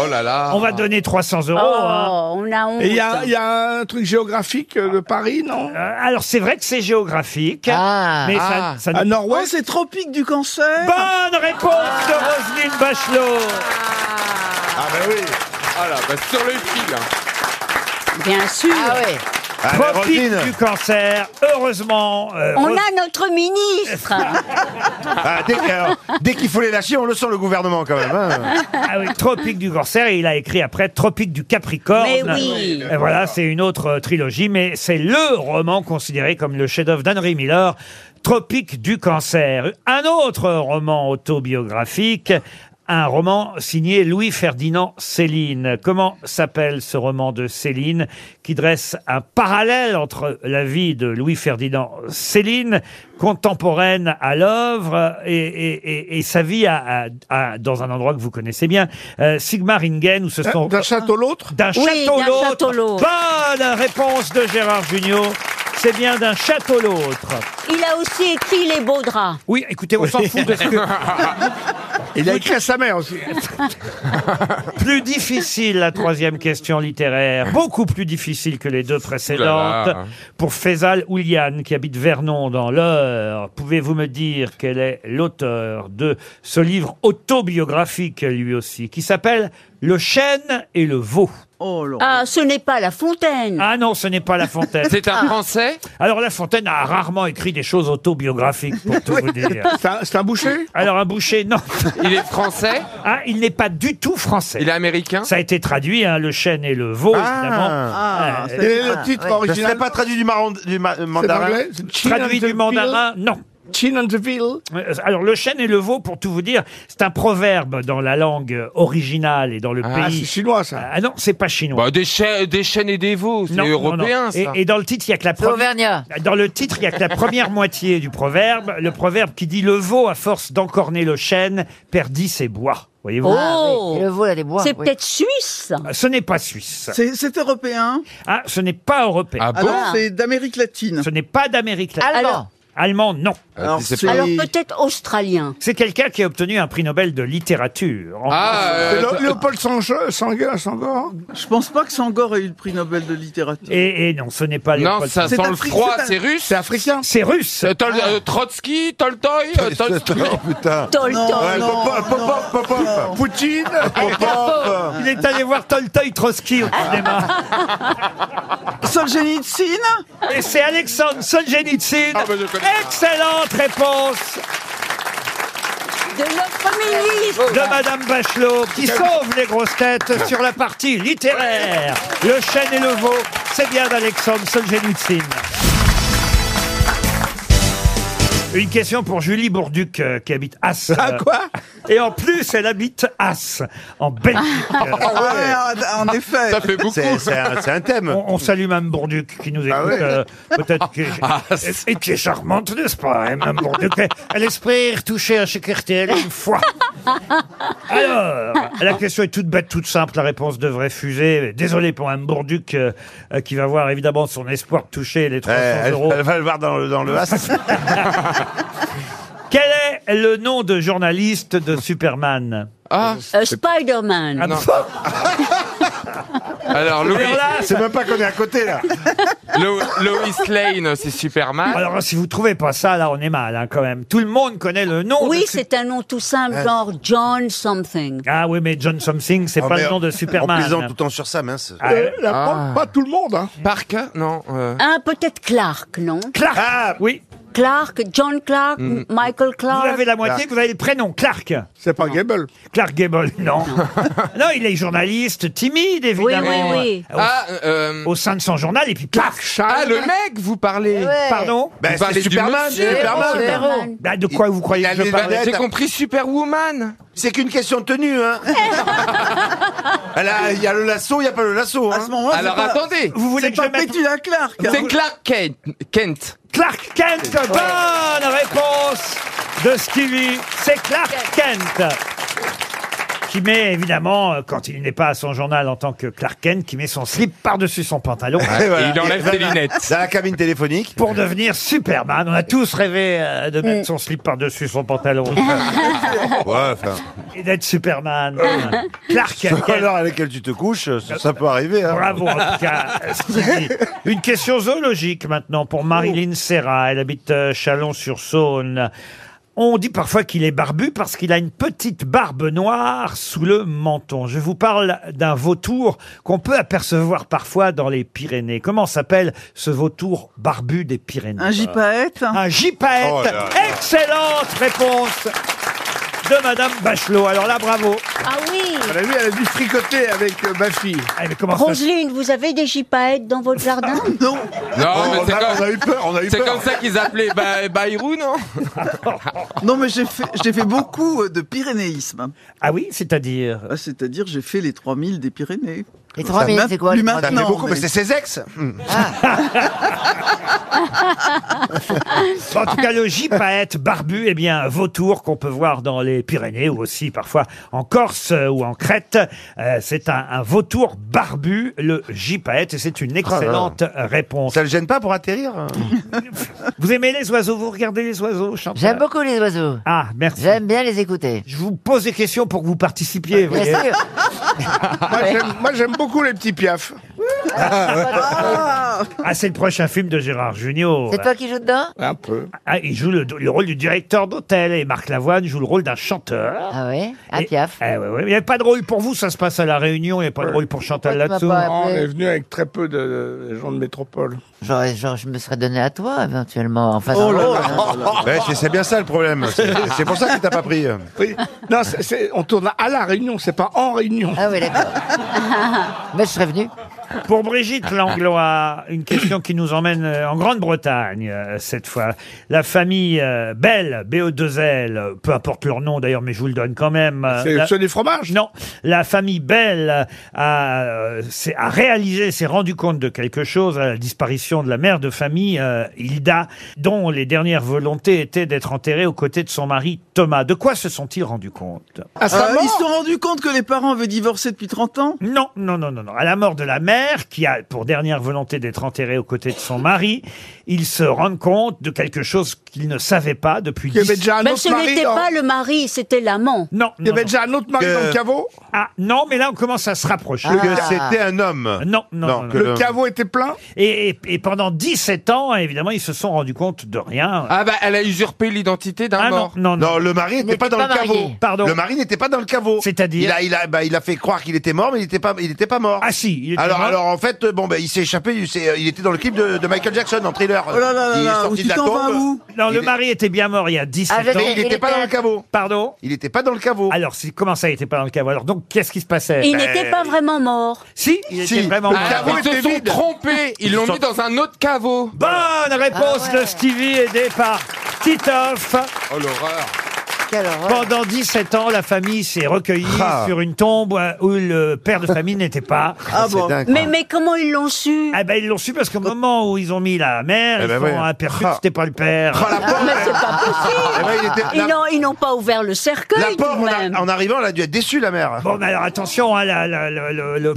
[SPEAKER 9] Oh là là.
[SPEAKER 2] On va donner 300
[SPEAKER 6] Oh,
[SPEAKER 2] euros. hein.
[SPEAKER 6] on a honte.
[SPEAKER 5] Et il y a, il y a un truc *laughs* géographique euh, de Paris, non
[SPEAKER 2] Euh, Alors c'est vrai que c'est géographique,
[SPEAKER 3] Ah,
[SPEAKER 2] mais
[SPEAKER 9] ah.
[SPEAKER 2] ça, ça
[SPEAKER 5] À
[SPEAKER 2] ne-
[SPEAKER 8] Oh,
[SPEAKER 5] Nord-Ouest
[SPEAKER 8] c'est Tropique du cancer
[SPEAKER 2] Bonne réponse de Roselyne Bachelot.
[SPEAKER 7] Ah bah
[SPEAKER 4] ben
[SPEAKER 7] oui.
[SPEAKER 9] Ah là, bah, sur le fil. hein.
[SPEAKER 6] Bien sûr.
[SPEAKER 3] Ah oui.
[SPEAKER 7] Ah, mais
[SPEAKER 2] Tropique
[SPEAKER 7] Roselyne.
[SPEAKER 2] du cancer. Heureusement, euh,
[SPEAKER 6] On
[SPEAKER 2] Ros-
[SPEAKER 6] a notre
[SPEAKER 2] *laughs*
[SPEAKER 6] ministre.
[SPEAKER 7] Ah, dès que- alors, dès qu'il faut les lâcher, on le sent le gouvernement quand même. hein.
[SPEAKER 2] ah oui, Tropique du cancer. Et il a écrit après Tropique du Capricorne.
[SPEAKER 6] Mais oui.
[SPEAKER 2] Et voilà, c'est une autre euh, trilogie, mais c'est le roman considéré comme le chef-d'œuvre d'Henry Miller, Tropique du cancer. Un autre roman autobiographique, un roman signé Louis-Ferdinand Céline. Comment s'appelle ce roman de Céline qui dresse un parallèle entre la vie de Louis-Ferdinand Céline, contemporaine à l'œuvre, et, et- et- et sa vie à- à- à- dans un endroit que vous connaissez bien, euh, Sigmaringen, où se
[SPEAKER 5] D'un-
[SPEAKER 2] sont...
[SPEAKER 5] Euh, D'un château l'autre
[SPEAKER 2] D'un
[SPEAKER 6] Oui,
[SPEAKER 2] château
[SPEAKER 6] d'un
[SPEAKER 2] l'autre.
[SPEAKER 6] château l'autre.
[SPEAKER 2] Bonne réponse de Gérard Junior. C'est bien d'un château l'autre.
[SPEAKER 6] Il a aussi écrit Les Beaux Draps.
[SPEAKER 2] Oui, écoutez, on s'en fout de ce que
[SPEAKER 6] *laughs*
[SPEAKER 5] *laughs* Il a écrit à sa mère aussi.
[SPEAKER 2] plus difficile la troisième question littéraire, beaucoup plus difficile que les deux précédentes.
[SPEAKER 9] Ouh là là.
[SPEAKER 2] Pour Faisal Ouliane, qui habite Vernon dans l'Eure, pouvez-vous me dire quel est l'auteur de ce livre autobiographique lui aussi, qui s'appelle Le chêne et le veau
[SPEAKER 8] Oh là.
[SPEAKER 6] Ah, ce n'est pas La Fontaine.
[SPEAKER 2] Ah non, ce n'est pas La Fontaine. Ah.
[SPEAKER 9] C'est un français
[SPEAKER 2] Alors La Fontaine a rarement écrit des choses autobiographiques, pour tout vous dire.
[SPEAKER 5] C'est un, c'est un boucher
[SPEAKER 2] Alors un boucher, non.
[SPEAKER 9] Il est français
[SPEAKER 2] Ah, il n'est pas du tout français.
[SPEAKER 9] Il est américain
[SPEAKER 2] Ça a été traduit, hein, le chêne et le veau, évidemment.
[SPEAKER 8] Ah,
[SPEAKER 2] Euh,
[SPEAKER 8] ça-
[SPEAKER 5] Quel est le titre
[SPEAKER 7] Ce
[SPEAKER 5] original
[SPEAKER 7] serait pas traduit du, maron- du ma- euh,
[SPEAKER 5] C'est
[SPEAKER 7] mandarin
[SPEAKER 5] anglais C'est Chin
[SPEAKER 2] Traduit
[SPEAKER 5] and the
[SPEAKER 2] du
[SPEAKER 5] Bill
[SPEAKER 2] mandarin, non.
[SPEAKER 5] Chin and the Bill
[SPEAKER 2] Euh, Alors le chêne et le veau, pour tout vous dire, c'est un proverbe dans la langue euh, originale et dans le
[SPEAKER 9] Ah,
[SPEAKER 5] Ah, c'est
[SPEAKER 2] pays.
[SPEAKER 5] chinois, ça.
[SPEAKER 2] Ah non, c'est pas chinois.
[SPEAKER 9] Bah, des, chai- des chaînes et des veaux, c'est
[SPEAKER 2] Non, non,
[SPEAKER 9] européen
[SPEAKER 2] non.
[SPEAKER 9] ça.
[SPEAKER 2] Et, et dans le titre, il y a que la
[SPEAKER 3] C'est
[SPEAKER 2] première.
[SPEAKER 3] Auvergnat.
[SPEAKER 2] Dans le titre, il n'y a que la
[SPEAKER 7] *laughs*
[SPEAKER 2] première moitié du proverbe. Le proverbe qui dit Le veau, à force d'encorner le chêne, perdit ses bois. Voyez-vous Euh,
[SPEAKER 6] Oh.
[SPEAKER 3] Et le veau, là, des bois.
[SPEAKER 6] C'est
[SPEAKER 3] Ah oui.
[SPEAKER 6] peut-être suisse.
[SPEAKER 2] Ce n'est pas suisse.
[SPEAKER 8] C'est c'est européen
[SPEAKER 2] Ah, ce n'est pas européen.
[SPEAKER 9] Ah
[SPEAKER 8] Ah
[SPEAKER 9] bon
[SPEAKER 8] non, c'est d'Amérique latine.
[SPEAKER 2] Ce n'est pas d'Amérique latine.
[SPEAKER 3] Allemand.
[SPEAKER 6] Alors-
[SPEAKER 2] Allemand, non.
[SPEAKER 8] Alors,
[SPEAKER 9] c'est
[SPEAKER 8] c'est-
[SPEAKER 6] Alors peut-être australien.
[SPEAKER 2] C'est quelqu'un qui a obtenu un prix Nobel de littérature. En-
[SPEAKER 9] Ah,
[SPEAKER 5] C'est
[SPEAKER 9] euh,
[SPEAKER 5] Lo- Léopold Sange- Sanguin, Sangor
[SPEAKER 8] Je pense pas que Sangor ait eu le prix Nobel de littérature.
[SPEAKER 2] Et, et non, ce n'est pas
[SPEAKER 9] non,
[SPEAKER 2] Léopold-
[SPEAKER 9] ça
[SPEAKER 8] C'est
[SPEAKER 9] sent le
[SPEAKER 8] Afrique-
[SPEAKER 9] froid,
[SPEAKER 8] c'est un-
[SPEAKER 9] c'est russe
[SPEAKER 5] C'est africain
[SPEAKER 2] C'est russe.
[SPEAKER 9] Euh,
[SPEAKER 4] Ah.
[SPEAKER 9] Tol- euh, Trotsky, Toltoy, euh, Tolstoï.
[SPEAKER 7] putain.
[SPEAKER 6] Tolton.
[SPEAKER 7] Ouais,
[SPEAKER 8] Non,
[SPEAKER 7] pop-up,
[SPEAKER 8] non,
[SPEAKER 7] pop-up, pop-up.
[SPEAKER 8] non.
[SPEAKER 2] *laughs*
[SPEAKER 5] Poutine
[SPEAKER 7] Pop-up.
[SPEAKER 2] Il est allé voir Toltoï Trotsky au cinéma.
[SPEAKER 8] Solzhenitsyn
[SPEAKER 2] Et c'est Alexandre Solzhenitsyn.
[SPEAKER 9] Ah, bah, je connais pas.
[SPEAKER 2] Excellente réponse
[SPEAKER 6] De notre ministre.
[SPEAKER 2] de Madame Bachelot qui sauve les grosses têtes sur la partie littéraire. Le chêne et le veau, c'est bien d'Alexandre Solzhenitsyn. Une question pour Julie Bourduc euh, qui habite As.
[SPEAKER 5] Ah, quoi
[SPEAKER 2] Et en plus, elle habite As, en Belgique.
[SPEAKER 8] Ah ouais, en effet. Ça fait beaucoup. C'est- c'est un- c'est un
[SPEAKER 2] thème. On, on salue Mme Bourduc qui nous écoute.
[SPEAKER 8] ouais.
[SPEAKER 2] euh, Peut-être que.
[SPEAKER 7] Ah.
[SPEAKER 9] Ah,
[SPEAKER 2] et qui est charmante, n'est-ce pas, hein, Mme Bourduc Elle- Elle espère toucher à chez RTL une fois. Alors, Euh, la question est toute bête, toute simple. La réponse devrait fuser. Désolé pour Mme Bourduc euh, euh, qui va voir évidemment son espoir de toucher les 300
[SPEAKER 7] elle-
[SPEAKER 2] euros.
[SPEAKER 7] elle
[SPEAKER 2] va le voir dans le, dans le
[SPEAKER 8] Ah,
[SPEAKER 2] *laughs* Quel est le nom de journaliste de Superman
[SPEAKER 6] Ah, Spider-Man.
[SPEAKER 2] Ah,
[SPEAKER 9] *laughs* Alors, Louis,
[SPEAKER 2] Alors là, C'est même
[SPEAKER 9] pas qu'on est à côté là. Lois Lane, c'est Superman.
[SPEAKER 2] Alors, si vous trouvez pas ça, là, on est mal, hein, quand même. Tout le monde connaît le nom.
[SPEAKER 6] oui,
[SPEAKER 2] de Su-
[SPEAKER 6] c'est un nom tout simple, genre John something.
[SPEAKER 2] Euh. Ah oui, mais John Something, c'est
[SPEAKER 7] Oh,
[SPEAKER 2] pas
[SPEAKER 7] mais
[SPEAKER 2] le nom de Superman.
[SPEAKER 7] On plaisante tout le temps sur ça, mince.
[SPEAKER 2] Ah, Euh, la ah.
[SPEAKER 6] porte,
[SPEAKER 7] pas tout le monde, hein.
[SPEAKER 9] Parker Non. euh,
[SPEAKER 6] Ah, peut-être Clark, non
[SPEAKER 2] Clark Oui.
[SPEAKER 6] Clark, John Clark,
[SPEAKER 2] Ah. Mm.
[SPEAKER 6] Michael Clark.
[SPEAKER 2] Vous avez la moitié, vous avez le prénom, Clark. C'est pas Gable. Clark Gable,
[SPEAKER 7] *laughs*
[SPEAKER 2] non. *laughs* non, il est journaliste, timide, évidemment.
[SPEAKER 9] oui, oui.
[SPEAKER 2] Au,
[SPEAKER 9] Ah,
[SPEAKER 2] au sein de son journal, et puis Clark.
[SPEAKER 9] Ah, le mec, vous parlez.
[SPEAKER 2] Pardon
[SPEAKER 9] Vous parlez du monsieur,
[SPEAKER 7] Ben, Superman.
[SPEAKER 9] Superman.
[SPEAKER 2] Bah, de quoi vous croyez
[SPEAKER 7] il a
[SPEAKER 2] que je
[SPEAKER 7] les
[SPEAKER 2] parle
[SPEAKER 7] vedettes.
[SPEAKER 9] J'ai compris Superwoman.
[SPEAKER 7] C'est qu'une question de tenue,
[SPEAKER 9] *laughs*
[SPEAKER 7] hein. Elle a- Il y a le lasso, il n'y a pas le lasso. hein. À ce
[SPEAKER 8] moment,
[SPEAKER 9] Alors, c'est pas- attendez.
[SPEAKER 2] Vous voulez
[SPEAKER 8] C'est pas Petula Clark. hein.
[SPEAKER 9] C'est Clark Kent. Kent.
[SPEAKER 2] Clark Kent, bonne réponse de Stevie. C'est Clark Kent. Qui met évidemment, euh, quand il n'est pas à son journal en tant que Clark Kent, qui met son slip par-dessus son pantalon.
[SPEAKER 7] Et voilà. Dans la- Dans la cabine téléphonique.
[SPEAKER 2] Pour devenir Superman. On a tous rêvé euh, de
[SPEAKER 7] Mm.
[SPEAKER 2] mettre son slip par-dessus son
[SPEAKER 7] *laughs*
[SPEAKER 2] pantalon.
[SPEAKER 7] Ouais, enfin.
[SPEAKER 2] Et d'être Superman.
[SPEAKER 7] *laughs*
[SPEAKER 2] Clark Euh, Kent.
[SPEAKER 7] Sur l'heure à laquelle tu te couches, Euh, ça, ça peut arriver. Hein.
[SPEAKER 2] Bravo, en tout
[SPEAKER 7] *laughs*
[SPEAKER 2] cas, Stevie. Une question zoologique maintenant pour
[SPEAKER 7] Oh.
[SPEAKER 2] Marilyn Serra. Elle habite euh, Chalon-sur-Saône. On dit parfois qu'il est barbu parce qu'il a une petite barbe noire sous le menton. Je vous parle d'un vautour qu'on peut apercevoir parfois dans les Pyrénées. Comment s'appelle ce vautour barbu des Pyrénées
[SPEAKER 8] Un gypaète
[SPEAKER 2] Un gypaète
[SPEAKER 8] Oh là là.
[SPEAKER 2] Excellente
[SPEAKER 8] *laughs*
[SPEAKER 2] réponse de Madame Bachelot. Alors là, bravo.
[SPEAKER 6] Ah oui
[SPEAKER 5] Elle a vu, elle a dû fricoter avec euh, ma fille.
[SPEAKER 2] Elle commence
[SPEAKER 6] Roselyne, vous avez des gypaètes dans
[SPEAKER 2] *laughs*
[SPEAKER 6] votre jardin
[SPEAKER 8] Non.
[SPEAKER 9] Non,
[SPEAKER 7] Oh,
[SPEAKER 9] mais
[SPEAKER 7] on
[SPEAKER 9] c'est
[SPEAKER 7] a-
[SPEAKER 9] comme...
[SPEAKER 7] on a eu peur, on a eu
[SPEAKER 9] C'est
[SPEAKER 7] peur.
[SPEAKER 9] comme ça qu'ils appelaient bah, Ba- Bayrou, non
[SPEAKER 8] *laughs* Non, mais j'ai fait, j'ai fait beaucoup euh, de pyrénéisme.
[SPEAKER 2] Ah oui, c'est-à-dire
[SPEAKER 8] C'est-à-dire, j'ai fait les 3000 des Pyrénées.
[SPEAKER 3] Les
[SPEAKER 8] Ça
[SPEAKER 3] 3000,
[SPEAKER 8] m'a
[SPEAKER 3] c'est quoi,
[SPEAKER 8] plu
[SPEAKER 3] les 3000?
[SPEAKER 8] maintenant,
[SPEAKER 3] Ça fait beaucoup, mais c'est ses
[SPEAKER 8] ex
[SPEAKER 2] En tout cas, le
[SPEAKER 6] Ah,
[SPEAKER 2] gypaète barbu est bien un vautour qu'on peut voir dans les Pyrénées ou aussi parfois en Corse euh, ou en Crète. Euh, c'est un, un vautour barbu, le gypaète, et
[SPEAKER 5] Ah
[SPEAKER 2] c'est une excellente réponse. Ça le gêne pas pour atterrir Vous aimez les oiseaux Vous regardez les oiseaux Chantal
[SPEAKER 3] J'aime beaucoup les oiseaux.
[SPEAKER 2] Ah, merci.
[SPEAKER 3] J'aime bien les écouter.
[SPEAKER 2] Je vous pose des questions pour que vous participiez. vous
[SPEAKER 3] Bien
[SPEAKER 2] voyez.
[SPEAKER 3] sûr.
[SPEAKER 5] *laughs* Moi, j'aime- Moi, j'aime beaucoup les petits piafs.
[SPEAKER 2] Ah, c'est le prochain film de Gérard Jugnot.
[SPEAKER 3] C'est toi qui joues dedans
[SPEAKER 5] Un peu.
[SPEAKER 2] Ah, il joue le, le rôle du directeur d'hôtel et Marc Lavoine joue le rôle d'un chanteur.
[SPEAKER 3] Ah ouais À
[SPEAKER 2] Et-
[SPEAKER 3] Piaf.
[SPEAKER 2] Eh ouais, ouais. Il n'y a pas de rôle pour vous, ça se passe à La Réunion, il n'y a pas de rôle pour Chantal
[SPEAKER 3] Pourquoi tu
[SPEAKER 2] là-dessous.
[SPEAKER 3] m'as
[SPEAKER 5] Non, on est venu avec très peu de, de gens de métropole.
[SPEAKER 3] Genre, genre, je me serais donné à toi éventuellement. Enfin,
[SPEAKER 2] Oh
[SPEAKER 3] dans le rôle, hein.
[SPEAKER 7] Ouais, c'est- c'est bien ça le problème. C'est c'est pour ça que t'as pas pris.
[SPEAKER 5] Oui. Non, c'est- c'est- on tourne à la Réunion, c'est pas en Réunion.
[SPEAKER 3] Ah oui, d'accord.
[SPEAKER 5] *laughs*
[SPEAKER 3] Mais je serais venu.
[SPEAKER 2] Pour Brigitte Langlois, une question qui nous emmène euh, en Grande-Bretagne euh, cette fois. La famille euh, Bell, BE2L, peu importe leur nom d'ailleurs, mais je vous le donne quand même. euh,
[SPEAKER 5] C'est
[SPEAKER 2] la-
[SPEAKER 5] ceux des fromages
[SPEAKER 2] Non, la famille Bell a, euh, s'est- a réalisé, s'est rendu compte de quelque chose à la disparition de la mère de famille, euh, Hilda, dont les dernières volontés étaient d'être enterrée aux côtés de son mari Thomas. De quoi se sont-ils rendus compte
[SPEAKER 5] À sa
[SPEAKER 8] Euh,
[SPEAKER 5] mort
[SPEAKER 8] ils se sont rendus compte que les parents avaient divorcé depuis 30 ans
[SPEAKER 2] Non, non, non, non, non. À la mort de la mère, qui a pour dernière volonté d'être enterrée aux côtés de son mari, ils se rendent compte de quelque chose qu'ils ne savaient pas depuis.
[SPEAKER 5] Il y avait
[SPEAKER 2] 10
[SPEAKER 5] déjà un
[SPEAKER 6] Mais
[SPEAKER 5] autre
[SPEAKER 6] ce
[SPEAKER 5] mari.
[SPEAKER 6] n'était
[SPEAKER 5] dans-
[SPEAKER 6] pas le mari, c'était l'amant.
[SPEAKER 2] Non,
[SPEAKER 5] Il y avait déjà un autre mari dans le caveau Ah.
[SPEAKER 2] Ah non, mais là on commence à se rapprocher. Euh,
[SPEAKER 7] Que c'était un homme.
[SPEAKER 2] Non, non, non, non.
[SPEAKER 7] que
[SPEAKER 5] Le caveau était plein
[SPEAKER 2] Et, et- et pendant 17 ans, évidemment, ils se sont rendus compte de rien.
[SPEAKER 9] Ah bah, elle a usurpé l'identité d'un
[SPEAKER 2] Ah non,
[SPEAKER 9] mort.
[SPEAKER 2] non, non.
[SPEAKER 7] Non, le mari n'était pas dans
[SPEAKER 3] pas
[SPEAKER 7] le caveau.
[SPEAKER 3] marié.
[SPEAKER 2] Pardon.
[SPEAKER 7] Le mari n'était pas dans le caveau.
[SPEAKER 2] C'est-à-dire
[SPEAKER 7] il a, il a, bah, il a fait croire qu'il était mort, mais il n'était pas, il était pas mort.
[SPEAKER 2] Ah si, il était
[SPEAKER 7] alors,
[SPEAKER 2] mort.
[SPEAKER 7] alors en fait, euh, bon, bah, il s'est échappé. Il, s'est- euh, il était dans le clip de, de Michael Jackson en thriller.
[SPEAKER 8] Oh là là là
[SPEAKER 7] il est
[SPEAKER 8] là,
[SPEAKER 7] sorti
[SPEAKER 8] où
[SPEAKER 7] de
[SPEAKER 8] tu
[SPEAKER 7] la
[SPEAKER 8] t'en vas
[SPEAKER 7] tombe.
[SPEAKER 8] où
[SPEAKER 2] Non, le
[SPEAKER 7] il est-
[SPEAKER 2] mari était bien mort il y a 17
[SPEAKER 3] Ah, je
[SPEAKER 2] ans.
[SPEAKER 3] sais.
[SPEAKER 7] Mais il
[SPEAKER 3] Il
[SPEAKER 7] n'était pas
[SPEAKER 3] était
[SPEAKER 7] dans
[SPEAKER 3] à-
[SPEAKER 7] le caveau.
[SPEAKER 2] Pardon
[SPEAKER 7] Il n'était pas dans le caveau.
[SPEAKER 2] Alors, si, comment ça, il n'était pas dans le caveau Alors, donc, qu'est-ce qui se passait
[SPEAKER 6] Il n'était pas vraiment mort.
[SPEAKER 2] Eh ben. Si, il
[SPEAKER 7] Si.
[SPEAKER 2] était vraiment
[SPEAKER 7] Le
[SPEAKER 2] mort.
[SPEAKER 7] caveau
[SPEAKER 9] Ils se
[SPEAKER 7] était
[SPEAKER 9] sont
[SPEAKER 7] vide.
[SPEAKER 9] trompés. Ils l'ont mis dans un autre caveau.
[SPEAKER 6] Ah,
[SPEAKER 2] Bonne réponse de Stevie, aidé par Titoff.
[SPEAKER 9] Oh l'horreur.
[SPEAKER 2] Pendant 17 ans, la famille s'est recueillie
[SPEAKER 7] Ah.
[SPEAKER 2] sur une tombe euh, où le père de famille n'était
[SPEAKER 7] *laughs*
[SPEAKER 2] pas.
[SPEAKER 6] Ah C'est bon. dingue. Mais- mais comment ils l'ont su
[SPEAKER 2] Ah ben ils l'ont su parce qu'au moment où ils ont mis la mère,
[SPEAKER 7] Eh ben
[SPEAKER 2] ils
[SPEAKER 7] ouais.
[SPEAKER 2] ont aperçu que c'était pas le père.
[SPEAKER 6] Mais c'est pas
[SPEAKER 2] Ah,
[SPEAKER 7] Eh ben, il
[SPEAKER 6] possible. Ah,
[SPEAKER 7] était-
[SPEAKER 6] Ils
[SPEAKER 7] la-
[SPEAKER 6] n'ont- Ils n'ont pas ouvert le cercueil.
[SPEAKER 7] La pauvre, on a- en arrivant, elle a dû être déçue, la mère.
[SPEAKER 2] Bon, mais alors attention, hein, la- la- la- le, *laughs* le-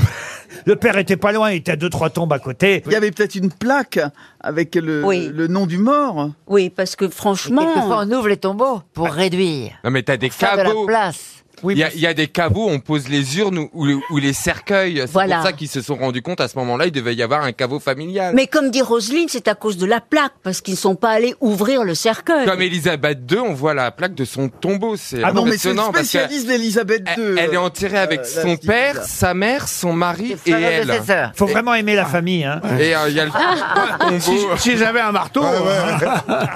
[SPEAKER 2] le père était pas loin, il était à deux trois tombes à côté.
[SPEAKER 8] Il y avait peut-être
[SPEAKER 2] *laughs*
[SPEAKER 8] une plaque avec le, le nom du mort.
[SPEAKER 6] Oui, parce que franchement.
[SPEAKER 3] Quelquefois, on ouvre les tombeaux pour réduire.
[SPEAKER 9] Non mais t'as des
[SPEAKER 3] faire de la
[SPEAKER 9] caveaux.
[SPEAKER 6] Ah,
[SPEAKER 3] place.
[SPEAKER 9] Il y, a- il y a des caveaux, on pose les urnes ou- ou, ou les cercueils. C'est
[SPEAKER 6] Voilà.
[SPEAKER 9] pour ça qu'ils se sont rendus compte à ce moment-là, il devait y avoir un caveau
[SPEAKER 2] Ah
[SPEAKER 9] familial.
[SPEAKER 6] Mais comme dit Roselyne, c'est à cause de la plaque, parce qu'ils ne sont pas allés ouvrir le cercueil.
[SPEAKER 9] Comme Elisabeth II, on voit la plaque de son tombeau. C'est
[SPEAKER 8] Ah non, mais c'est le
[SPEAKER 9] impressionnant parce que Eh,
[SPEAKER 8] spécialiste d'Elisabeth II.
[SPEAKER 9] elle est enterrée avec
[SPEAKER 8] Euh,
[SPEAKER 9] son
[SPEAKER 8] la-
[SPEAKER 9] père, sa mère, son mari et
[SPEAKER 2] frères de
[SPEAKER 9] elle.
[SPEAKER 2] ses sœurs. Faut vraiment aimer la famille. Hein.
[SPEAKER 9] Et euh, il y a le *laughs* tombeau.
[SPEAKER 5] Si j'avais un marteau.
[SPEAKER 2] hein.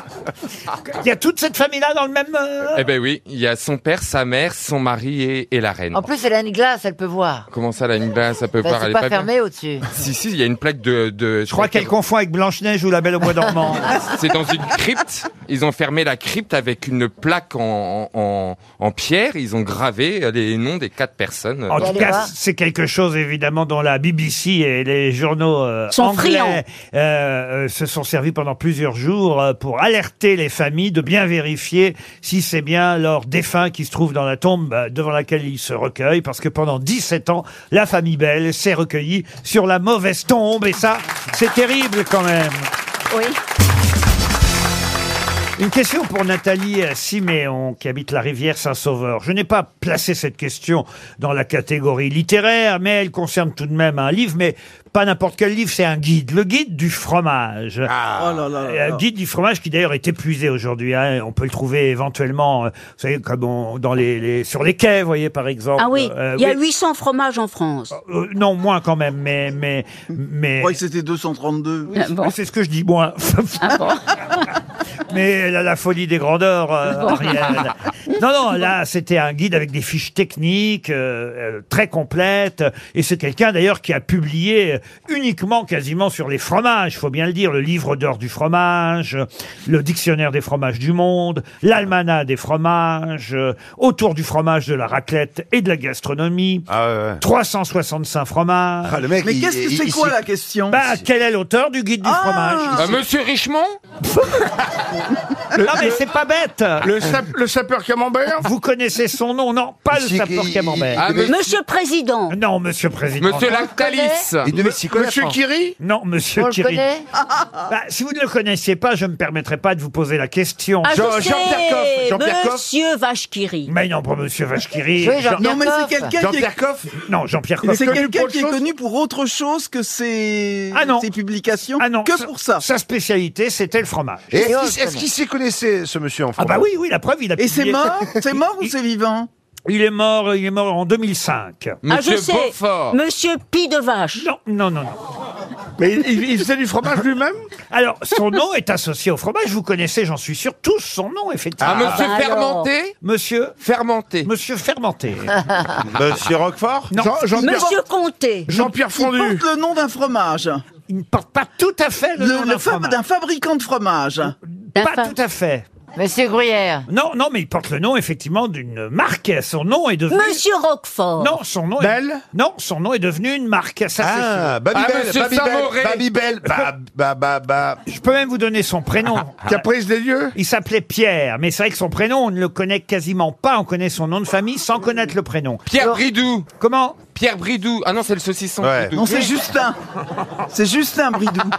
[SPEAKER 2] Il y a toute cette famille-là dans le même. euh,
[SPEAKER 9] Eh ben oui, il y a son père, sa mère, son mari et, et la reine.
[SPEAKER 3] En plus, elle a une glace, elle peut voir.
[SPEAKER 9] Comment ça, la Nibla, ça peut
[SPEAKER 3] Oh. Bah,
[SPEAKER 9] voir,
[SPEAKER 3] c'est
[SPEAKER 9] elle est
[SPEAKER 3] pas,
[SPEAKER 9] pas bien.
[SPEAKER 3] fermé au-dessus.
[SPEAKER 9] Si, si, il y a une plaque de. de
[SPEAKER 2] Je crois qu'elle confond avec Blanche-Neige ou la Belle au Bois dormant.
[SPEAKER 9] C'est dans une crypte. Ils ont fermé la crypte avec une plaque en, en, en pierre. Ils ont gravé les noms des quatre personnes.
[SPEAKER 2] En tout cas, c'est quelque chose évidemment dont la BBC et les journaux euh,
[SPEAKER 9] Sont friands.
[SPEAKER 2] anglais euh, euh, se sont servis pendant plusieurs jours euh, pour alerter les familles de bien vérifier si c'est bien leur défunt qui se trouve dans la tombe euh, devant laquelle ils se recueillent, parce que pendant 17 ans, la famille Bell s'est recueillie sur la mauvaise tombe, et ça, c'est terrible quand même.
[SPEAKER 6] Oui.
[SPEAKER 2] Une question pour Nathalie Siméon qui habite la rivière Saint-Sauveur. Je n'ai pas placé cette question dans la catégorie littéraire, mais elle concerne tout de même un livre, mais pas n'importe quel livre, c'est un guide, le guide du fromage.
[SPEAKER 8] Oh là là là
[SPEAKER 2] Euh,
[SPEAKER 8] là.
[SPEAKER 2] guide du fromage qui d'ailleurs est épuisé aujourd'hui. hein. On peut le trouver éventuellement, euh, vous savez, comme on- dans les, les- sur les quais, vous voyez par exemple.
[SPEAKER 6] Ah oui,
[SPEAKER 2] Euh,
[SPEAKER 6] il y a
[SPEAKER 2] oui.
[SPEAKER 6] 800 fromages en France.
[SPEAKER 2] Euh, non, moins quand même, mais
[SPEAKER 8] *laughs*
[SPEAKER 2] mais mais.
[SPEAKER 8] croyais que c'était 232.
[SPEAKER 6] Ah
[SPEAKER 2] Oui, C'est ce que je dis, moi. *laughs* mais elle a la folie des grandeurs, euh,
[SPEAKER 8] Bon.
[SPEAKER 2] Ariel. Non, non, là, c'était un guide avec des fiches techniques euh, euh, très complètes. Et c'est quelqu'un, d'ailleurs, qui a publié euh, uniquement, quasiment, sur les fromages, faut bien le dire, le livre d'or du fromage, euh, le dictionnaire des fromages du monde, l'almanach des fromages, euh, autour du fromage, de la raclette et de la gastronomie, 365 fromages.
[SPEAKER 8] Mais qu'est-ce que c'est quoi la question Ah
[SPEAKER 2] Bah, quel est l'auteur du guide du fromage
[SPEAKER 9] Euh, Monsieur Richemont
[SPEAKER 2] *laughs* Non, mais c'est pas bête
[SPEAKER 5] Le, sap- le sapeur camembert
[SPEAKER 2] Vous connaissez son nom Non, pas le sapeur camembert.
[SPEAKER 9] Ah, mais-
[SPEAKER 6] Monsieur Président
[SPEAKER 2] Non, monsieur président.
[SPEAKER 9] Monsieur Lactalis
[SPEAKER 2] Il devait s'y connaître,
[SPEAKER 5] Monsieur
[SPEAKER 2] hein.
[SPEAKER 5] Kiri
[SPEAKER 2] Non, monsieur
[SPEAKER 6] On le
[SPEAKER 2] Kiri.
[SPEAKER 6] connaît
[SPEAKER 2] Bah, si vous ne le connaissiez pas, je ne me permettrai pas de vous poser la question.
[SPEAKER 6] Ah, je sais,
[SPEAKER 2] Jean-Pierre Coff
[SPEAKER 6] Monsieur Vachkiri.
[SPEAKER 2] Mais non, pour monsieur Vachkiri.
[SPEAKER 6] Oui, Jean-Pierre Non, mais c'est Coff.
[SPEAKER 8] quelqu'un qui est- Jean-Pierre
[SPEAKER 2] Coff Non, Jean-Pierre Coff.
[SPEAKER 8] C'est quelqu'un qui est connu pour autre chose que ses, ses publications
[SPEAKER 2] Ah non,
[SPEAKER 8] Que
[SPEAKER 2] sa-
[SPEAKER 8] pour ça.
[SPEAKER 2] Sa spécialité, c'était le fromage.
[SPEAKER 7] Et Est-ce qu'il- est-ce qu'il s'y connaissait, ce monsieur, en
[SPEAKER 2] Ah
[SPEAKER 7] France
[SPEAKER 2] bah oui, oui, la preuve, il a
[SPEAKER 8] Et c'est
[SPEAKER 2] publié-
[SPEAKER 8] mort C'est mort ou c'est vivant
[SPEAKER 2] Il est mort, il est mort en 2005.
[SPEAKER 6] Ah, je sais Monsieur Pi de Vache
[SPEAKER 2] Non, non, non, non.
[SPEAKER 5] Mais il, il- il faisait du fromage lui-même
[SPEAKER 2] Alors, son nom est associé au fromage. Vous connaissez, j'en suis sûr, tous son nom, effectivement.
[SPEAKER 9] Ah, monsieur Ah, bah Fermenté alors.
[SPEAKER 2] Monsieur
[SPEAKER 9] Fermenté.
[SPEAKER 2] Monsieur
[SPEAKER 8] *laughs*
[SPEAKER 2] Fermenté.
[SPEAKER 7] Monsieur Roquefort
[SPEAKER 2] Non.
[SPEAKER 5] Jean- Jean-Pierre-
[SPEAKER 6] Monsieur Comté
[SPEAKER 5] Jean-Pierre Fondu.
[SPEAKER 8] Il porte le nom d'un fromage.
[SPEAKER 2] Il ne porte pas tout à fait le,
[SPEAKER 8] Le-
[SPEAKER 2] nom
[SPEAKER 8] le
[SPEAKER 2] d'un
[SPEAKER 8] fa-
[SPEAKER 2] fromage.
[SPEAKER 8] d'un fabricant de fromage.
[SPEAKER 2] Pas tout à fait.
[SPEAKER 3] Monsieur Gruyère.
[SPEAKER 2] Non, non, mais il porte le nom, effectivement, d'une marque. Son nom est devenu...
[SPEAKER 6] Monsieur Roquefort
[SPEAKER 2] Non, son nom
[SPEAKER 5] Belle
[SPEAKER 2] est... Non, son nom est devenu une marque. Ça, c'est
[SPEAKER 7] Oh. Ah,
[SPEAKER 2] sûr.
[SPEAKER 9] Ah,
[SPEAKER 7] Babybel,
[SPEAKER 9] monsieur Samoré.
[SPEAKER 7] Babybel, Babybel, bah, bah, bah, bah.
[SPEAKER 2] Je peux même vous donner son
[SPEAKER 7] *laughs*
[SPEAKER 2] prénom.
[SPEAKER 5] Caprice des dieux
[SPEAKER 2] Il s'appelait Pierre, mais c'est vrai que son prénom, on ne le connaît quasiment pas. On connaît son nom de famille sans connaître le prénom.
[SPEAKER 9] Pierre Bridou
[SPEAKER 2] Comment
[SPEAKER 9] Pierre Bridou Ah non, c'est le saucisson.
[SPEAKER 7] Ouais.
[SPEAKER 9] Bridou.
[SPEAKER 8] Non, c'est Justin. C'est Justin Bridou.
[SPEAKER 6] *laughs*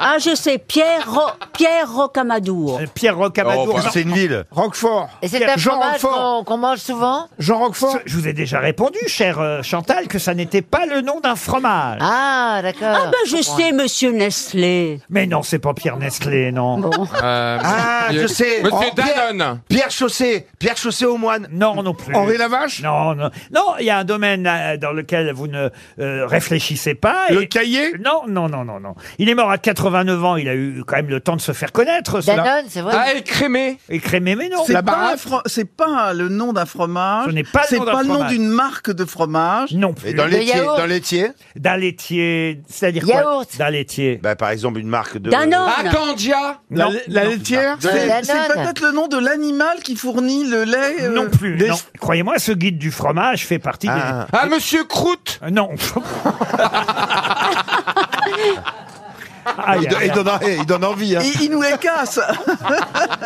[SPEAKER 6] Ah, je sais, Pierre, Ro- Pierre Rocamadour.
[SPEAKER 2] Euh, Pierre Rocamadour.
[SPEAKER 7] Oh, bah, c'est une ville.
[SPEAKER 5] Roquefort.
[SPEAKER 3] Et c'est un
[SPEAKER 5] Jean
[SPEAKER 3] fromage
[SPEAKER 5] Roquefort.
[SPEAKER 3] qu'on qu'on mange souvent
[SPEAKER 5] Jean Roquefort
[SPEAKER 2] Ce- Je vous ai déjà répondu, cher euh, Chantal, que ça n'était pas le nom d'un fromage.
[SPEAKER 3] Ah, d'accord.
[SPEAKER 6] Ah ben, je sais, Monsieur Nestlé.
[SPEAKER 2] Mais non, c'est pas Pierre Nestlé, non.
[SPEAKER 9] Euh,
[SPEAKER 7] Ah,
[SPEAKER 9] monsieur-
[SPEAKER 7] je sais.
[SPEAKER 9] Monsieur
[SPEAKER 7] Oh, Pierre-
[SPEAKER 9] Danone
[SPEAKER 7] Pierre Chaussé. Pierre Chaussé au moine.
[SPEAKER 2] Non, non plus.
[SPEAKER 5] Henri Lavache
[SPEAKER 2] Non, non. Non, il y a un domaine euh, dans dans lequel vous ne euh, réfléchissez pas. Le
[SPEAKER 5] cahier
[SPEAKER 2] Non, non, non, non, non. Il est mort à 89 ans, il a eu quand même le temps de se faire connaître. cela.
[SPEAKER 8] Danone, c'est vrai. Ah, écrémé.
[SPEAKER 2] Écrémé, *laughs* mais non.
[SPEAKER 8] C'est pas, un fro- c'est pas le nom d'un fromage.
[SPEAKER 2] Ce n'est pas le
[SPEAKER 8] C'est
[SPEAKER 2] nom d'un
[SPEAKER 8] pas le nom
[SPEAKER 2] fromage.
[SPEAKER 8] d'une marque de fromage.
[SPEAKER 2] Non
[SPEAKER 7] Et dans laitier, dans laitier
[SPEAKER 2] Dans laitier, c'est-à-dire
[SPEAKER 8] quoi Yaourt.
[SPEAKER 2] Dans laitier.
[SPEAKER 7] Bah, par exemple, une marque de...
[SPEAKER 8] Acandia
[SPEAKER 7] La- la laitière
[SPEAKER 8] C'est
[SPEAKER 7] Danone.
[SPEAKER 8] c'est peut-être le nom de l'animal qui fournit le lait. euh,
[SPEAKER 2] Non plus. non. Croyez-moi, ce guide du fromage fait partie
[SPEAKER 8] Ah.
[SPEAKER 2] des. Ah, monsieur Croûte Euh, Non. Ah,
[SPEAKER 7] Il don- il donne- il donne envie. hein.
[SPEAKER 8] Il, il nous les
[SPEAKER 7] *laughs*
[SPEAKER 8] casse.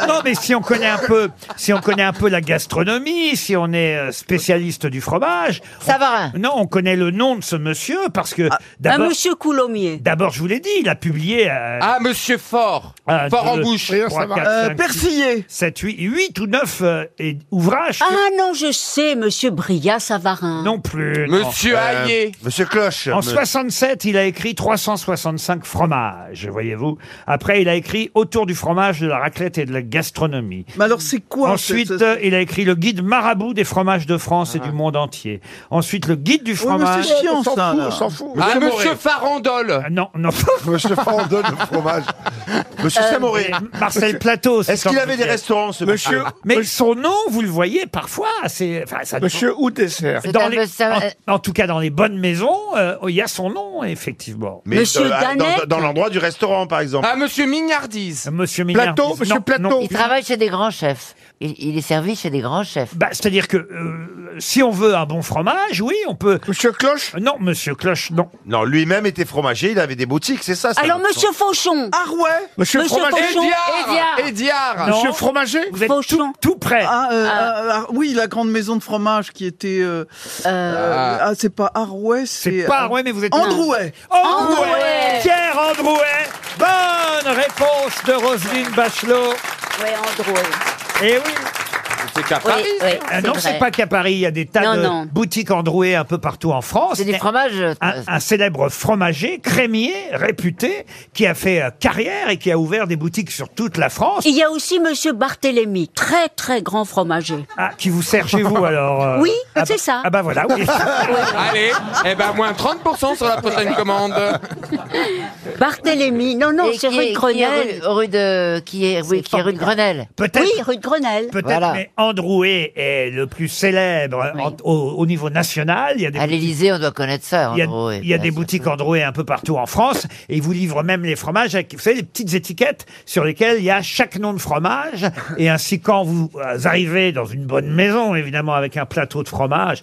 [SPEAKER 2] non, mais si on connaît un peu, si on connaît un peu la gastronomie, si on est euh, spécialiste du fromage, Savarin. non, on connaît le nom de ce monsieur parce que
[SPEAKER 6] un monsieur Coulommiers.
[SPEAKER 2] D'abord, je vous l'ai dit, il a publié. euh, Ah,
[SPEAKER 9] Ah, monsieur Fort. Fort en bouche.
[SPEAKER 2] persillé. 7, 8, 8 ou euh, 9 ouvrages.
[SPEAKER 6] Ah non, je sais, monsieur Bria Savarin.
[SPEAKER 2] Non plus.
[SPEAKER 6] Monsieur
[SPEAKER 7] Euh,
[SPEAKER 6] Hayé.
[SPEAKER 2] Monsieur Cloche. En
[SPEAKER 6] me-
[SPEAKER 2] 67, il a écrit 365 fromages, voyez-vous. Après, il a écrit Autour du fromage, de la raclette et de la gastronomie.
[SPEAKER 8] Mais alors c'est quoi
[SPEAKER 2] Ensuite,
[SPEAKER 8] cette-
[SPEAKER 2] euh, il a écrit le guide marabout des fromages de France et du monde entier. Ensuite, le guide du
[SPEAKER 8] Ah. mais
[SPEAKER 2] fromage.
[SPEAKER 8] c'est chiant, On s'en ça, fout, là. on s'en fout. Monsieur Morel.
[SPEAKER 2] Farandole. Euh, Non, non.
[SPEAKER 7] *laughs* Monsieur Farandole de fromage. Monsieur Samoré.
[SPEAKER 2] mais Marcel Plateau. c'est
[SPEAKER 7] Est-ce qu'il
[SPEAKER 2] sans
[SPEAKER 7] avait
[SPEAKER 2] doute.
[SPEAKER 7] des restaurants, ce monsieur
[SPEAKER 2] Mais son nom, vous le voyez parfois. C'est enfin, ça-
[SPEAKER 5] Monsieur Houtesser.
[SPEAKER 2] Dans les-
[SPEAKER 7] euh,
[SPEAKER 2] en, en tout cas, dans les bonnes maisons, euh, il y a son nom, effectivement.
[SPEAKER 7] Mais Monsieur dans- dans- Danette dans l'endroit du restaurant, par exemple.
[SPEAKER 9] Ah, monsieur Mignardise.
[SPEAKER 3] Euh,
[SPEAKER 2] Monsieur
[SPEAKER 7] Plateau,
[SPEAKER 2] Mignardise.
[SPEAKER 7] monsieur Plateau.
[SPEAKER 3] Il travaille chez des grands chefs. Il, il est servi chez des grands chefs.
[SPEAKER 2] Bah, c'est-à-dire que euh, si on veut un bon fromage, oui, on peut.
[SPEAKER 5] Monsieur Cloche
[SPEAKER 2] Non, Monsieur Cloche, non.
[SPEAKER 7] Non, lui-même était fromager, il avait des boutiques, c'est ça, ça
[SPEAKER 6] Alors
[SPEAKER 7] va-
[SPEAKER 6] monsieur Fauchon.
[SPEAKER 8] Ah ouais
[SPEAKER 7] Monsieur Fromager.
[SPEAKER 6] Édiard.
[SPEAKER 2] Non.
[SPEAKER 5] Monsieur Fromager
[SPEAKER 2] Vous êtes tout, tout près.
[SPEAKER 8] Ah, euh, ah, ah, oui, la grande maison de fromage qui était. euh, euh, ah, c'est pas Arouet, c'est. euh,
[SPEAKER 2] C'est
[SPEAKER 5] euh,
[SPEAKER 2] pas Arouet, mais vous êtes-
[SPEAKER 8] Androuet.
[SPEAKER 2] Androuet. Pierre Androuet. Bonne réponse de Roselyne Bachelot.
[SPEAKER 6] Oui, Androuet.
[SPEAKER 2] Eh oui.
[SPEAKER 9] C'est qu'à
[SPEAKER 6] Paris, Oui, oui, ça.
[SPEAKER 2] Ah non,
[SPEAKER 6] c'est
[SPEAKER 2] c'est
[SPEAKER 6] vrai.
[SPEAKER 2] pas qu'à Paris. Il y a des tas
[SPEAKER 6] Non,
[SPEAKER 2] de
[SPEAKER 6] non.
[SPEAKER 2] boutiques Androuet un peu partout en France.
[SPEAKER 3] C'est des fromages, euh,
[SPEAKER 2] Un, un célèbre fromager, crémier, réputé, qui a fait euh, carrière et qui a ouvert des boutiques sur toute la France.
[SPEAKER 6] Il y a aussi monsieur Barthélemy, très très grand fromager.
[SPEAKER 2] Ah, qui vous sert chez vous alors euh,
[SPEAKER 6] Oui,
[SPEAKER 2] ah
[SPEAKER 6] c'est
[SPEAKER 2] bah-
[SPEAKER 6] ça.
[SPEAKER 2] Ah bah voilà, oui.
[SPEAKER 9] Allez, eh ben moins 30% sur la prochaine commande.
[SPEAKER 6] Barthélemy, non, non,
[SPEAKER 3] Et
[SPEAKER 6] c'est
[SPEAKER 3] qui
[SPEAKER 6] rue
[SPEAKER 3] est-
[SPEAKER 6] de
[SPEAKER 3] qui
[SPEAKER 6] Grenelle.
[SPEAKER 3] est rue- rue de, qui est, oui, qui est rue de Grenelle.
[SPEAKER 2] Peut-être-
[SPEAKER 6] Oui, rue de Grenelle.
[SPEAKER 2] Peut-être,
[SPEAKER 3] Voilà.
[SPEAKER 2] mais Androuet est le plus célèbre en- au, au niveau national. Il y a des
[SPEAKER 3] À l'Elysée, on doit connaître ça,
[SPEAKER 2] Il y a,
[SPEAKER 3] Androuet.
[SPEAKER 2] il y a
[SPEAKER 3] bien
[SPEAKER 2] des
[SPEAKER 3] sûr.
[SPEAKER 2] boutiques Androuet un peu partout en France et ils vous livrent même les fromages avec, vous savez, les petites étiquettes sur lesquelles il y a chaque nom de fromage. Et ainsi, quand vous euh, arrivez dans une bonne maison, évidemment, avec un plateau de fromage,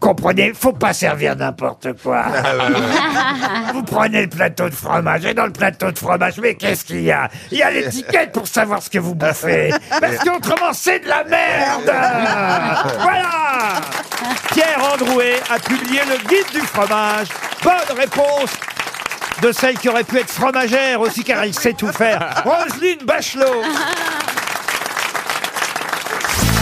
[SPEAKER 2] comprenez, faut pas servir n'importe quoi.
[SPEAKER 9] Ah,
[SPEAKER 4] Ah
[SPEAKER 2] *laughs* Vous prenez le plateau de fromage, et dans le plateau de fromage, mais qu'est-ce qu'il y a Il y a l'étiquette pour savoir ce que
[SPEAKER 4] *laughs*
[SPEAKER 2] vous bouffez. Parce qu'autrement, c'est de la
[SPEAKER 9] *laughs*
[SPEAKER 2] merde Voilà Pierre Androuet a publié le guide du fromage. Bonne réponse de celle qui aurait pu être fromagère aussi, car elle sait tout faire. Roselyne Bachelot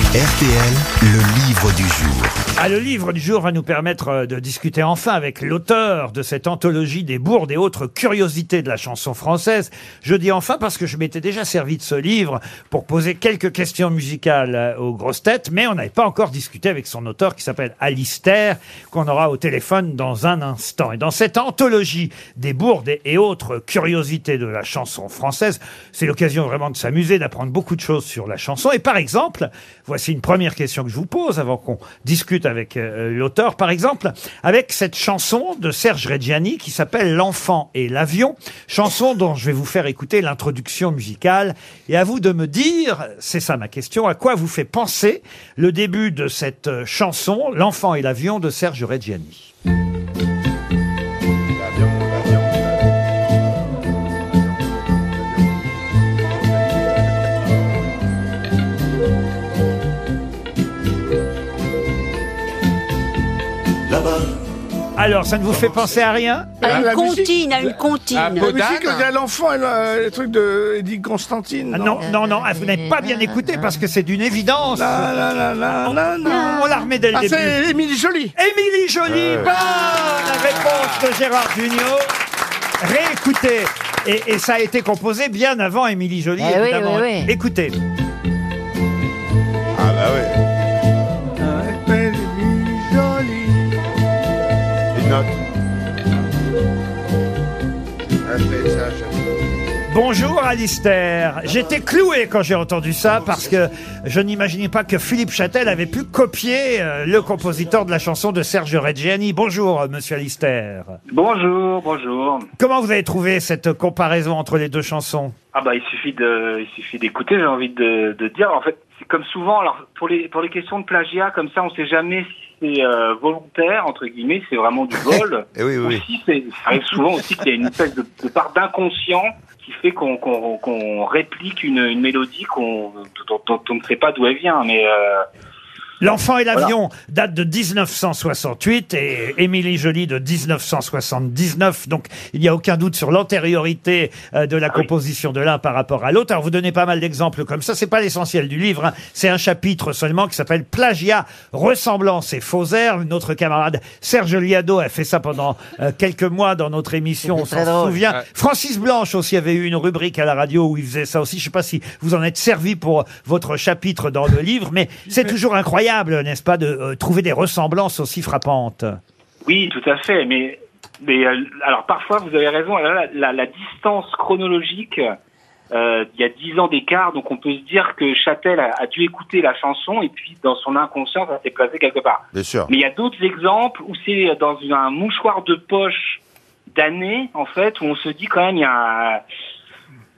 [SPEAKER 1] RTL, le livre du jour.
[SPEAKER 2] Ah, le livre du jour va nous permettre euh, de discuter enfin avec l'auteur de cette anthologie des bourdes et autres curiosités de la chanson française. Je dis enfin parce que je m'étais déjà servi de ce livre pour poser quelques questions musicales euh, aux grosses têtes, mais on n'avait pas encore discuté avec son auteur qui s'appelle Alistair, qu'on aura au téléphone dans un instant. Et dans cette anthologie des bourdes et- et autres curiosités de la chanson française, c'est l'occasion vraiment de s'amuser, d'apprendre beaucoup de choses sur la chanson. Et par exemple, voici une première question que je vous pose avant qu'on discute avec euh, l'auteur. Par exemple, avec cette chanson de Serge Reggiani qui s'appelle L'enfant et l'avion, chanson dont je vais vous faire écouter l'introduction musicale. Et à vous de me dire, c'est ça ma question, à quoi vous fait penser le début de cette euh, chanson L'enfant et l'avion de Serge Reggiani. Alors, ça ne vous fait penser à rien
[SPEAKER 6] À une comptine, à une comptine.
[SPEAKER 5] La musique, il y a l'enfant et le, le truc de Eddie Constantine.
[SPEAKER 2] Ah Non, non, non, ah, vous n'avez pas bien
[SPEAKER 3] Ah.
[SPEAKER 2] écouté parce que c'est d'une évidence.
[SPEAKER 5] La, la, la, la, la, la.
[SPEAKER 2] On, on la remet dès le
[SPEAKER 5] Ah,
[SPEAKER 2] début.
[SPEAKER 5] c'est Émilie Jolie.
[SPEAKER 2] Émilie Jolie,
[SPEAKER 5] Ouais.
[SPEAKER 2] bonne réponse de Gérard Junior. Réécoutez. Et, et ça a été composé bien avant Émilie Jolie,
[SPEAKER 3] Eh oui,
[SPEAKER 2] évidemment.
[SPEAKER 3] oui, oui.
[SPEAKER 2] Écoutez.
[SPEAKER 7] Ah bah ouais.
[SPEAKER 5] Émilie Jolie.
[SPEAKER 7] une note.
[SPEAKER 2] Bonjour Alistair. J'étais cloué quand j'ai entendu ça parce que je n'imaginais pas que Philippe Châtel avait pu copier euh, le compositeur de la chanson de Serge Reggiani. Bonjour euh, monsieur Alistair.
[SPEAKER 14] Bonjour, bonjour.
[SPEAKER 2] Comment vous avez trouvé cette comparaison entre les deux chansons
[SPEAKER 14] Ah bah il suffit de, il suffit d'écouter. J'ai envie de, de dire en fait, c'est comme souvent. Alors pour les pour les questions de plagiat comme ça, on sait jamais si c'est euh, volontaire entre guillemets, c'est vraiment du vol.
[SPEAKER 7] Eh oui, oui,
[SPEAKER 14] oui. C'est- ça arrive souvent aussi qu'il y a une espèce de, de part d'inconscient qui fait qu'on qu'on- qu'on réplique une, une mélodie qu'on dont, dont on ne sait pas d'où elle vient, mais. euh,
[SPEAKER 2] L'enfant et
[SPEAKER 14] Voilà.
[SPEAKER 2] l'avion date de 1968 et Émilie Joly de 1979. Donc, il n'y a aucun doute sur l'antériorité euh, de la composition de l'un par rapport à l'autre. Alors, vous donnez pas mal d'exemples comme ça. C'est pas l'essentiel du livre. hein. C'est un chapitre seulement qui s'appelle Plagiat, ressemblance et faux air. Notre camarade Serge Liado a fait ça pendant euh, quelques mois dans notre émission. On
[SPEAKER 3] C'était très
[SPEAKER 2] s'en
[SPEAKER 3] drôle.
[SPEAKER 2] souvient.
[SPEAKER 3] Ouais.
[SPEAKER 2] Francis Blanche aussi avait eu une rubrique à la radio où il faisait ça aussi. Je sais pas si vous en êtes servi pour votre chapitre dans le livre, mais c'est toujours incroyable, n'est-ce pas, de euh, trouver des ressemblances aussi frappantes.
[SPEAKER 14] Oui, tout à fait. Mais, mais euh, alors parfois, vous avez raison, la, la- la distance chronologique, euh, il y a dix ans d'écart, donc on peut se dire que Châtel a, a dû écouter la chanson et puis dans son inconscient, ça s'est placé quelque part.
[SPEAKER 7] Bien sûr.
[SPEAKER 14] Mais il y a d'autres exemples où c'est dans une- un mouchoir de poche d'année, en fait, où on se dit quand même, il y a un-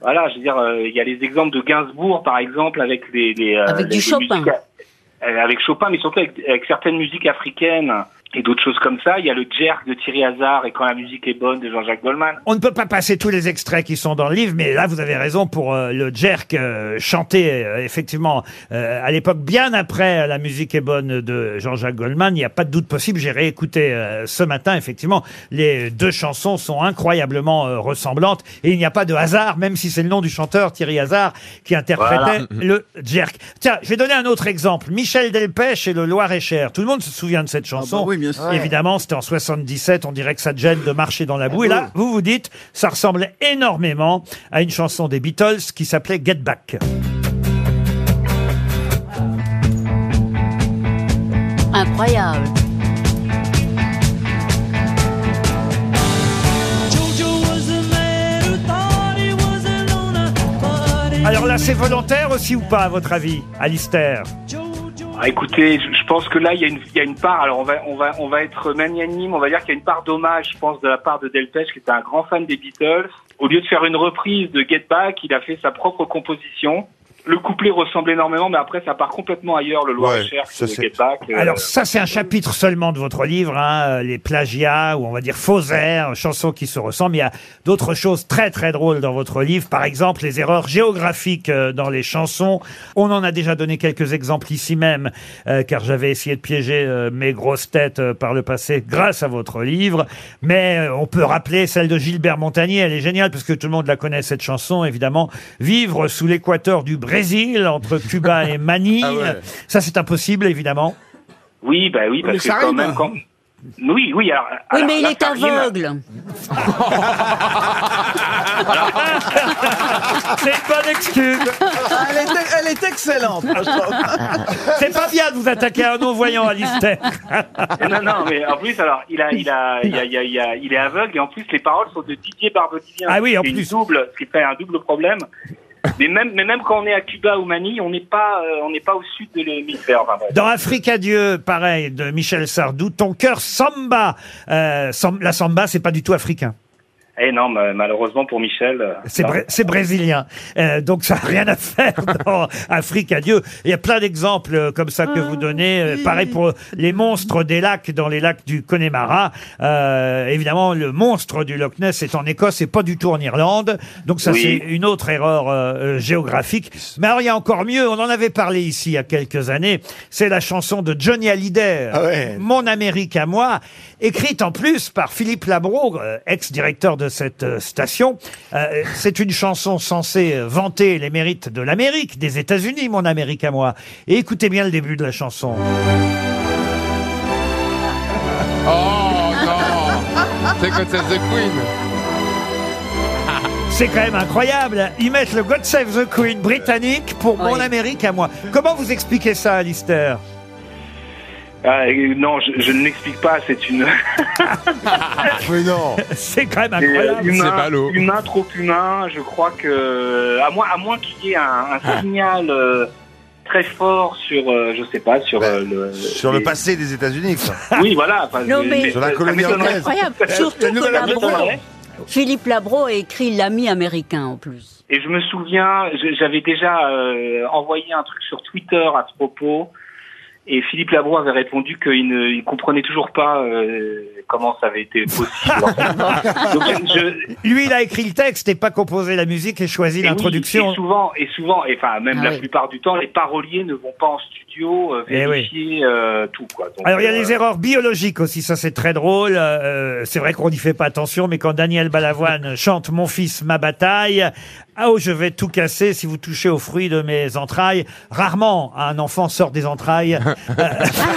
[SPEAKER 14] Voilà, je veux dire, euh, il y a les exemples de Gainsbourg, par exemple, avec les... les, euh,
[SPEAKER 6] Avec du
[SPEAKER 14] les- les
[SPEAKER 6] Chopin.
[SPEAKER 14] musiques à- euh, avec Chopin, mais surtout avec, avec certaines musiques africaines et d'autres choses comme ça. Il y a le jerk de Thierry Hazard et Quand la musique est bonne de Jean-Jacques Goldman.
[SPEAKER 2] On ne peut pas passer tous les extraits qui sont dans le livre, mais là, vous avez raison pour euh, le jerk euh, chanté, euh, effectivement, euh, à l'époque, bien après euh, La musique est bonne de Jean-Jacques Goldman. Il n'y a pas de doute possible. J'ai réécouté euh, ce matin, effectivement, les deux chansons sont incroyablement euh, ressemblantes et il n'y a pas de hasard, même si c'est le nom du chanteur Thierry Hazard qui interprétait
[SPEAKER 14] Voilà.
[SPEAKER 2] le jerk. Tiens, je vais donner un autre exemple. Michel Delpech et le Loir-et-Cher. Tout le monde se souvient de cette chanson.
[SPEAKER 8] Ah bah oui, bien sûr.
[SPEAKER 2] Évidemment, Évidemment, c'était en 77, on dirait que ça te gêne de marcher dans la boue. Et là, vous vous dites, ça ressemble énormément à une chanson des Beatles qui s'appelait Get Back.
[SPEAKER 6] *laughs* Incroyable.
[SPEAKER 2] Alors là, c'est volontaire aussi ou pas, à votre avis, Alistair
[SPEAKER 14] Ah, écoutez, je je pense que là, il y a une, il y a une part. Alors, on va, on va, on va être magnanime. On va dire qu'il y a une part d'hommage, je pense, de la part de Delpech, qui était un grand fan des Beatles. Au lieu de faire une reprise de Get Back, il a fait sa propre composition. Le couplet ressemble énormément, mais après, ça part complètement ailleurs. Le Loir-et-Cher,
[SPEAKER 2] ça,
[SPEAKER 14] que
[SPEAKER 2] c'est-
[SPEAKER 14] Get Back. euh,
[SPEAKER 2] Alors ça, c'est un chapitre seulement de votre livre, hein, euh, les plagiats, ou on va dire faux airs, chansons qui se ressemblent. Il y a d'autres choses très très drôles dans votre livre, par exemple les erreurs géographiques euh, dans les chansons. On en a déjà donné quelques exemples ici même, euh, car j'avais essayé de piéger euh, mes grosses têtes euh, par le passé grâce à votre livre. Mais euh, on peut rappeler celle de Gilbert Montagnier, elle est géniale, parce que tout le monde la connaît, cette chanson, évidemment. Vivre sous l'équateur du Brésil, entre Cuba et Manille. Ça, c'est impossible, évidemment.
[SPEAKER 14] Oui, bah oui, parce
[SPEAKER 2] Mais
[SPEAKER 14] que
[SPEAKER 2] ça hein.
[SPEAKER 14] quand
[SPEAKER 2] rime.
[SPEAKER 14] même, quand... Oui, oui, alors...
[SPEAKER 6] Oui,
[SPEAKER 14] alors,
[SPEAKER 6] mais il
[SPEAKER 14] la
[SPEAKER 6] est
[SPEAKER 14] farine-
[SPEAKER 6] aveugle.
[SPEAKER 2] *laughs* C'est une bonne excuse.
[SPEAKER 8] Ah, Elle est, elle est excellente.
[SPEAKER 2] *laughs* C'est pas bien de vous attaquer à un non-voyant, Alistair.
[SPEAKER 14] non, non, mais en plus, alors, il, a, il, a, il, a, il, a, il, a- il est aveugle et en plus, les paroles sont de Didier Barbedien.
[SPEAKER 2] Ah oui, en
[SPEAKER 14] C'est une
[SPEAKER 2] plus.
[SPEAKER 14] Double, ce qui fait un double problème. Mais même, mais même quand on est à Cuba ou Manille, on n'est pas, euh, on n'est pas au sud de l'hémisphère. Enfin, bref.
[SPEAKER 2] Dans Afrique Dieu, pareil, de Michel Sardou, ton cœur samba. Euh, sam- la samba, c'est pas du tout africain.
[SPEAKER 14] Eh non, ma- malheureusement pour Michel. euh,
[SPEAKER 2] C'est
[SPEAKER 14] non.
[SPEAKER 2] bré- c'est brésilien. Euh, donc ça n'a rien à faire *laughs* dans Afrique à Dieu. Il y a plein d'exemples euh, comme ça que vous donnez. Euh, pareil pour les monstres des lacs dans les lacs du Connemara. Euh, évidemment, le monstre du Loch Ness est en Écosse et pas du tout en Irlande. Donc ça,
[SPEAKER 14] Oui.
[SPEAKER 2] c'est une autre erreur euh, euh, géographique. Mais alors, il y a encore mieux. On en avait parlé ici il y a quelques années. C'est la chanson de Johnny Hallyday, Mon Amérique à moi, écrite en plus par Philippe Labro, euh, ex-directeur de cette euh, station. Euh, c'est une chanson censée euh, vanter les mérites de l'Amérique, des États-Unis, Mon Amérique à moi. Et écoutez bien le début de la chanson.
[SPEAKER 9] Oh non C'est God Save the Queen
[SPEAKER 2] C'est quand même incroyable. Ils mettent le God Save the Queen britannique pour Mon Amérique à moi. Comment vous expliquez ça, Alistair
[SPEAKER 14] Ah, et non, je, je ne l'explique pas,
[SPEAKER 2] *laughs*
[SPEAKER 14] c'est une.
[SPEAKER 2] Mais non *laughs* C'est quand même
[SPEAKER 14] Et, euh,
[SPEAKER 2] incroyable
[SPEAKER 14] humain, humain, trop humain, je crois que. À moins, à moins qu'il y ait un, un
[SPEAKER 7] Ah.
[SPEAKER 14] signal euh, très fort sur, euh, je sais pas, sur euh, le.
[SPEAKER 7] Bah, Sur le
[SPEAKER 14] les-
[SPEAKER 7] passé des États-Unis, quoi.
[SPEAKER 14] *laughs* Oui, voilà. enfin,
[SPEAKER 6] Non, mais-
[SPEAKER 7] Sur la colonie
[SPEAKER 6] C'est
[SPEAKER 7] anglaise.
[SPEAKER 6] incroyable.
[SPEAKER 14] Euh,
[SPEAKER 6] Surtout
[SPEAKER 14] la nouvelle
[SPEAKER 6] que Labro-
[SPEAKER 14] indépendance.
[SPEAKER 6] Philippe Labro a écrit L'ami américain
[SPEAKER 2] *laughs*
[SPEAKER 6] en plus.
[SPEAKER 14] Et je me souviens, je- j'avais déjà euh, envoyé un truc sur Twitter à ce propos. Et Philippe Labro avait répondu qu'il ne il comprenait toujours pas euh, comment ça avait été possible.
[SPEAKER 7] *laughs*
[SPEAKER 14] Donc, je-
[SPEAKER 2] Lui, il a écrit le texte et pas composé la musique et choisi
[SPEAKER 14] Et oui,
[SPEAKER 2] l'introduction.
[SPEAKER 14] et souvent, et souvent, et enfin même
[SPEAKER 2] Ah
[SPEAKER 14] la
[SPEAKER 2] oui.
[SPEAKER 14] plupart du temps, les paroliers ne vont pas en studio euh,
[SPEAKER 2] Eh oui.
[SPEAKER 14] vérifier euh, tout quoi. Donc,
[SPEAKER 2] Alors il y a
[SPEAKER 14] euh,
[SPEAKER 2] les erreurs biologiques aussi, ça c'est très drôle. Euh, c'est vrai qu'on n'y fait pas attention, mais quand Daniel
[SPEAKER 14] *laughs*
[SPEAKER 2] Balavoine chante Mon fils, ma bataille, ah oh je vais tout casser si vous touchez aux fruits de mes entrailles. Rarement un enfant sort des
[SPEAKER 14] *laughs*
[SPEAKER 2] entrailles euh,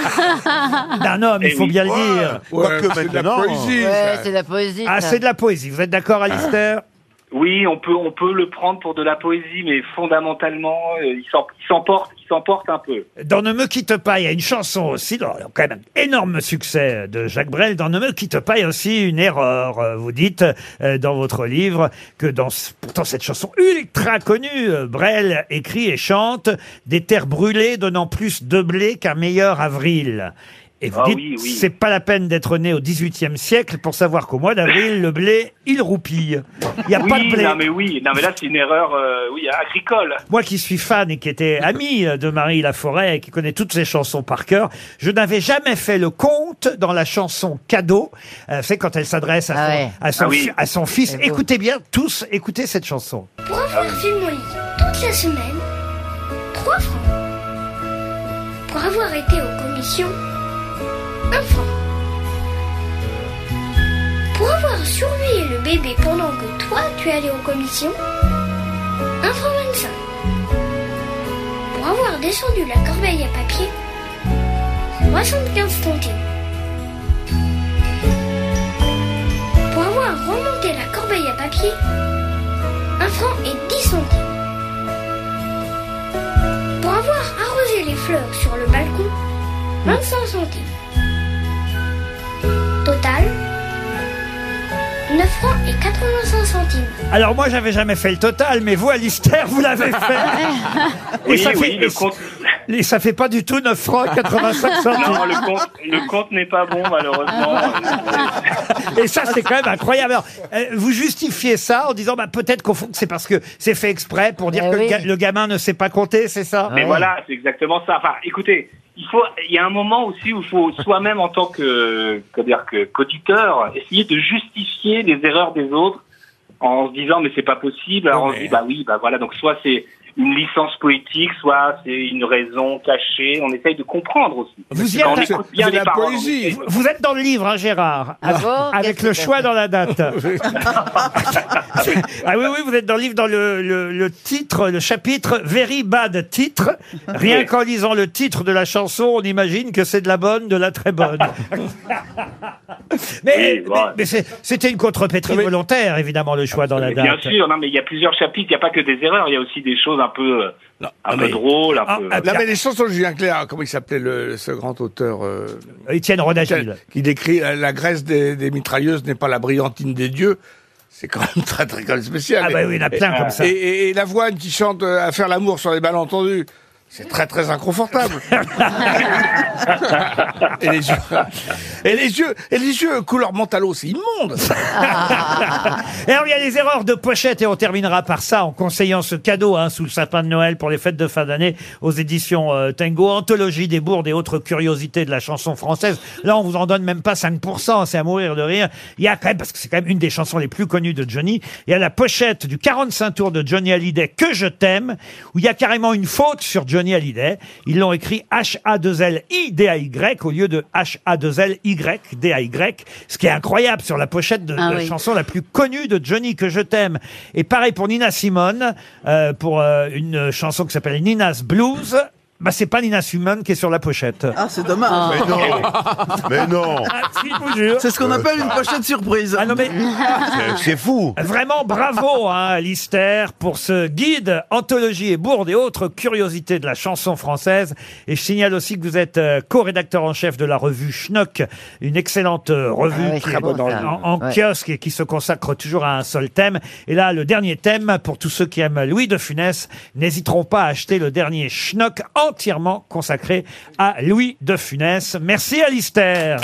[SPEAKER 3] *laughs*
[SPEAKER 2] d'un homme, il
[SPEAKER 7] Eh
[SPEAKER 2] faut
[SPEAKER 7] oui.
[SPEAKER 2] bien le
[SPEAKER 7] Ouais,
[SPEAKER 2] dire.
[SPEAKER 7] ouais, Quoique c'est de la maintenant, euh, poésie,
[SPEAKER 3] Ouais, c'est de la poésie.
[SPEAKER 2] Ah
[SPEAKER 3] ça.
[SPEAKER 2] c'est de la poésie. Vous êtes d'accord, Alistair
[SPEAKER 14] Oui, on peut on peut le prendre pour de la poésie, mais fondamentalement, euh, il s'en- il s'emporte, il s'emporte un peu.
[SPEAKER 2] Dans Ne me quitte pas, il y a une chanson aussi, dans- quand même un énorme succès de Jacques Brel. Dans Ne me quitte pas, il y a aussi une erreur. Euh, Vous dites euh, dans votre livre que dans ce- pourtant cette chanson ultra connue, euh, Brel écrit et chante des terres brûlées donnant plus de blé qu'un meilleur avril. Et vous
[SPEAKER 14] Ah
[SPEAKER 2] dites,
[SPEAKER 14] oui, oui.
[SPEAKER 2] c'est pas la peine d'être né au XVIIIe siècle pour savoir qu'au mois d'avril, le blé, il roupille. Il n'y a
[SPEAKER 14] oui,
[SPEAKER 2] pas de blé.
[SPEAKER 14] non mais oui, non mais là c'est une erreur, euh, oui, agricole.
[SPEAKER 2] Moi qui suis fan et qui
[SPEAKER 14] *laughs*
[SPEAKER 2] était ami euh, de Marie Laforêt et qui connaît toutes ses chansons par cœur, je n'avais jamais fait le compte dans la chanson Cadeau. Euh, c'est quand elle s'adresse à, son- à, son
[SPEAKER 14] Ah oui.
[SPEAKER 2] fi- à son fils.
[SPEAKER 14] C'est beau.
[SPEAKER 2] Écoutez bien, tous, écoutez cette chanson.
[SPEAKER 15] Pour avoir vu mon lit toute la semaine, 3 francs. Pour avoir été aux commissions, 1 franc. Pour avoir surveillé le bébé pendant que toi tu allais aux commissions, 1 franc 25. Pour avoir descendu la corbeille à papier, 75 centimes. Pour avoir remonté la corbeille à papier, 1 franc et 10 centimes. Pour avoir arrosé les fleurs sur le balcon, 25 centimes. Total, 9 francs et 85 centimes.
[SPEAKER 2] Alors moi, j'avais jamais fait le total, mais vous, Alistair, vous l'avez fait.
[SPEAKER 14] *laughs*
[SPEAKER 2] Et
[SPEAKER 14] oui,
[SPEAKER 2] ça
[SPEAKER 14] oui,
[SPEAKER 2] fait-
[SPEAKER 14] le compte.
[SPEAKER 2] Et ça fait pas du tout 9 francs 85
[SPEAKER 14] *laughs* Non,
[SPEAKER 2] centimes.
[SPEAKER 14] le compte, le compte n'est pas bon malheureusement.
[SPEAKER 2] *laughs* Et ça, c'est quand même incroyable. Alors, euh, vous justifiez ça en disant, bah, peut-être qu'au fond, c'est parce que c'est fait exprès pour
[SPEAKER 14] Eh
[SPEAKER 2] dire que le, ga- le gamin ne sait pas compter, c'est
[SPEAKER 5] Ah
[SPEAKER 2] ça
[SPEAKER 14] Ah Mais voilà, c'est exactement ça. Enfin, écoutez, il faut, il y a un moment aussi où il faut soi-même en tant que, comment dire que qu'auditeur, essayer de justifier les erreurs des autres en se disant mais c'est pas possible. Alors on se dit bah oui, bah voilà. Donc soit c'est une licence poétique, soit c'est une raison cachée. On essaye de comprendre aussi.
[SPEAKER 2] Vous y
[SPEAKER 14] Quand on
[SPEAKER 2] êtes,
[SPEAKER 14] écoute bien les paroles, on essaye-
[SPEAKER 2] Vous, vous êtes dans le livre, hein, Gérard,
[SPEAKER 14] Ah
[SPEAKER 2] av-
[SPEAKER 14] bon
[SPEAKER 2] avec
[SPEAKER 14] Qu'est-ce
[SPEAKER 2] le
[SPEAKER 14] que
[SPEAKER 2] choix
[SPEAKER 14] c'est
[SPEAKER 2] dans la date. *laughs* ah oui, oui, vous êtes dans le livre, dans le, le- le titre, le chapitre Very Bad Titre. Rien
[SPEAKER 14] Oui.
[SPEAKER 2] qu'en lisant le titre de la chanson, on imagine que c'est de la bonne, de la très
[SPEAKER 14] *laughs*
[SPEAKER 2] bonne. mais mais- mais c'est- c'était une contrepétrie volontaire, évidemment, le choix dans la
[SPEAKER 5] Ah,
[SPEAKER 14] Mais
[SPEAKER 2] date.
[SPEAKER 14] Bien sûr, non, mais il y a plusieurs chapitres, il n'y a pas que des erreurs, il y a aussi des choses un peu, euh, un peu
[SPEAKER 5] ah, mais-
[SPEAKER 14] drôles,
[SPEAKER 2] Ah,
[SPEAKER 14] un peu. euh,
[SPEAKER 5] non, mais les chansons de Julien Clerc, comment il s'appelait le, ce grand auteur euh,
[SPEAKER 2] Étienne Rodagil.
[SPEAKER 5] Qui décrit euh, la Grèce des, des mitrailleuses n'est pas la brillantine des dieux. C'est quand même très très quand même spécial.
[SPEAKER 2] Ah bah oui, il y en a plein
[SPEAKER 5] Et-
[SPEAKER 2] comme ça.
[SPEAKER 5] Et, et, et l'avoine qui chante euh, à faire l'amour sur les malentendus, c'est très
[SPEAKER 2] *laughs*
[SPEAKER 5] très inconfortable.
[SPEAKER 6] *laughs*
[SPEAKER 5] et les yeux, et les yeux, et les yeux couleur mentalo, c'est immonde.
[SPEAKER 2] Et alors, il y a les erreurs de pochette et on terminera par ça en conseillant ce cadeau hein, sous le sapin de Noël pour les fêtes de fin d'année aux éditions euh, Tango, anthologie des bourdes et autres curiosités de la chanson française. Là, on vous en donne même pas 5%, hein, c'est à mourir de rire. Il y a quand même, parce que c'est quand même une des chansons les plus connues de Johnny, il y a la pochette du 45 tours de Johnny Hallyday, Que je t'aime, où il y a carrément une faute sur Johnny Hallyday. Ils l'ont écrit H-A-2-L-I-D-A-Y au lieu de H-A-2-L-Y-D-A-Y, ce qui est incroyable sur la pochette de
[SPEAKER 16] Ah
[SPEAKER 2] la
[SPEAKER 16] oui.
[SPEAKER 2] chanson chanson la plus connue de Johnny que je t'aime. Et pareil pour Nina Simone, euh, pour euh, une chanson qui s'appelle Nina's Blues. Bah, c'est pas Nina Schumann qui est sur la pochette.
[SPEAKER 8] Ah, c'est dommage. Ah,
[SPEAKER 2] Mais non. Mais non. Euh,
[SPEAKER 8] C'est ce qu'on appelle une pochette surprise.
[SPEAKER 2] Ah non, mais.
[SPEAKER 7] Euh, bah. C'est fou.
[SPEAKER 2] Vraiment bravo hein, à Lister pour ce guide anthologie et bourde et autres curiosités de la chanson française. Et je signale aussi que vous êtes euh, co-rédacteur en chef de la revue Schnock, une excellente euh, revue
[SPEAKER 3] Ah ouais,
[SPEAKER 2] qui
[SPEAKER 3] très
[SPEAKER 2] est
[SPEAKER 3] bon,
[SPEAKER 2] en,
[SPEAKER 3] ça.
[SPEAKER 2] en
[SPEAKER 3] Ouais.
[SPEAKER 2] kiosque et qui se consacre toujours à un seul thème. Et là, le dernier thème, pour tous ceux qui aiment Louis de Funès, n'hésiteront pas à acheter le dernier Schnock entièrement consacré à Louis de Funès. Merci à Lister.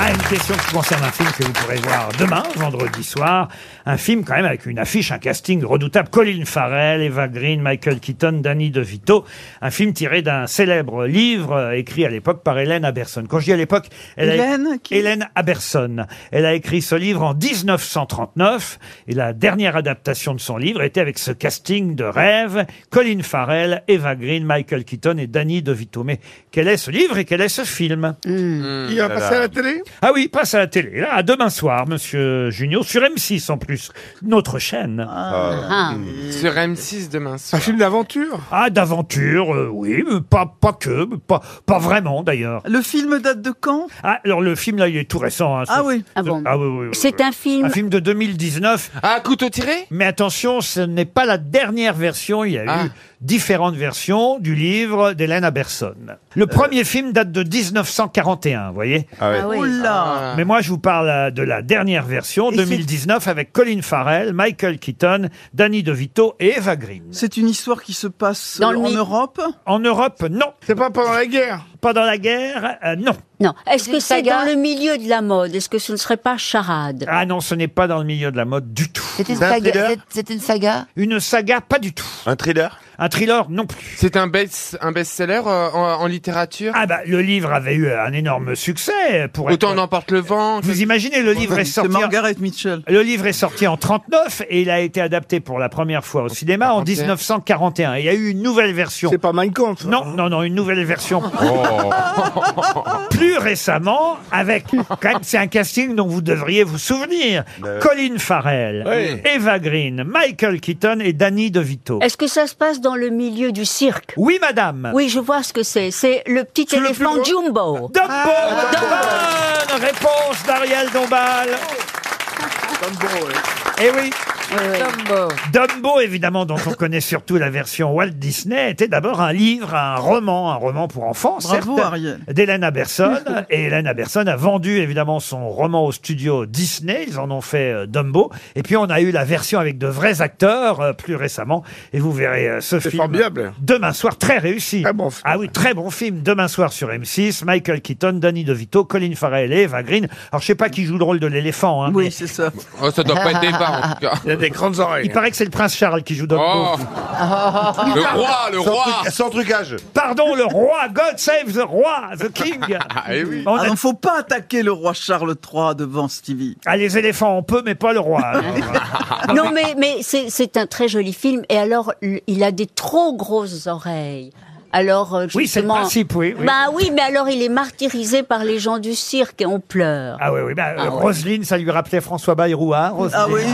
[SPEAKER 2] Ah, une question qui concerne un film que vous pourrez voir demain, vendredi soir. Un film quand même avec une affiche, un casting redoutable. Colin Farrell, Eva Green, Michael Keaton, Danny DeVito. Un film tiré d'un célèbre livre euh, écrit à l'époque par Hélène Aberson. Quand je dis à l'époque, elle a-
[SPEAKER 8] Hélène
[SPEAKER 2] Hélène Aberson. Elle a écrit ce livre en 1939 et la dernière adaptation de son livre était avec ce casting de rêve. Colin Farrell, Eva Green, Michael Keaton et Danny DeVito. Mais quel est ce livre et quel est ce film
[SPEAKER 5] Il va passer à la télé
[SPEAKER 2] ah oui, il passe à la télé. Là, à demain soir, monsieur Junio, sur M6 en plus, notre chaîne.
[SPEAKER 9] Ah. Sur M6 demain soir.
[SPEAKER 2] Un film d'aventure Ah, d'aventure, euh, oui, mais pas, pas que, mais pas, pas vraiment d'ailleurs.
[SPEAKER 8] Le film date de quand
[SPEAKER 2] Ah, alors le film là, il est tout récent. hein,
[SPEAKER 8] Ah
[SPEAKER 2] c'est-
[SPEAKER 8] oui.
[SPEAKER 2] Ah
[SPEAKER 8] bon.
[SPEAKER 2] oui, oui, oui.
[SPEAKER 6] C'est un film.
[SPEAKER 2] Un film de 2019.
[SPEAKER 9] Ah, couteau tiré
[SPEAKER 2] Mais attention, ce n'est pas la dernière version. Il y a
[SPEAKER 5] Ah.
[SPEAKER 2] eu différentes versions du livre d'Hélène Aberson.
[SPEAKER 5] Euh.
[SPEAKER 2] Le premier film date de 1941, vous voyez
[SPEAKER 8] Ah oui. Oula.
[SPEAKER 2] Mais moi, je vous parle euh, de la dernière version, 2019, avec Colin Farrell, Michael Keaton, Danny DeVito et Eva Green.
[SPEAKER 8] C'est une histoire qui se passe
[SPEAKER 2] Dans
[SPEAKER 8] euh,
[SPEAKER 2] le
[SPEAKER 8] en
[SPEAKER 2] mi-
[SPEAKER 8] Europe
[SPEAKER 2] En Europe, non.
[SPEAKER 5] C'est pas pendant la guerre
[SPEAKER 2] Pas dans la guerre, euh, non.
[SPEAKER 6] Non. Est-ce que c'est
[SPEAKER 3] saga
[SPEAKER 6] dans le milieu de la mode Est-ce que ce ne serait pas charade
[SPEAKER 2] Ah non, ce n'est pas dans le milieu de la mode du tout.
[SPEAKER 3] C'est une saga. c'est- C'est une saga.
[SPEAKER 2] Une saga, pas du tout.
[SPEAKER 7] Un thriller
[SPEAKER 2] Un thriller, non plus.
[SPEAKER 9] C'est un, best, un best-seller euh, en, en littérature
[SPEAKER 2] Ah bah, le livre avait eu un énorme succès. Pour
[SPEAKER 9] Autant
[SPEAKER 2] être-
[SPEAKER 9] on emporte le vent.
[SPEAKER 2] Vous imaginez, le livre est sorti. en-
[SPEAKER 8] Mitchell.
[SPEAKER 2] Le livre est sorti en 39 et il a été adapté pour la première fois au cinéma en 1941. Et il y a eu une nouvelle version. C'est
[SPEAKER 5] pas Mein Kampf
[SPEAKER 2] Non, non, non, une nouvelle version. Plus récemment, avec quand même, c'est un casting dont vous devriez vous souvenir.
[SPEAKER 6] Ben
[SPEAKER 2] Colin Farrell,
[SPEAKER 6] Oui.
[SPEAKER 2] Eva Green, Michael Keaton et Danny DeVito.
[SPEAKER 6] Est-ce que ça se passe dans le milieu du cirque
[SPEAKER 2] Oui, madame.
[SPEAKER 6] Eh. Oui, je vois ce que c'est. C'est le petit éléphant Jumbo.
[SPEAKER 2] Bonne réponse d'Ariel Dombal. Eh oui.
[SPEAKER 3] Dumbo.
[SPEAKER 2] Dumbo, évidemment, dont on connaît surtout la version Walt Disney, était d'abord un livre, un roman, un roman pour enfants,
[SPEAKER 8] Bravo,
[SPEAKER 2] certes,
[SPEAKER 8] Ariel.
[SPEAKER 2] d'Hélène
[SPEAKER 8] *laughs*
[SPEAKER 2] Aberson. Et Hélène Aberson a vendu, évidemment, son roman au studio Disney. Ils en ont fait euh, Dumbo. Et puis, on a eu la version avec de vrais acteurs euh, plus récemment. Et vous verrez euh, ce
[SPEAKER 5] C'est
[SPEAKER 2] film.
[SPEAKER 5] formidable.
[SPEAKER 2] Demain soir, très réussi. Ah oui, très bon film. Demain soir sur M6, Michael Keaton, Danny DeVito, Colin Farrell et Eva Green. Alors, je sais pas qui joue le rôle de l'éléphant. Hein,
[SPEAKER 8] Oui, c'est ça.
[SPEAKER 9] Oh, ça doit pas être
[SPEAKER 8] *laughs*
[SPEAKER 9] des bars, en tout cas. Oh.
[SPEAKER 5] Il a des grandes oreilles.
[SPEAKER 2] Il paraît que c'est le prince Charles qui joue Dumbo.
[SPEAKER 9] Le roi, le roi
[SPEAKER 7] Sans trucage.
[SPEAKER 2] Pardon, le roi, God save the roi, the king.
[SPEAKER 8] Il
[SPEAKER 2] On
[SPEAKER 8] ne
[SPEAKER 2] a-
[SPEAKER 8] Ah, faut pas attaquer le roi Charles III devant Stevie.
[SPEAKER 2] Ah, les éléphants, on peut, mais pas le
[SPEAKER 8] *laughs*
[SPEAKER 2] roi. alors. Ah
[SPEAKER 6] Non, mais, mais c'est c'est un très joli film. Et alors, l- il a des trop grosses oreilles. Alors, euh,
[SPEAKER 2] Oui, c'est le
[SPEAKER 6] justement-
[SPEAKER 2] principe, oui, oui.
[SPEAKER 6] Bah oui, mais alors il est martyrisé par les gens du cirque et on pleure.
[SPEAKER 2] Ah oui, oui, bah,
[SPEAKER 6] Ah
[SPEAKER 2] euh,
[SPEAKER 6] ouais.
[SPEAKER 2] Roselyne, ça lui rappelait François Bayrou, hein, Roselyne.
[SPEAKER 8] Ah oui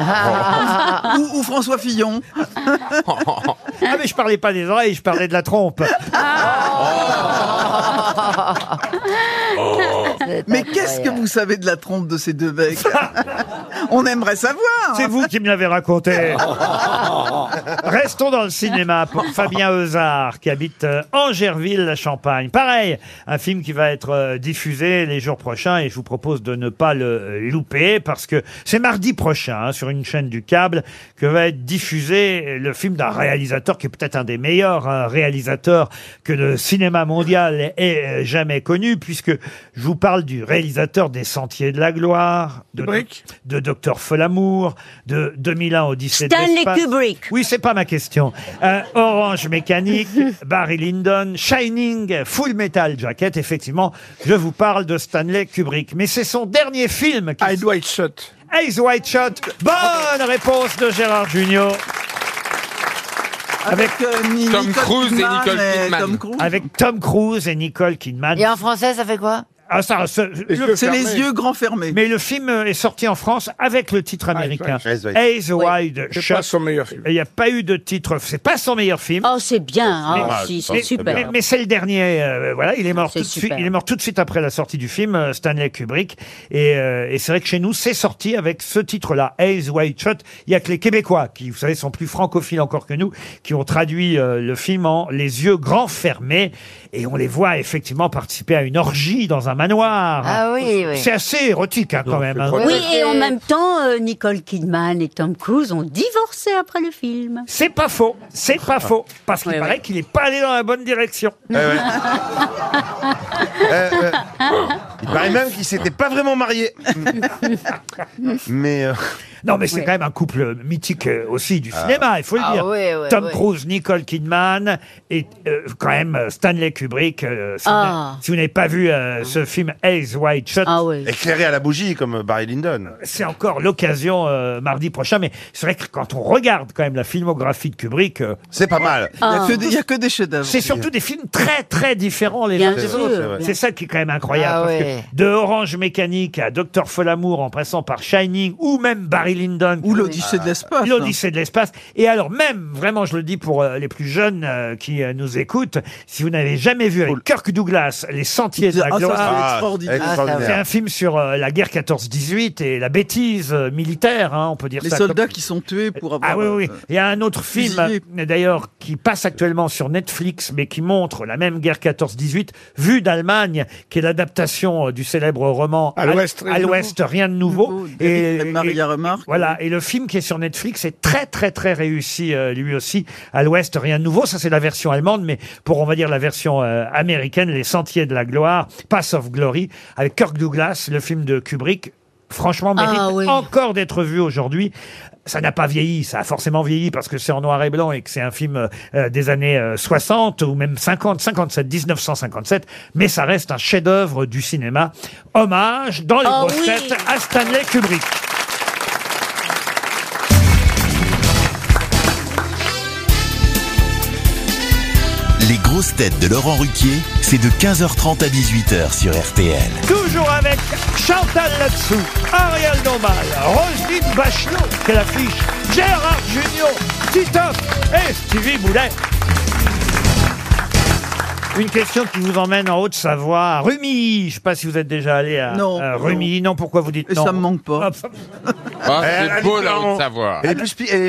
[SPEAKER 6] Ah.
[SPEAKER 8] ou, ou François Fillon.
[SPEAKER 2] Ah, mais je parlais pas des oreilles, je parlais de la trompe.
[SPEAKER 9] Oh.
[SPEAKER 3] *laughs*
[SPEAKER 8] Oh. Mais qu'est-ce que vous savez de la trompe de ces
[SPEAKER 2] *laughs*
[SPEAKER 8] deux mecs On aimerait savoir. hein.
[SPEAKER 2] C'est vous qui me l'avez raconté. Restons dans le cinéma pour Fabien Euzard, qui habite euh, Angerville, la Champagne. Pareil, un film qui va être euh, diffusé les jours prochains et je vous propose de ne pas le euh, louper parce que c'est mardi prochain hein, sur une chaîne du câble que va être diffusé le film d'un réalisateur qui est peut-être un des meilleurs hein, réalisateurs que le cinéma mondial ait euh, jamais connu puisque je vous parle du réalisateur des Sentiers de la Gloire, de, de Docteur Folamour, de 2001 Odyssée de
[SPEAKER 6] Stanley
[SPEAKER 2] l'espace.
[SPEAKER 6] Kubrick.
[SPEAKER 2] Oui, c'est pas ma question. Euh, Orange
[SPEAKER 6] *laughs*
[SPEAKER 2] Mécanique, Barry Lyndon, Shining, Full Metal Jacket. Effectivement, je vous parle de Stanley Kubrick. Mais c'est son dernier film. Qui... Eyes
[SPEAKER 5] White Shot.
[SPEAKER 2] Eyes White Shot. Bonne réponse de Gérard Junior.
[SPEAKER 8] Avec, euh, Ni-
[SPEAKER 9] Tom Cruise et Nicole Kidman.
[SPEAKER 8] Tom Cruise.
[SPEAKER 2] Avec Tom Cruise et Nicole Kidman.
[SPEAKER 3] Et en français, ça fait quoi
[SPEAKER 2] Ah, ça, ça, le-
[SPEAKER 8] C'est les yeux grands fermés.
[SPEAKER 2] Mais le film euh, est sorti en France avec le titre américain.
[SPEAKER 8] Ah, Eyes Wide.
[SPEAKER 2] Eyes
[SPEAKER 8] Oui.
[SPEAKER 2] Wide
[SPEAKER 8] C'est
[SPEAKER 2] Shut.
[SPEAKER 8] pas son
[SPEAKER 5] meilleur film.
[SPEAKER 2] Il n'y a pas eu de titre. C'est pas son meilleur film.
[SPEAKER 6] Oh, c'est bien.
[SPEAKER 2] Mais-
[SPEAKER 6] hein,
[SPEAKER 2] mais-
[SPEAKER 6] si,
[SPEAKER 2] mais-
[SPEAKER 6] c'est super.
[SPEAKER 2] mais- mais c'est le dernier. euh, voilà, il est mort tout
[SPEAKER 6] C'est
[SPEAKER 2] de suite.
[SPEAKER 6] super.
[SPEAKER 2] Il est mort tout de suite après la sortie du film euh, Stanley Kubrick. Et, euh, et c'est vrai que chez nous, c'est sorti avec ce titre-là, Eyes Wide Shut. Il y a que les Québécois qui, vous savez, sont plus francophiles encore que nous, qui ont traduit euh, le film en Les yeux grands fermés. Et on les voit effectivement participer à une orgie dans un manoir.
[SPEAKER 3] Ah oui, oui.
[SPEAKER 2] C'est assez érotique hein, quand même. hein.
[SPEAKER 6] Oui, et en même temps, euh, Nicole Kidman et Tom Cruise ont divorcé après le film.
[SPEAKER 2] C'est pas faux, c'est pas faux, parce qu'il paraît qu'il n'est pas allé dans la bonne direction.
[SPEAKER 4] eh,
[SPEAKER 7] Il paraît même qu'ils s'étaient pas vraiment
[SPEAKER 3] *laughs*
[SPEAKER 7] euh, mariés.
[SPEAKER 2] Mais Non, mais c'est
[SPEAKER 7] Ouais.
[SPEAKER 2] quand même un couple mythique euh, aussi du cinéma, il faut le
[SPEAKER 3] Ah
[SPEAKER 2] dire.
[SPEAKER 3] ouais, ouais,
[SPEAKER 2] Tom
[SPEAKER 3] ouais.
[SPEAKER 2] Cruise, Nicole Kidman et euh, quand même euh, Stanley Kubrick. euh, si,
[SPEAKER 3] Ah.
[SPEAKER 2] vous n'avez- si vous n'avez pas vu euh, ce film Eyes Wide Shut,
[SPEAKER 7] Éclairé à la bougie comme euh, Barry Lyndon.
[SPEAKER 2] c'est encore l'occasion euh, mardi prochain. Mais c'est vrai que quand on regarde quand même la filmographie de Kubrick, euh,
[SPEAKER 7] c'est pas mal.
[SPEAKER 8] Il
[SPEAKER 3] Ah.
[SPEAKER 8] n'y a que des- il y a que des chefs-d'œuvre.
[SPEAKER 2] C'est surtout des films très très différents les
[SPEAKER 8] Bien
[SPEAKER 2] uns des
[SPEAKER 8] sûr, c'est
[SPEAKER 2] autres.
[SPEAKER 8] vrai.
[SPEAKER 2] C'est ça qui est quand même incroyable.
[SPEAKER 3] Ah
[SPEAKER 2] parce que
[SPEAKER 3] ouais.
[SPEAKER 2] de Orange Mécanique à Docteur Folamour en passant par Shining ou même Barry Lyndon. Ou
[SPEAKER 8] l'Odyssée de l'espace, hein.
[SPEAKER 2] L'Odyssée de l'espace. Et alors même, vraiment je le dis pour euh, les plus jeunes euh, qui euh, nous écoutent, si vous n'avez jamais vu avec Kirk Douglas Les Sentiers de la
[SPEAKER 8] Ah, ça, c'est
[SPEAKER 2] Gloire.
[SPEAKER 8] extraordinaire. Ah, ça, ouais.
[SPEAKER 2] C'est un film sur euh, la guerre 14-18 et la bêtise euh, militaire, hein, on peut dire
[SPEAKER 8] Les
[SPEAKER 2] ça. comme-
[SPEAKER 8] soldats qui sont tués pour avoir.
[SPEAKER 2] ah oui, oui.
[SPEAKER 8] euh,
[SPEAKER 2] Il y a un autre film, euh, d'ailleurs, qui passe actuellement sur Netflix, mais qui montre la même guerre 14-18, vue d'Allemagne, qui est l'adaptation euh, du célèbre roman
[SPEAKER 5] À l'Ouest, rien
[SPEAKER 2] à
[SPEAKER 5] de
[SPEAKER 2] l'Ouest, rien de nouveau. Et,
[SPEAKER 8] Maria Remarque.
[SPEAKER 2] Voilà. Et le film qui est sur Netflix est très, très, très réussi, euh, lui aussi. À l'Ouest, rien de nouveau. Ça, c'est la version allemande, mais pour, on va dire, la version euh, américaine, Les Sentiers de la Gloire, Pass of Glory, avec Kirk Douglas, le film de Kubrick. Franchement, mérite
[SPEAKER 6] Ah oui.
[SPEAKER 2] encore d'être vu aujourd'hui. Ça n'a pas vieilli, ça a forcément vieilli parce que c'est en noir et blanc et que c'est un film euh, des années euh, 60 ou même 50, 57, 1957, mais ça reste un chef-d'œuvre du cinéma. Hommage dans les
[SPEAKER 6] Oh
[SPEAKER 2] grosses
[SPEAKER 6] oui.
[SPEAKER 2] têtes à Stanley Kubrick.
[SPEAKER 1] Les grosses têtes de Laurent Ruquier, c'est de 15h30 à 18h sur RTL.
[SPEAKER 2] Toujours avec Chantal Latsou, Ariel Dombal, Roselyne Bachelot, qu'elle affiche, Gérard Junior, Titoff et Stevie Boulet. Une question qui vous emmène en Haute-Savoie, à Rumilly. Je ne sais pas si vous êtes déjà allé à,
[SPEAKER 8] Non.
[SPEAKER 2] à Rumilly. Non, pourquoi vous dites
[SPEAKER 8] Et
[SPEAKER 2] non
[SPEAKER 8] ça me manque *laughs* pas. Eh,
[SPEAKER 9] Ah, c'est beau la
[SPEAKER 7] Ah.
[SPEAKER 9] Haute-Savoie.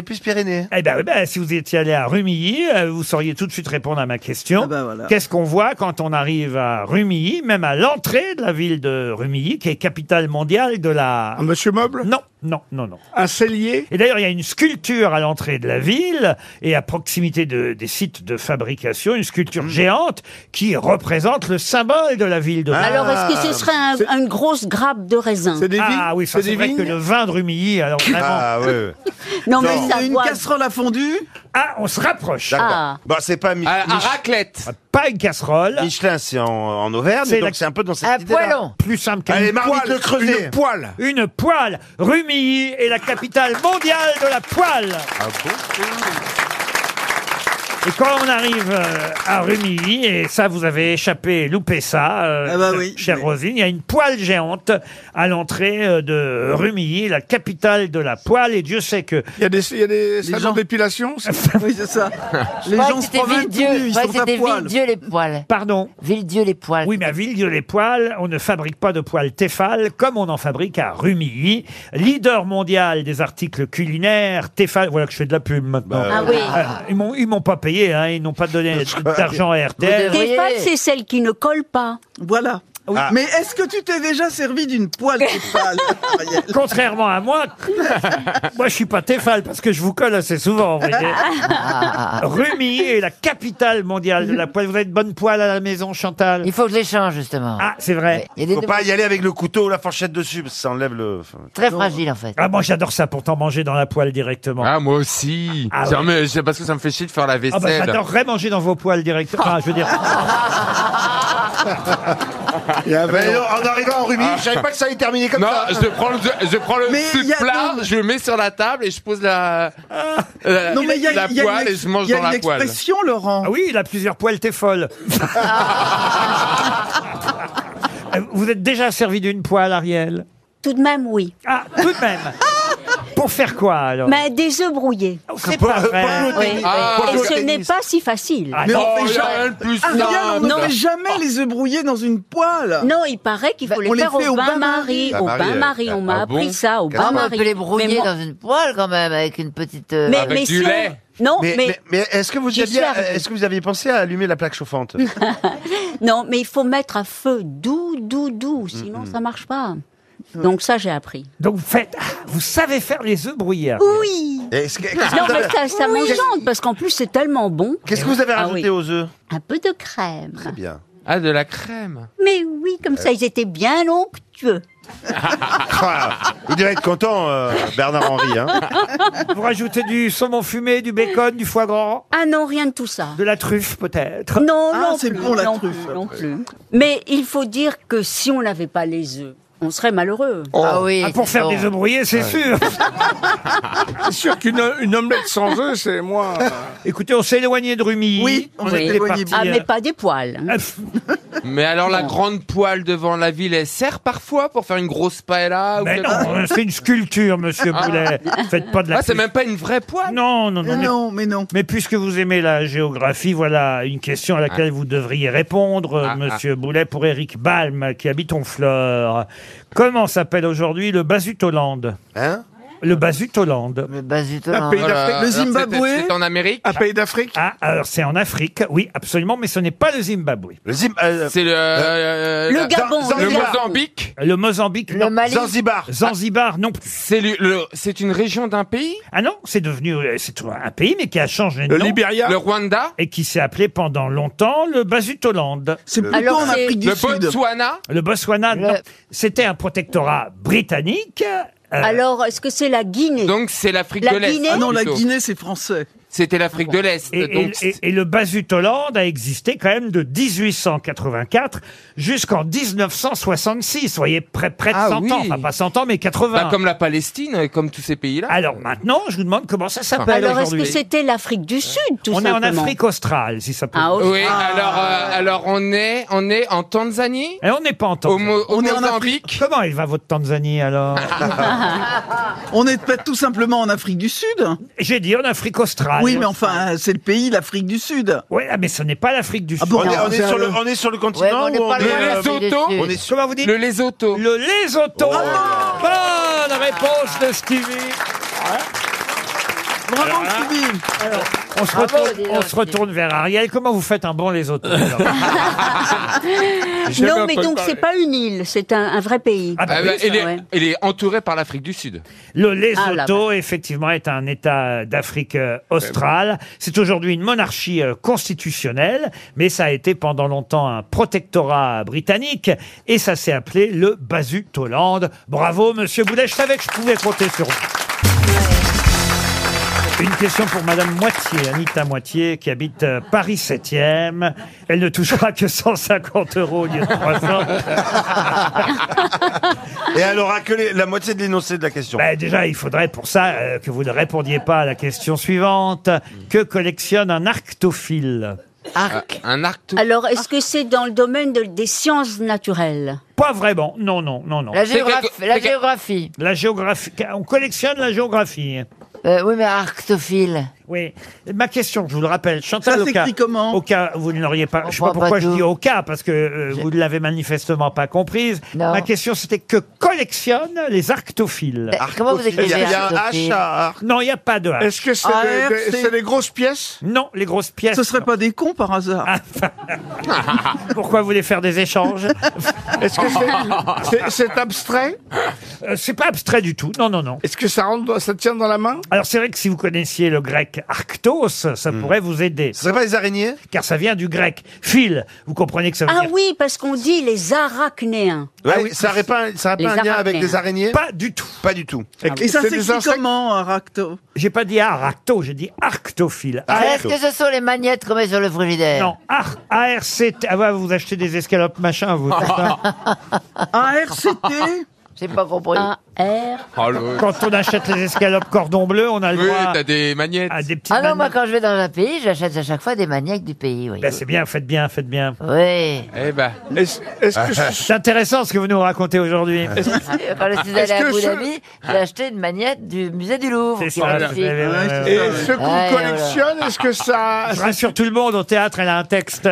[SPEAKER 2] plus, Pyrénées. Eh ben, oui, ben, si vous étiez allé à Rumilly, euh, vous sauriez tout de suite répondre à ma question. Qu'est-ce qu'on voit quand on arrive à Rumilly, même à l'entrée de la ville de Rumilly, qui est capitale mondiale de la... Un
[SPEAKER 5] monsieur meuble
[SPEAKER 2] Non, non, non, non.
[SPEAKER 5] Un cellier
[SPEAKER 2] Et d'ailleurs, il y a une sculpture à l'entrée de la ville et à proximité de- des sites de fabrication, une sculpture géante qui représente le symbole de la ville de Rumilly.
[SPEAKER 6] Ah. Alors, est-ce que ce serait un- une grosse grappe de raisin
[SPEAKER 2] Ah oui, ça c'est vrai que le vin de Rumilly, alors vraiment...
[SPEAKER 7] Ah, ouais, ouais.
[SPEAKER 6] Non, mais
[SPEAKER 7] Non.
[SPEAKER 6] ça
[SPEAKER 7] Une
[SPEAKER 6] voit-
[SPEAKER 8] Casserole à fondue
[SPEAKER 2] Ah, on se rapproche.
[SPEAKER 7] D'accord.
[SPEAKER 6] Ah.
[SPEAKER 7] Bah, c'est pas mi-
[SPEAKER 2] À- à
[SPEAKER 7] Mich- Ah,
[SPEAKER 2] raclette. Pas une casserole.
[SPEAKER 7] Michelin, c'est en, en Auvergne,
[SPEAKER 2] C'est
[SPEAKER 7] donc
[SPEAKER 2] la-
[SPEAKER 7] c'est un peu dans cette
[SPEAKER 2] Un
[SPEAKER 7] idée-là.
[SPEAKER 2] poêlon. Plus simple qu'une
[SPEAKER 7] Allez, marmite
[SPEAKER 2] poêle.
[SPEAKER 7] le creuset.
[SPEAKER 2] Une poêle. Une poêle. Rumilly est la capitale mondiale de la poêle.
[SPEAKER 7] Ah bon
[SPEAKER 2] Et quand on arrive euh, à Rumilly, et ça vous avez échappé, loupé ça, euh,
[SPEAKER 8] Ah bah oui.
[SPEAKER 2] chère Rosine, il y a une poêle géante à l'entrée euh, de Rumilly, la capitale de la poêle, et Dieu sait que...
[SPEAKER 5] Il y a des, il y a des salons
[SPEAKER 2] gens-
[SPEAKER 5] d'épilation
[SPEAKER 8] *laughs* Oui,
[SPEAKER 2] *laughs*
[SPEAKER 8] c'est ça.
[SPEAKER 3] Je croyais que c'était Villedieu. Je croyais que c'était Villedieu les poils.
[SPEAKER 2] Pardon
[SPEAKER 3] Villedieu les poils.
[SPEAKER 2] Oui, mais à Villedieu-les-Poils, on ne fabrique pas de poils Tefal comme on en fabrique à Rumilly. Leader mondial des articles culinaires, Tefal. Voilà que je fais de la pub maintenant.
[SPEAKER 6] Ah oui.
[SPEAKER 2] Ah, ils m'ont, ils m'ont pas payé, hein, ils n'ont pas donné d'argent à RTL.
[SPEAKER 6] Stéphane, c'est celle qui ne colle pas.
[SPEAKER 8] Voilà.
[SPEAKER 2] Oui. Ah.
[SPEAKER 8] Mais est-ce que tu t'es déjà servi d'une poêle Stéphane Ariel
[SPEAKER 2] Contrairement à
[SPEAKER 7] *laughs*
[SPEAKER 2] moi, moi je suis pas Tefal parce que je vous colle assez souvent. Vous voyez.
[SPEAKER 7] Ah.
[SPEAKER 2] Rumilly est la capitale mondiale de la poêle. Vous avez de bonnes poêles à la maison, Chantal
[SPEAKER 3] Il faut que je les change, justement.
[SPEAKER 2] Ah, c'est vrai.
[SPEAKER 7] Faut pas y aller avec le couteau ou la fourchette dessus, parce que ça enlève le.
[SPEAKER 3] Très fragile, en fait.
[SPEAKER 2] Ah, moi j'adore ça pour t'en manger dans la poêle directement.
[SPEAKER 9] Ah, moi aussi.
[SPEAKER 2] Ah
[SPEAKER 9] Tiens,
[SPEAKER 2] ouais.
[SPEAKER 9] mais c'est parce que ça me fait chier de faire la
[SPEAKER 2] Ah bah,
[SPEAKER 9] vaisselle.
[SPEAKER 2] j'adorerais manger dans vos poils directement. Enfin, je
[SPEAKER 7] *laughs*
[SPEAKER 2] veux dire.
[SPEAKER 7] Mais non, en arrivant en Rubis,
[SPEAKER 9] ben Ah.
[SPEAKER 7] je savais pas que ça allait terminer comme
[SPEAKER 9] non,
[SPEAKER 7] ça.
[SPEAKER 9] je prends le, je prends le
[SPEAKER 7] Mais
[SPEAKER 9] truc
[SPEAKER 7] y a-
[SPEAKER 9] plat, je le mets sur la table et je pose la, la,
[SPEAKER 8] Non, mais il y a,
[SPEAKER 9] Euh, la
[SPEAKER 8] il y a
[SPEAKER 9] poêle
[SPEAKER 8] une,
[SPEAKER 9] et
[SPEAKER 8] ex-
[SPEAKER 9] je mange
[SPEAKER 8] il y a
[SPEAKER 9] dans
[SPEAKER 8] une
[SPEAKER 9] la poêle.
[SPEAKER 8] expression, Laurent. Ah.
[SPEAKER 2] Ah oui, il a plusieurs poils, t'es folle. Euh, *laughs* Vous êtes déjà servi d'une poêle, Ariel
[SPEAKER 6] Tout de même, oui.
[SPEAKER 2] Ah, tout de même Pour faire quoi, alors
[SPEAKER 6] *laughs* Mais des œufs brouillés.
[SPEAKER 2] C'est pas vrai.
[SPEAKER 6] Oui, oui.
[SPEAKER 7] Ah,
[SPEAKER 6] Et ce n'est pas si facile.
[SPEAKER 8] Mais on fait jamais, Ariel, on ne fait jamais les œufs brouillés dans une poêle.
[SPEAKER 6] Non, il paraît
[SPEAKER 3] Bah,
[SPEAKER 6] qu'il faut
[SPEAKER 8] on
[SPEAKER 6] les
[SPEAKER 8] les
[SPEAKER 6] faire
[SPEAKER 8] fait
[SPEAKER 6] au
[SPEAKER 8] au
[SPEAKER 6] bain-marie.
[SPEAKER 8] bain-marie.
[SPEAKER 6] Au
[SPEAKER 8] Ah, Marie,
[SPEAKER 6] bain-marie,
[SPEAKER 8] euh,
[SPEAKER 6] on m'a
[SPEAKER 8] ah bon
[SPEAKER 6] appris ça, au
[SPEAKER 3] Ah, mais on
[SPEAKER 6] bain-marie.
[SPEAKER 3] peut les
[SPEAKER 6] Mais
[SPEAKER 3] brouiller
[SPEAKER 6] moi-
[SPEAKER 3] dans une poêle quand même, avec une petite. euh,
[SPEAKER 6] Mais- Avec mais du si on- lait. Non,
[SPEAKER 7] mais,
[SPEAKER 6] mais-
[SPEAKER 7] mais, mais est-ce que vous
[SPEAKER 6] J'y
[SPEAKER 7] aviez,
[SPEAKER 6] suis arrivée.
[SPEAKER 7] est-ce que vous aviez pensé à allumer la plaque
[SPEAKER 6] *laughs*
[SPEAKER 7] chauffante
[SPEAKER 6] Non, mais il faut mettre un feu doux, doux,
[SPEAKER 7] Mm,
[SPEAKER 6] doux, sinon ça marche pas. Donc ça, j'ai appris.
[SPEAKER 2] Donc vous faites, Ah. vous savez faire les œufs brouillés.
[SPEAKER 6] Oui
[SPEAKER 7] Est-ce
[SPEAKER 8] *laughs*
[SPEAKER 7] que- qu'est-ce que
[SPEAKER 6] Non,
[SPEAKER 7] vous
[SPEAKER 6] mais
[SPEAKER 7] avez-
[SPEAKER 6] ça, ça
[SPEAKER 7] Oui.
[SPEAKER 6] m'enchante, parce qu'en plus, c'est tellement bon.
[SPEAKER 7] Qu'est-ce que vous avez
[SPEAKER 6] Ah
[SPEAKER 7] rajouté
[SPEAKER 6] oui.
[SPEAKER 7] aux œufs
[SPEAKER 6] Un peu de crème.
[SPEAKER 7] Bien.
[SPEAKER 9] Ah, de la crème.
[SPEAKER 6] Mais oui, comme ça, ils étaient bien onctueux.
[SPEAKER 7] Il devait être content, euh, Bernard Henry. Hein.
[SPEAKER 2] *laughs* Vous rajoutez du saumon fumé, du bacon, du foie gras,
[SPEAKER 6] Ah non, rien de tout ça.
[SPEAKER 2] de la truffe peut-être.
[SPEAKER 6] Non,
[SPEAKER 8] Ah,
[SPEAKER 6] non,
[SPEAKER 8] c'est
[SPEAKER 6] plus,
[SPEAKER 8] bon, la
[SPEAKER 6] non
[SPEAKER 8] truffe.
[SPEAKER 6] plus, non plus. Mais il faut dire que si on n'avait pas les œufs, on serait malheureux.
[SPEAKER 8] Oh.
[SPEAKER 5] Oh.
[SPEAKER 3] Ah oui.
[SPEAKER 2] Ah, pour
[SPEAKER 3] c'est
[SPEAKER 2] faire
[SPEAKER 3] bon.
[SPEAKER 2] des œufs brouillés, c'est sûr.
[SPEAKER 5] *laughs* C'est sûr qu'une une omelette sans œufs, c'est moins. euh,
[SPEAKER 2] Écoutez, on s'est éloigné de Rumi.
[SPEAKER 8] Oui, on s'est
[SPEAKER 2] est
[SPEAKER 8] éloigné.
[SPEAKER 2] parti,
[SPEAKER 6] Ah, mais
[SPEAKER 2] euh,
[SPEAKER 6] pas des poils. hein.
[SPEAKER 9] Mais alors, la grande poêle devant la ville, elle sert parfois pour faire une grosse paella ou
[SPEAKER 2] Mais
[SPEAKER 9] quelque chose
[SPEAKER 2] non, euh, c'est une sculpture, monsieur
[SPEAKER 9] Ah.
[SPEAKER 2] Boulet. Faites pas de la
[SPEAKER 9] Ah, c'est
[SPEAKER 2] sculpture.
[SPEAKER 9] même pas une vraie poêle
[SPEAKER 2] Non, non, non.
[SPEAKER 8] Mais
[SPEAKER 2] mais-
[SPEAKER 8] Non, mais non.
[SPEAKER 2] Mais puisque vous aimez la géographie, voilà une question à laquelle vous devriez répondre, euh,
[SPEAKER 9] Ah,
[SPEAKER 2] Monsieur Boulet, pour Éric Balm, qui habite Honfleur. Comment s'appelle aujourd'hui le Basutoland
[SPEAKER 7] Hein
[SPEAKER 2] Le Basutoland.
[SPEAKER 3] Le basutoland.
[SPEAKER 5] pays d'Afrique,
[SPEAKER 8] Le
[SPEAKER 9] Alors, c'est-
[SPEAKER 8] Zimbabwe
[SPEAKER 9] C'est en Amérique
[SPEAKER 5] un pays d'Afrique.
[SPEAKER 2] Ah, alors c'est en Afrique, oui, absolument, mais ce n'est pas le Zimbabwe.
[SPEAKER 7] Le Zim- euh,
[SPEAKER 9] C'est le... euh,
[SPEAKER 6] Le
[SPEAKER 9] la-
[SPEAKER 6] Gabon,
[SPEAKER 9] Le
[SPEAKER 6] le Gabon.
[SPEAKER 9] Mozambique
[SPEAKER 2] Le Mozambique,
[SPEAKER 3] Le
[SPEAKER 2] non.
[SPEAKER 3] Mali.
[SPEAKER 7] Zanzibar.
[SPEAKER 2] Zanzibar, non.
[SPEAKER 9] C'est le- le- c'est une région d'un pays
[SPEAKER 2] Ah non, c'est devenu euh, c'est un pays, mais qui a changé de
[SPEAKER 5] Le
[SPEAKER 2] nom.
[SPEAKER 5] Libéria.
[SPEAKER 9] Le Rwanda
[SPEAKER 2] Et qui s'est appelé pendant longtemps le Basutoland.
[SPEAKER 8] C'est plutôt
[SPEAKER 6] Alors,
[SPEAKER 8] en
[SPEAKER 6] c'est-
[SPEAKER 8] Afrique du
[SPEAKER 9] Le
[SPEAKER 8] Sud.
[SPEAKER 9] Botswana
[SPEAKER 2] Le Botswana,
[SPEAKER 3] Le-
[SPEAKER 2] non, c'était un protectorat britannique. euh,
[SPEAKER 6] Alors, est-ce que c'est la Guinée
[SPEAKER 9] Donc c'est l'Afrique
[SPEAKER 6] La
[SPEAKER 9] de l'Est.
[SPEAKER 6] Guinée
[SPEAKER 8] Ah non, la
[SPEAKER 9] plutôt.
[SPEAKER 8] Guinée, c'est français.
[SPEAKER 9] C'était l'Afrique de l'Est.
[SPEAKER 2] Et, et-
[SPEAKER 9] Donc
[SPEAKER 2] et- et le Basutoland a existé quand même de 1884 jusqu'en 1966. Vous voyez, près, près de
[SPEAKER 9] Ah
[SPEAKER 2] 100 ans.
[SPEAKER 9] oui.
[SPEAKER 2] Enfin, pas 100 ans, mais 80.
[SPEAKER 9] bah, comme la Palestine, comme tous ces pays-là.
[SPEAKER 2] Alors maintenant, je vous demande comment ça s'appelle
[SPEAKER 6] Alors, est-ce que
[SPEAKER 2] aujourd'hui.
[SPEAKER 6] c'était l'Afrique du Sud, tout
[SPEAKER 2] On
[SPEAKER 6] simplement
[SPEAKER 2] est en Afrique australe, si ça peut.
[SPEAKER 6] Ah,
[SPEAKER 3] oh.
[SPEAKER 2] vous-
[SPEAKER 6] ok.
[SPEAKER 9] oui, alors euh, alors on est on est en Tanzanie,
[SPEAKER 2] Et on n'est pas en
[SPEAKER 9] au,
[SPEAKER 2] Tanzanie.
[SPEAKER 9] Mo- au
[SPEAKER 8] On est en
[SPEAKER 9] Mozambique.
[SPEAKER 2] Comment il va votre Tanzanie
[SPEAKER 3] *laughs*
[SPEAKER 2] alors
[SPEAKER 8] *laughs* On est peut-être tout simplement en Afrique du Sud.
[SPEAKER 2] J'ai dit en Afrique australe.
[SPEAKER 8] oui, mais enfin, c'est le pays, l'Afrique du Sud.
[SPEAKER 2] Ouais, ah, mais ce n'est pas l'Afrique du
[SPEAKER 8] Ah
[SPEAKER 2] Sud.
[SPEAKER 8] bon
[SPEAKER 7] on, est, on,
[SPEAKER 8] c'est
[SPEAKER 7] est sur
[SPEAKER 8] un-
[SPEAKER 7] le, on est sur le
[SPEAKER 3] Ouais, mais
[SPEAKER 7] continent
[SPEAKER 3] on n'est
[SPEAKER 7] ou on
[SPEAKER 3] pas
[SPEAKER 7] est,
[SPEAKER 3] loin de
[SPEAKER 7] euh,
[SPEAKER 3] l'Afrique
[SPEAKER 9] Lesotho.
[SPEAKER 3] du Sud.
[SPEAKER 7] on est sur-
[SPEAKER 2] Comment vous dites
[SPEAKER 9] Le Lesotho.
[SPEAKER 2] Le Lesotho. *laughs*
[SPEAKER 8] Oh.
[SPEAKER 2] Bonne réponse de Stevie.
[SPEAKER 8] Bravo, Stevie.
[SPEAKER 2] On se,
[SPEAKER 3] Bravo,
[SPEAKER 2] retourne,
[SPEAKER 3] dis
[SPEAKER 2] on
[SPEAKER 3] donc,
[SPEAKER 2] se
[SPEAKER 3] Stevie.
[SPEAKER 2] retourne vers Ariel. Comment vous faites un bon Lesotho alors
[SPEAKER 8] *laughs*
[SPEAKER 5] Jamais
[SPEAKER 6] Ah. Non, mais
[SPEAKER 5] entendu
[SPEAKER 6] donc
[SPEAKER 5] parler.
[SPEAKER 6] c'est pas une île, c'est un, un vrai pays.
[SPEAKER 2] Ah bah
[SPEAKER 9] Ah
[SPEAKER 2] oui,
[SPEAKER 9] bah,
[SPEAKER 6] ça,
[SPEAKER 9] il, est,
[SPEAKER 6] ouais.
[SPEAKER 9] il est entouré par l'Afrique du Sud.
[SPEAKER 2] Le
[SPEAKER 6] Ah,
[SPEAKER 2] Lesotho,
[SPEAKER 6] là-bas.
[SPEAKER 2] effectivement, est un État d'Afrique euh, australe. C'est aujourd'hui une monarchie euh, constitutionnelle, mais ça a été pendant longtemps un protectorat britannique, et ça s'est appelé le Basutoland. Bravo, Monsieur Boulet, je savais que je pouvais compter sur vous. Une question pour Madame Moitié, Anita Moitié, qui habite euh, Paris 7e. Elle ne touchera que 150 euros au lieu de 300.
[SPEAKER 7] Et elle aura que les- la moitié de l'énoncé de la question.
[SPEAKER 2] Ben, déjà, il faudrait pour ça euh, que vous ne répondiez pas à la question suivante. Que collectionne un arctophile
[SPEAKER 3] Arc.
[SPEAKER 9] Un arc
[SPEAKER 6] Alors, est-ce que c'est dans le domaine de- des sciences naturelles
[SPEAKER 2] Ah. Pas vraiment. Non, non, Ah, non, non.
[SPEAKER 3] La,
[SPEAKER 9] C'est quelque-
[SPEAKER 3] géograph-
[SPEAKER 9] c'est
[SPEAKER 3] la
[SPEAKER 9] quelque-
[SPEAKER 3] géographie.
[SPEAKER 2] La géographie. On collectionne la géographie.
[SPEAKER 3] Euh, oui, mais arctophile.
[SPEAKER 2] Oui. Ma question, je vous le rappelle, Chantal,
[SPEAKER 8] Ça
[SPEAKER 2] au cas,
[SPEAKER 8] s'écrit comment
[SPEAKER 2] au cas où vous ne l'auriez pas,
[SPEAKER 3] On
[SPEAKER 2] je sais pas
[SPEAKER 3] comprend pas
[SPEAKER 2] pourquoi je
[SPEAKER 3] tout.
[SPEAKER 2] dis au cas, parce que euh, vous ne l'avez manifestement pas comprise.
[SPEAKER 3] Non.
[SPEAKER 2] Ma question, c'était que collectionnent les arctophiles
[SPEAKER 3] Euh, Comment vous
[SPEAKER 7] Il y
[SPEAKER 3] écrivez
[SPEAKER 7] a, il y a un H
[SPEAKER 3] arctophile
[SPEAKER 7] à Arc.
[SPEAKER 2] Non, il n'y a pas de H.
[SPEAKER 5] Est-ce que c'est
[SPEAKER 8] Ah,
[SPEAKER 5] des- des,
[SPEAKER 8] R, c'est-
[SPEAKER 5] c'est des grosses pièces
[SPEAKER 2] Non, les grosses pièces. Ah, bah.
[SPEAKER 8] Ce serait pas des cons par hasard.
[SPEAKER 2] Pourquoi vous voulez faire des échanges
[SPEAKER 5] *laughs* Est-ce que c'est- c'est c'est abstrait
[SPEAKER 2] Euh, C'est pas abstrait du tout. Non, non, non.
[SPEAKER 5] Est-ce que ça rentre, dans- ça tient dans la main
[SPEAKER 2] Alors c'est vrai que si vous connaissiez le grec arctos, ça pourrait vous aider,
[SPEAKER 7] Hmm. Ce serait pas les araignées
[SPEAKER 2] car ça vient du grec fil. Vous comprenez que ça veut
[SPEAKER 6] Ah
[SPEAKER 2] dire
[SPEAKER 6] oui, parce qu'on dit les arachnéens.
[SPEAKER 7] Ah oui, ça n'aurait pas, ça aurait
[SPEAKER 6] Les
[SPEAKER 7] pas un lien
[SPEAKER 6] araignées.
[SPEAKER 7] avec les araignées
[SPEAKER 2] pas du tout.
[SPEAKER 7] Pas du tout.
[SPEAKER 8] Et ça
[SPEAKER 5] C'est des
[SPEAKER 8] s'écrit
[SPEAKER 5] insectes
[SPEAKER 8] comment, un racto
[SPEAKER 2] J'ai pas dit aracto, j'ai dit arctophile.
[SPEAKER 3] Ah, Est-ce que ce sont les magnettes qu'on met sur le frigidaire
[SPEAKER 2] Non, ar- ah ARCT. Ah, bah, vous achetez des escalopes machin, vous. c'est ça
[SPEAKER 8] Un RCT
[SPEAKER 3] *laughs* J'ai pas compris. Ah
[SPEAKER 6] R.
[SPEAKER 9] *laughs* Oh, le-
[SPEAKER 2] *laughs* Quand on achète les escalopes cordon bleu, on a le
[SPEAKER 9] Oui,
[SPEAKER 2] droit
[SPEAKER 9] t'as des magnettes.
[SPEAKER 2] à des petites
[SPEAKER 3] Ah non, moi
[SPEAKER 2] manettes.
[SPEAKER 3] quand je vais dans un pays, j'achète à chaque fois des maniaques du pays. Oui.
[SPEAKER 2] Ben, c'est bien, faites bien, faites bien.
[SPEAKER 3] Oui.
[SPEAKER 9] Eh ben.
[SPEAKER 5] Est-ce que je-
[SPEAKER 2] *laughs* C'est intéressant ce que vous nous racontez aujourd'hui.
[SPEAKER 3] *laughs* Quand je suis allé
[SPEAKER 5] Est-ce
[SPEAKER 3] à
[SPEAKER 5] que
[SPEAKER 3] Abu
[SPEAKER 5] ce-
[SPEAKER 3] Dhabi, j'ai acheté une magnette du musée du Louvre.
[SPEAKER 2] *laughs* C'est
[SPEAKER 3] qui
[SPEAKER 2] ça,
[SPEAKER 3] est
[SPEAKER 2] vous
[SPEAKER 3] magnifique.
[SPEAKER 2] avez- ouais, ouais,
[SPEAKER 5] Et
[SPEAKER 2] ouais.
[SPEAKER 5] ce qu'on
[SPEAKER 3] Ouais,
[SPEAKER 5] collectionne,
[SPEAKER 3] voilà.
[SPEAKER 5] est-ce que ça...
[SPEAKER 2] Je rassure tout le monde, au théâtre, elle a un
[SPEAKER 3] *laughs*
[SPEAKER 2] texte.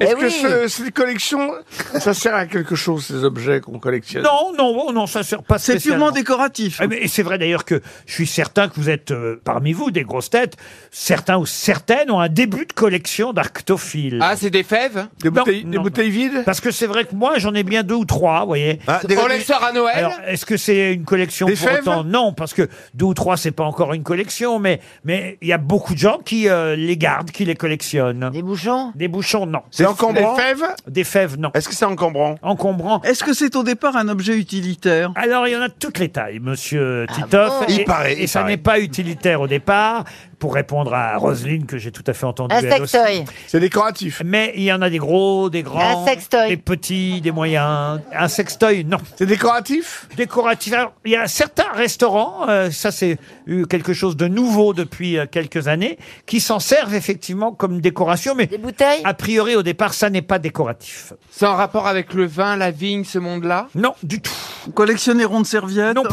[SPEAKER 5] Est-ce
[SPEAKER 3] Eh
[SPEAKER 5] que
[SPEAKER 3] oui.
[SPEAKER 5] ce- ces collections, ça sert à quelque chose, ces objets qu'on collectionne
[SPEAKER 2] Non, non, non, ça sert pas
[SPEAKER 8] C'est
[SPEAKER 2] spécialement.
[SPEAKER 8] purement décoratif.
[SPEAKER 2] Ah, mais- Et c'est vrai d'ailleurs que je suis certain que vous êtes euh, parmi vous des grosses têtes. Certains ou certaines ont un début de collection d'arctophiles.
[SPEAKER 9] Ah, c'est des fèves
[SPEAKER 5] Des
[SPEAKER 2] Non,
[SPEAKER 5] bouteilles,
[SPEAKER 2] non,
[SPEAKER 5] des
[SPEAKER 2] non.
[SPEAKER 5] bouteilles vides
[SPEAKER 2] Parce que c'est vrai que moi j'en ai bien deux ou trois, vous voyez.
[SPEAKER 7] Ah, des-
[SPEAKER 9] On les sort à Noël
[SPEAKER 2] Alors, est-ce que c'est une collection
[SPEAKER 5] Des
[SPEAKER 2] pour
[SPEAKER 5] fèves
[SPEAKER 2] autant Non, parce que deux ou trois, c'est pas encore une collection, mais mais il y a beaucoup de gens qui euh, les gardent, qui les collectionnent.
[SPEAKER 3] Des bouchons
[SPEAKER 2] Des bouchons, non.
[SPEAKER 7] C'est
[SPEAKER 5] Des
[SPEAKER 7] encombrant
[SPEAKER 5] fèves
[SPEAKER 2] Des fèves, non.
[SPEAKER 7] Est-ce que c'est encombrant
[SPEAKER 2] Encombrant.
[SPEAKER 8] Est-ce que c'est au départ un objet utilitaire
[SPEAKER 2] Alors, il y en a de toutes les tailles, monsieur Titoff.
[SPEAKER 3] bon
[SPEAKER 2] et,
[SPEAKER 7] Il paraît,
[SPEAKER 2] Et
[SPEAKER 7] il
[SPEAKER 2] ça
[SPEAKER 7] paraît.
[SPEAKER 2] n'est pas utilitaire au départ, pour répondre à Roselyne, que j'ai tout à fait entendu.
[SPEAKER 3] Un
[SPEAKER 2] elle aussi.
[SPEAKER 3] sextoy.
[SPEAKER 5] C'est décoratif.
[SPEAKER 2] Mais il y en a des gros, des grands.
[SPEAKER 3] Un sextoy.
[SPEAKER 2] Des petits, des moyens. Un sextoy, non.
[SPEAKER 5] C'est décoratif
[SPEAKER 2] Décoratif. Alors, il y a certains restaurants, euh, ça c'est eu quelque chose de nouveau depuis euh, quelques années, qui s'en servent effectivement comme décoration, mais
[SPEAKER 3] Des bouteilles
[SPEAKER 2] a priori au départ, ça n'est pas décoratif.
[SPEAKER 9] C'est en rapport avec le vin, la vigne, ce monde-là
[SPEAKER 2] Non, du tout.
[SPEAKER 8] Collectionner rondes serviettes
[SPEAKER 2] Non.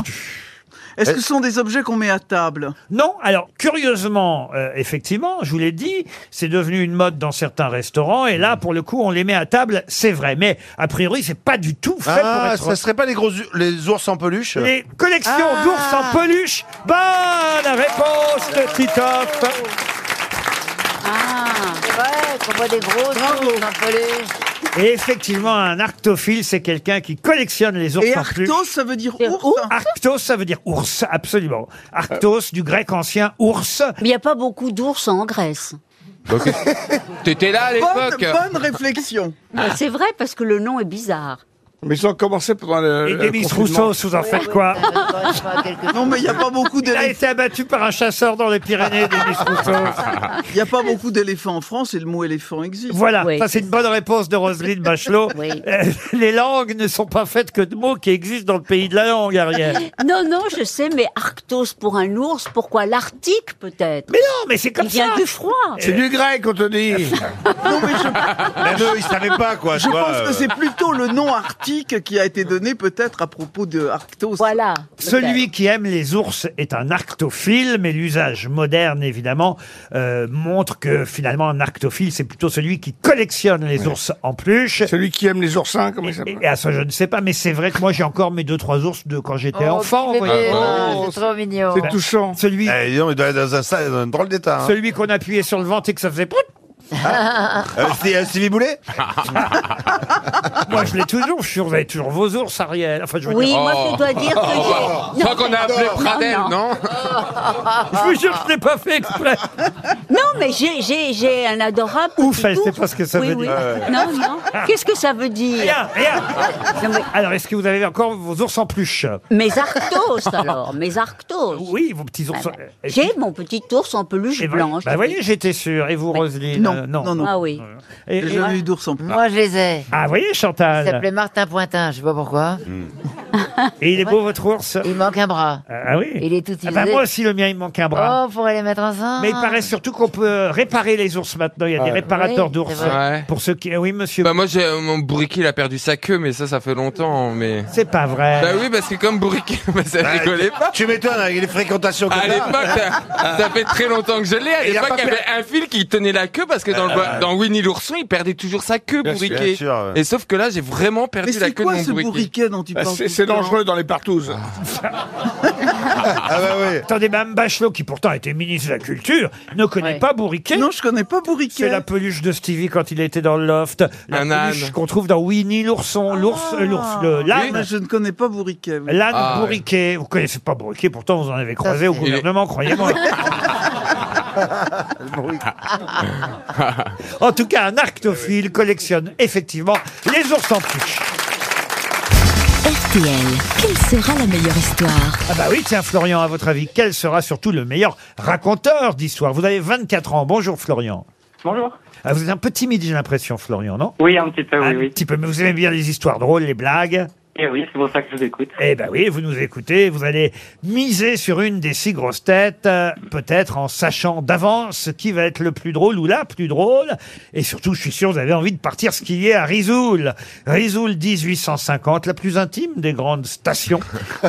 [SPEAKER 8] Est-ce que ce sont des objets qu'on met à table
[SPEAKER 2] Non, alors curieusement, euh, effectivement, je vous l'ai dit, c'est devenu une mode dans certains restaurants et
[SPEAKER 7] Hmm.
[SPEAKER 2] là, pour le coup, on les met à table, c'est vrai. Mais a priori, c'est pas du tout fait pour
[SPEAKER 7] Ah,
[SPEAKER 2] être.
[SPEAKER 7] ça serait pas les gros u- les ours en peluche
[SPEAKER 2] Les collections
[SPEAKER 3] Ah.
[SPEAKER 2] d'ours en peluche. Bonne réponse de Titoff.
[SPEAKER 6] Ah.
[SPEAKER 3] C'est vrai qu'on voit des gros ours en peluche.
[SPEAKER 2] Et effectivement, un arctophile, c'est quelqu'un qui collectionne les ours
[SPEAKER 8] Et
[SPEAKER 2] en peluche.
[SPEAKER 8] Arctos, ça veut dire
[SPEAKER 6] C'est
[SPEAKER 8] ours
[SPEAKER 6] ours
[SPEAKER 2] Arctos, ça veut dire ours, absolument. Arctos, du grec ancien ours.
[SPEAKER 6] Mais il n'y a pas beaucoup d'ours en Grèce.
[SPEAKER 9] Ok. T'étais là à
[SPEAKER 8] bonne,
[SPEAKER 9] l'époque
[SPEAKER 8] bonne réflexion.
[SPEAKER 6] *laughs* Mais C'est vrai parce que le nom est bizarre.
[SPEAKER 5] Mais ils ont commencé pendant le.
[SPEAKER 2] Et
[SPEAKER 5] le
[SPEAKER 2] Demis
[SPEAKER 5] confinement.
[SPEAKER 2] Rousseau, vous en faites quoi
[SPEAKER 3] Ça donne pas- pas quelque
[SPEAKER 8] Non, mais il n'y a pas beaucoup
[SPEAKER 2] Il a
[SPEAKER 8] d'éléphants.
[SPEAKER 2] été abattu par un chasseur dans les Pyrénées, Demis Rousseau.
[SPEAKER 8] Il n'y a pas beaucoup d'éléphants en France et le mot éléphant existe.
[SPEAKER 2] Voilà,
[SPEAKER 6] Oui.
[SPEAKER 2] ça c'est une bonne réponse de Roselyne Bachelot.
[SPEAKER 6] Oui.
[SPEAKER 2] Euh, Les langues ne sont pas faites que de mots qui existent dans le pays de la langue, Ariel.
[SPEAKER 6] Non, non, je sais, mais Arctos pour un ours, pourquoi l'Arctique peut-être
[SPEAKER 2] Mais non, mais c'est
[SPEAKER 6] Il
[SPEAKER 2] comme ça.
[SPEAKER 6] vient du froid.
[SPEAKER 5] C'est du grec, on
[SPEAKER 2] *laughs*
[SPEAKER 5] te dit. *laughs*
[SPEAKER 7] Même eux, ils savaient pas quoi, euh.
[SPEAKER 8] Je pense
[SPEAKER 2] euh.
[SPEAKER 8] que c'est plutôt le nom arctique qui a été donné peut-être à propos de Arctos.
[SPEAKER 6] Voilà.
[SPEAKER 2] Celui qui aime les ours est un arctophile, mais l'usage moderne, évidemment, euh, montre que finalement un arctophile, c'est plutôt celui qui collectionne les ours en peluche.
[SPEAKER 5] Celui qui aime les oursins, comment
[SPEAKER 2] Et,
[SPEAKER 5] il s'appelle
[SPEAKER 2] et à ça, je ne sais pas, mais c'est vrai que moi, j'ai encore mes deux, trois ours de quand j'étais enfant.
[SPEAKER 3] petit
[SPEAKER 2] vous
[SPEAKER 3] bébé,
[SPEAKER 2] voyez.
[SPEAKER 3] ouais, hein, c'est trop mignon.
[SPEAKER 5] C'est touchant.
[SPEAKER 2] Celui,
[SPEAKER 7] Eh, dis donc, il doit être dans un, sa- dans un drôle d'état. hein.
[SPEAKER 2] celui qu'on appuyait sur le ventre et que ça faisait... prout.
[SPEAKER 7] Euh, c'est euh, Stevie Boulet
[SPEAKER 2] *laughs* Moi, je l'ai toujours. Je suis sûr, vous avez toujours vos ours, Ariel. Enfin, je veux
[SPEAKER 6] Oui,
[SPEAKER 2] dire- Oh.
[SPEAKER 6] moi je dois dire que j'ai...
[SPEAKER 9] Toi qu'on a appelé Pradel, non,
[SPEAKER 8] *laughs*
[SPEAKER 2] Je vous jure, je l'ai pas fait exprès.
[SPEAKER 6] Non, mais j'ai- j'ai j'ai un adorable.
[SPEAKER 2] Ouf,
[SPEAKER 6] petit
[SPEAKER 2] elle sait
[SPEAKER 6] ours.
[SPEAKER 2] pas ce que ça
[SPEAKER 6] Oui,
[SPEAKER 2] veut
[SPEAKER 6] oui.
[SPEAKER 2] dire. euh,
[SPEAKER 6] Non, non. Qu'est-ce que ça veut dire
[SPEAKER 2] Rien, rien.
[SPEAKER 6] Non, mais-
[SPEAKER 2] Alors, est-ce que vous avez encore vos ours en pluche
[SPEAKER 6] Mes Arctos alors, mes Arctos. Ah ben,
[SPEAKER 2] Oui, vos petits ours. Et puis-
[SPEAKER 6] J'ai mon petit ours en peluche
[SPEAKER 2] et voilà.
[SPEAKER 6] blanche.
[SPEAKER 2] Bah, voyez, j'étais sûr. Et vous, Roselyne
[SPEAKER 8] Non,
[SPEAKER 2] euh,
[SPEAKER 8] non, non.
[SPEAKER 6] Ah oui.
[SPEAKER 2] Et-
[SPEAKER 8] J'ai
[SPEAKER 2] et-
[SPEAKER 8] jamais eu d'ours en
[SPEAKER 3] *laughs* Moi, je les ai.
[SPEAKER 2] Ah, voyez,
[SPEAKER 3] Il
[SPEAKER 2] Chantal.
[SPEAKER 3] s'appelait Martin Pointin, je sais pas pourquoi.
[SPEAKER 7] Hmm.
[SPEAKER 2] Et il est beau, votre ours
[SPEAKER 3] Il manque un bras.
[SPEAKER 2] Ah oui.
[SPEAKER 3] Il est tout
[SPEAKER 2] Ah bah,
[SPEAKER 3] usé.
[SPEAKER 2] moi aussi, le mien, il me manque un bras.
[SPEAKER 3] Oh, pour les mettre ensemble.
[SPEAKER 2] Mais il paraît surtout qu'on peut réparer les ours maintenant. Il y a des réparateurs
[SPEAKER 3] Oui,
[SPEAKER 2] d'ours.
[SPEAKER 3] c'est vrai.
[SPEAKER 9] Ouais.
[SPEAKER 2] Pour ceux qui. Oui, monsieur.
[SPEAKER 9] Bah moi, j'ai, mon bourriquet, il a perdu sa queue, mais ça, ça fait longtemps, mais...
[SPEAKER 2] C'est pas vrai.
[SPEAKER 9] Bah oui, parce que comme bourriquet, *laughs* bah, ça rigolait pas.
[SPEAKER 7] Tu m'étonnes, hein, avec les fréquentations comme
[SPEAKER 9] À
[SPEAKER 7] ça.
[SPEAKER 9] l'époque, ça, ça fait très longtemps que je l'ai. À
[SPEAKER 7] Ah, Et il a
[SPEAKER 9] l'époque,
[SPEAKER 7] pas
[SPEAKER 9] il y avait
[SPEAKER 7] fait-
[SPEAKER 9] un fil qui tenait la queue parce que dans, le- dans Winnie l'ourson, il perdait toujours sa queue,
[SPEAKER 7] Bien sûr, bien
[SPEAKER 9] bourriquet.
[SPEAKER 7] sûr, ouais.
[SPEAKER 9] Et sauf que là, j'ai vraiment
[SPEAKER 8] Mais
[SPEAKER 9] perdu la
[SPEAKER 8] c'est
[SPEAKER 9] queue de
[SPEAKER 8] quoi
[SPEAKER 9] mon
[SPEAKER 8] ce bourriquet dont tu
[SPEAKER 5] Bah,
[SPEAKER 8] parles
[SPEAKER 5] c'est-
[SPEAKER 8] tout
[SPEAKER 5] C'est
[SPEAKER 8] le temps
[SPEAKER 5] dangereux dans
[SPEAKER 2] *laughs*
[SPEAKER 5] les partouzes.
[SPEAKER 7] Ah bah oui.
[SPEAKER 2] Attendez, Mme Bachelot, qui pourtant était ministre de la Culture, ne connaît
[SPEAKER 6] Ouais.
[SPEAKER 2] pas Bourriquet.
[SPEAKER 8] Non, je connais pas bourriquet.
[SPEAKER 2] C'est la peluche de Stevie quand il était dans le loft. La
[SPEAKER 9] Un
[SPEAKER 2] peluche
[SPEAKER 9] âne.
[SPEAKER 2] qu'on trouve dans Winnie l'ourson, l'ours,
[SPEAKER 3] Ah.
[SPEAKER 2] euh, l'ours, le- l'âne.
[SPEAKER 8] Mais je ne connais pas bourriquet. oui.
[SPEAKER 2] L'âne
[SPEAKER 9] Ah, ouais.
[SPEAKER 2] bourriquet. Vous connaissez pas bourriquet, pourtant vous en avez croisé au
[SPEAKER 3] c'est-
[SPEAKER 2] gouvernement,
[SPEAKER 9] *laughs*
[SPEAKER 2] croyez-moi. *laughs* en tout cas, un arctophile collectionne effectivement les ours en peluche.
[SPEAKER 10] RTL, quelle sera la meilleure histoire
[SPEAKER 2] Ah bah oui, tiens Florian, à votre avis, quel sera surtout le meilleur raconteur d'histoire Vous avez 24 ans. Bonjour Florian.
[SPEAKER 16] Bonjour.
[SPEAKER 2] Ah, vous êtes un peu timide, j'ai l'impression, Florian, non
[SPEAKER 16] Oui, un petit peu, oui,
[SPEAKER 2] Un
[SPEAKER 16] oui.
[SPEAKER 2] petit peu, mais vous aimez bien les histoires drôles, les blagues
[SPEAKER 16] Eh oui, c'est pour ça que je vous écoute.
[SPEAKER 2] Eh ben oui, vous nous écoutez, vous allez miser sur une des six grosses têtes, euh, peut-être en sachant d'avance qui va être le plus drôle ou la plus drôle. Et surtout, je suis sûr, vous avez envie de partir skier à Risoul. Risoul 1850, la plus intime des grandes stations.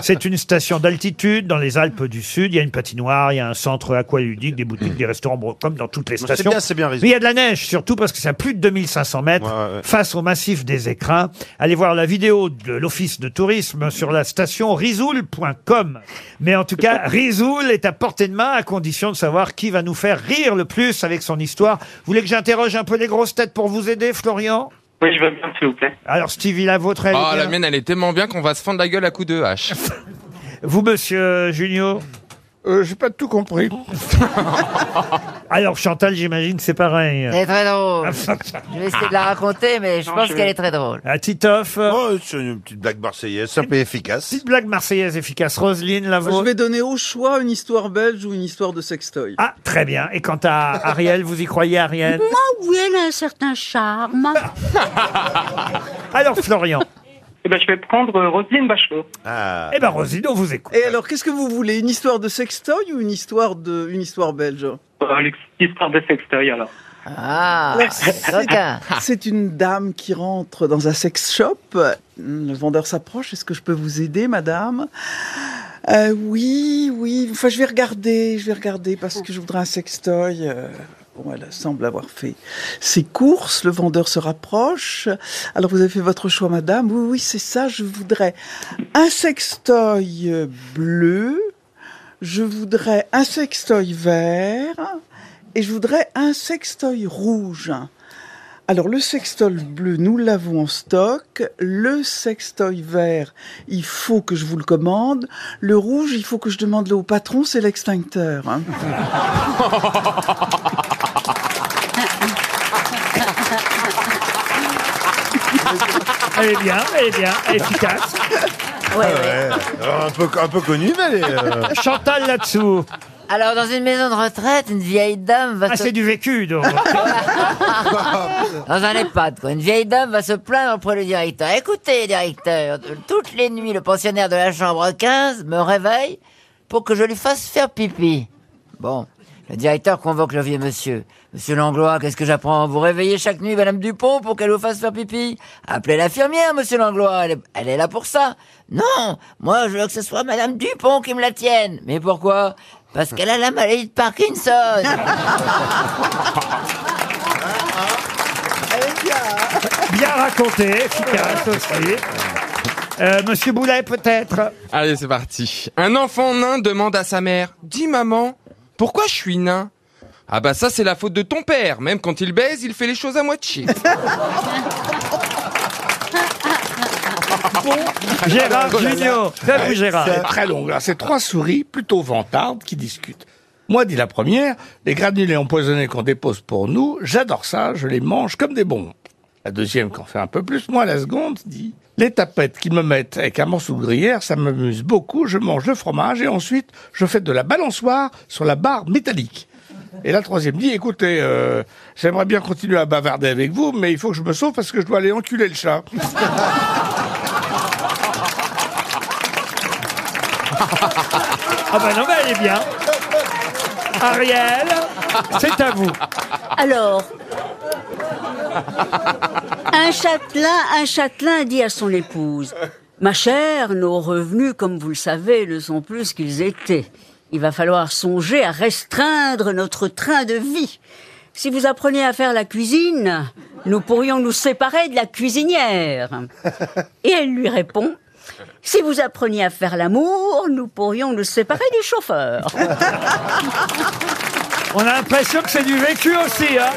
[SPEAKER 2] C'est une station d'altitude dans les Alpes du Sud. Il y a une patinoire, il y a un centre aqualudique, des boutiques, des restaurants, bon, comme dans toutes les
[SPEAKER 7] C'est bien,
[SPEAKER 2] stations.
[SPEAKER 7] c'est bien Risoul.
[SPEAKER 2] Mais il y a de la neige, surtout parce que c'est à plus de 2500 mètres face au massif des écrins. Allez voir la vidéo de l'Office de tourisme sur la station risoul.com. Mais en tout
[SPEAKER 7] *laughs*
[SPEAKER 2] cas, Risoul est à portée de main à condition de savoir qui va nous faire rire le plus avec son histoire. Vous voulez que j'interroge un peu les grosses têtes pour vous aider, Florian
[SPEAKER 16] Oui, je veux bien, s'il vous plaît.
[SPEAKER 2] Alors, Stevie, la vôtre, elle est
[SPEAKER 9] Ah, la
[SPEAKER 2] bien
[SPEAKER 9] mienne, elle est tellement bien qu'on va se fendre la gueule à coups de hache.
[SPEAKER 2] Vous, monsieur Junio
[SPEAKER 5] Euh, J'ai pas tout compris.
[SPEAKER 2] *laughs* Alors, Chantal, j'imagine que c'est pareil.
[SPEAKER 3] *laughs* Elle est très
[SPEAKER 2] *laughs*
[SPEAKER 3] drôle. je vais essayer de la raconter, mais je
[SPEAKER 2] Non,
[SPEAKER 3] pense
[SPEAKER 2] je-
[SPEAKER 3] qu'elle est très drôle.
[SPEAKER 2] À Titoff.
[SPEAKER 7] Oh, c'est une petite blague marseillaise, simple et efficace.
[SPEAKER 2] Petite blague marseillaise efficace. Roselyne, la
[SPEAKER 8] Je
[SPEAKER 2] vôtre
[SPEAKER 8] vais donner au choix une histoire belge ou une histoire de sextoy.
[SPEAKER 2] Ah, très bien. Et quant à Ariel, vous y croyez,
[SPEAKER 8] *laughs*
[SPEAKER 2] Ariel
[SPEAKER 6] Moi, oui, elle a un certain charme.
[SPEAKER 2] *laughs* Alors, Florian
[SPEAKER 16] Eh ben, je vais prendre euh, Roselyne Bachelot.
[SPEAKER 2] Eh ben, Rosine, on vous écoute.
[SPEAKER 8] Et alors, qu'est-ce que vous voulez Une histoire de sextoy ou une histoire, de, une histoire belge
[SPEAKER 16] Euh, L'histoire de sextoy, alors.
[SPEAKER 3] Ah,
[SPEAKER 8] Alors, c'est-
[SPEAKER 3] coquin.
[SPEAKER 8] C'est une dame qui rentre dans un sex shop. Le vendeur s'approche. Est-ce que je peux vous aider, madame Euh, Oui, oui. Enfin, je vais regarder. Je vais regarder parce que je voudrais un sextoy. Euh, Bon, elle semble avoir fait ses courses. Le vendeur se rapproche. Alors, vous avez fait votre choix, madame Oui, oui, c'est ça. Je voudrais un sextoy euh, bleu. Je voudrais un sextoy vert et je voudrais un sextoy rouge. Alors le sextoy bleu, nous l'avons en stock. Le sextoy vert, il faut que je vous le commande. Le rouge, il faut que je demande le au patron, c'est l'extincteur. hein.
[SPEAKER 2] Elle est bien, elle est bien, efficace.
[SPEAKER 7] Ah ouais. Alors, Un, peu, un peu connue, mais elle est,
[SPEAKER 3] *laughs*
[SPEAKER 7] euh,
[SPEAKER 2] Chantal là-dessous.
[SPEAKER 3] Alors, dans une maison de retraite, une vieille dame va
[SPEAKER 2] Ah,
[SPEAKER 3] se...
[SPEAKER 2] c'est du vécu, donc.
[SPEAKER 3] Dans un EHPAD, quoi. Une vieille dame va se plaindre auprès du directeur. Écoutez, directeur, toutes les nuits, le pensionnaire de la chambre 15 me réveille pour que je lui fasse faire pipi. Bon. Le directeur convoque le vieux monsieur. Monsieur Langlois, qu'est-ce que j'apprends Vous réveillez chaque nuit Madame Dupont pour qu'elle vous fasse faire pipi Appelez l'infirmière, monsieur Langlois, elle est, elle est là pour ça. Non, moi je veux que ce soit Madame Dupont qui me la tienne. Mais pourquoi Parce qu'elle a la maladie de Parkinson.
[SPEAKER 2] Bien raconté, efficace aussi. Euh, Monsieur Boulet, peut-être
[SPEAKER 9] *laughs* Allez, c'est parti. Un enfant nain demande à sa mère Dis maman, pourquoi je suis nain Ah bah ça, c'est la faute de ton père. Même quand il baise, il fait les choses à moitié.
[SPEAKER 2] Gérard
[SPEAKER 5] Oh là là.
[SPEAKER 2] Junior. Très
[SPEAKER 5] Ouais,
[SPEAKER 2] vous, Gérard.
[SPEAKER 5] C'est très long. là. C'est trois souris plutôt vantardes qui discutent. Moi, dit la première, les granulés empoisonnés qu'on dépose pour nous, j'adore ça, je les mange comme des bonbons. La deuxième, qu'en fait un peu plus, moi, la seconde, dit Les tapettes qu'ils me mettent avec un morceau de gruyère, ça m'amuse beaucoup, je mange le fromage et ensuite, je fais de la balançoire sur la barre métallique. Et la troisième dit Écoutez, euh, j'aimerais bien continuer à bavarder avec vous, mais il faut que je me sauve parce que je dois aller enculer le chat.
[SPEAKER 2] Ah bah non, mais elle est bien. Ariel, c'est à vous.
[SPEAKER 6] Alors, un châtelain, un châtelain dit à son épouse Ma chère, nos revenus, comme vous le savez, ne sont plus ce qu'ils étaient. Il va falloir songer à restreindre notre train de vie. Si vous appreniez à faire la cuisine, nous pourrions nous séparer de la cuisinière. Et elle lui répond Si vous appreniez à faire l'amour, nous pourrions nous séparer du chauffeur.
[SPEAKER 2] On a l'impression que c'est du vécu aussi, hein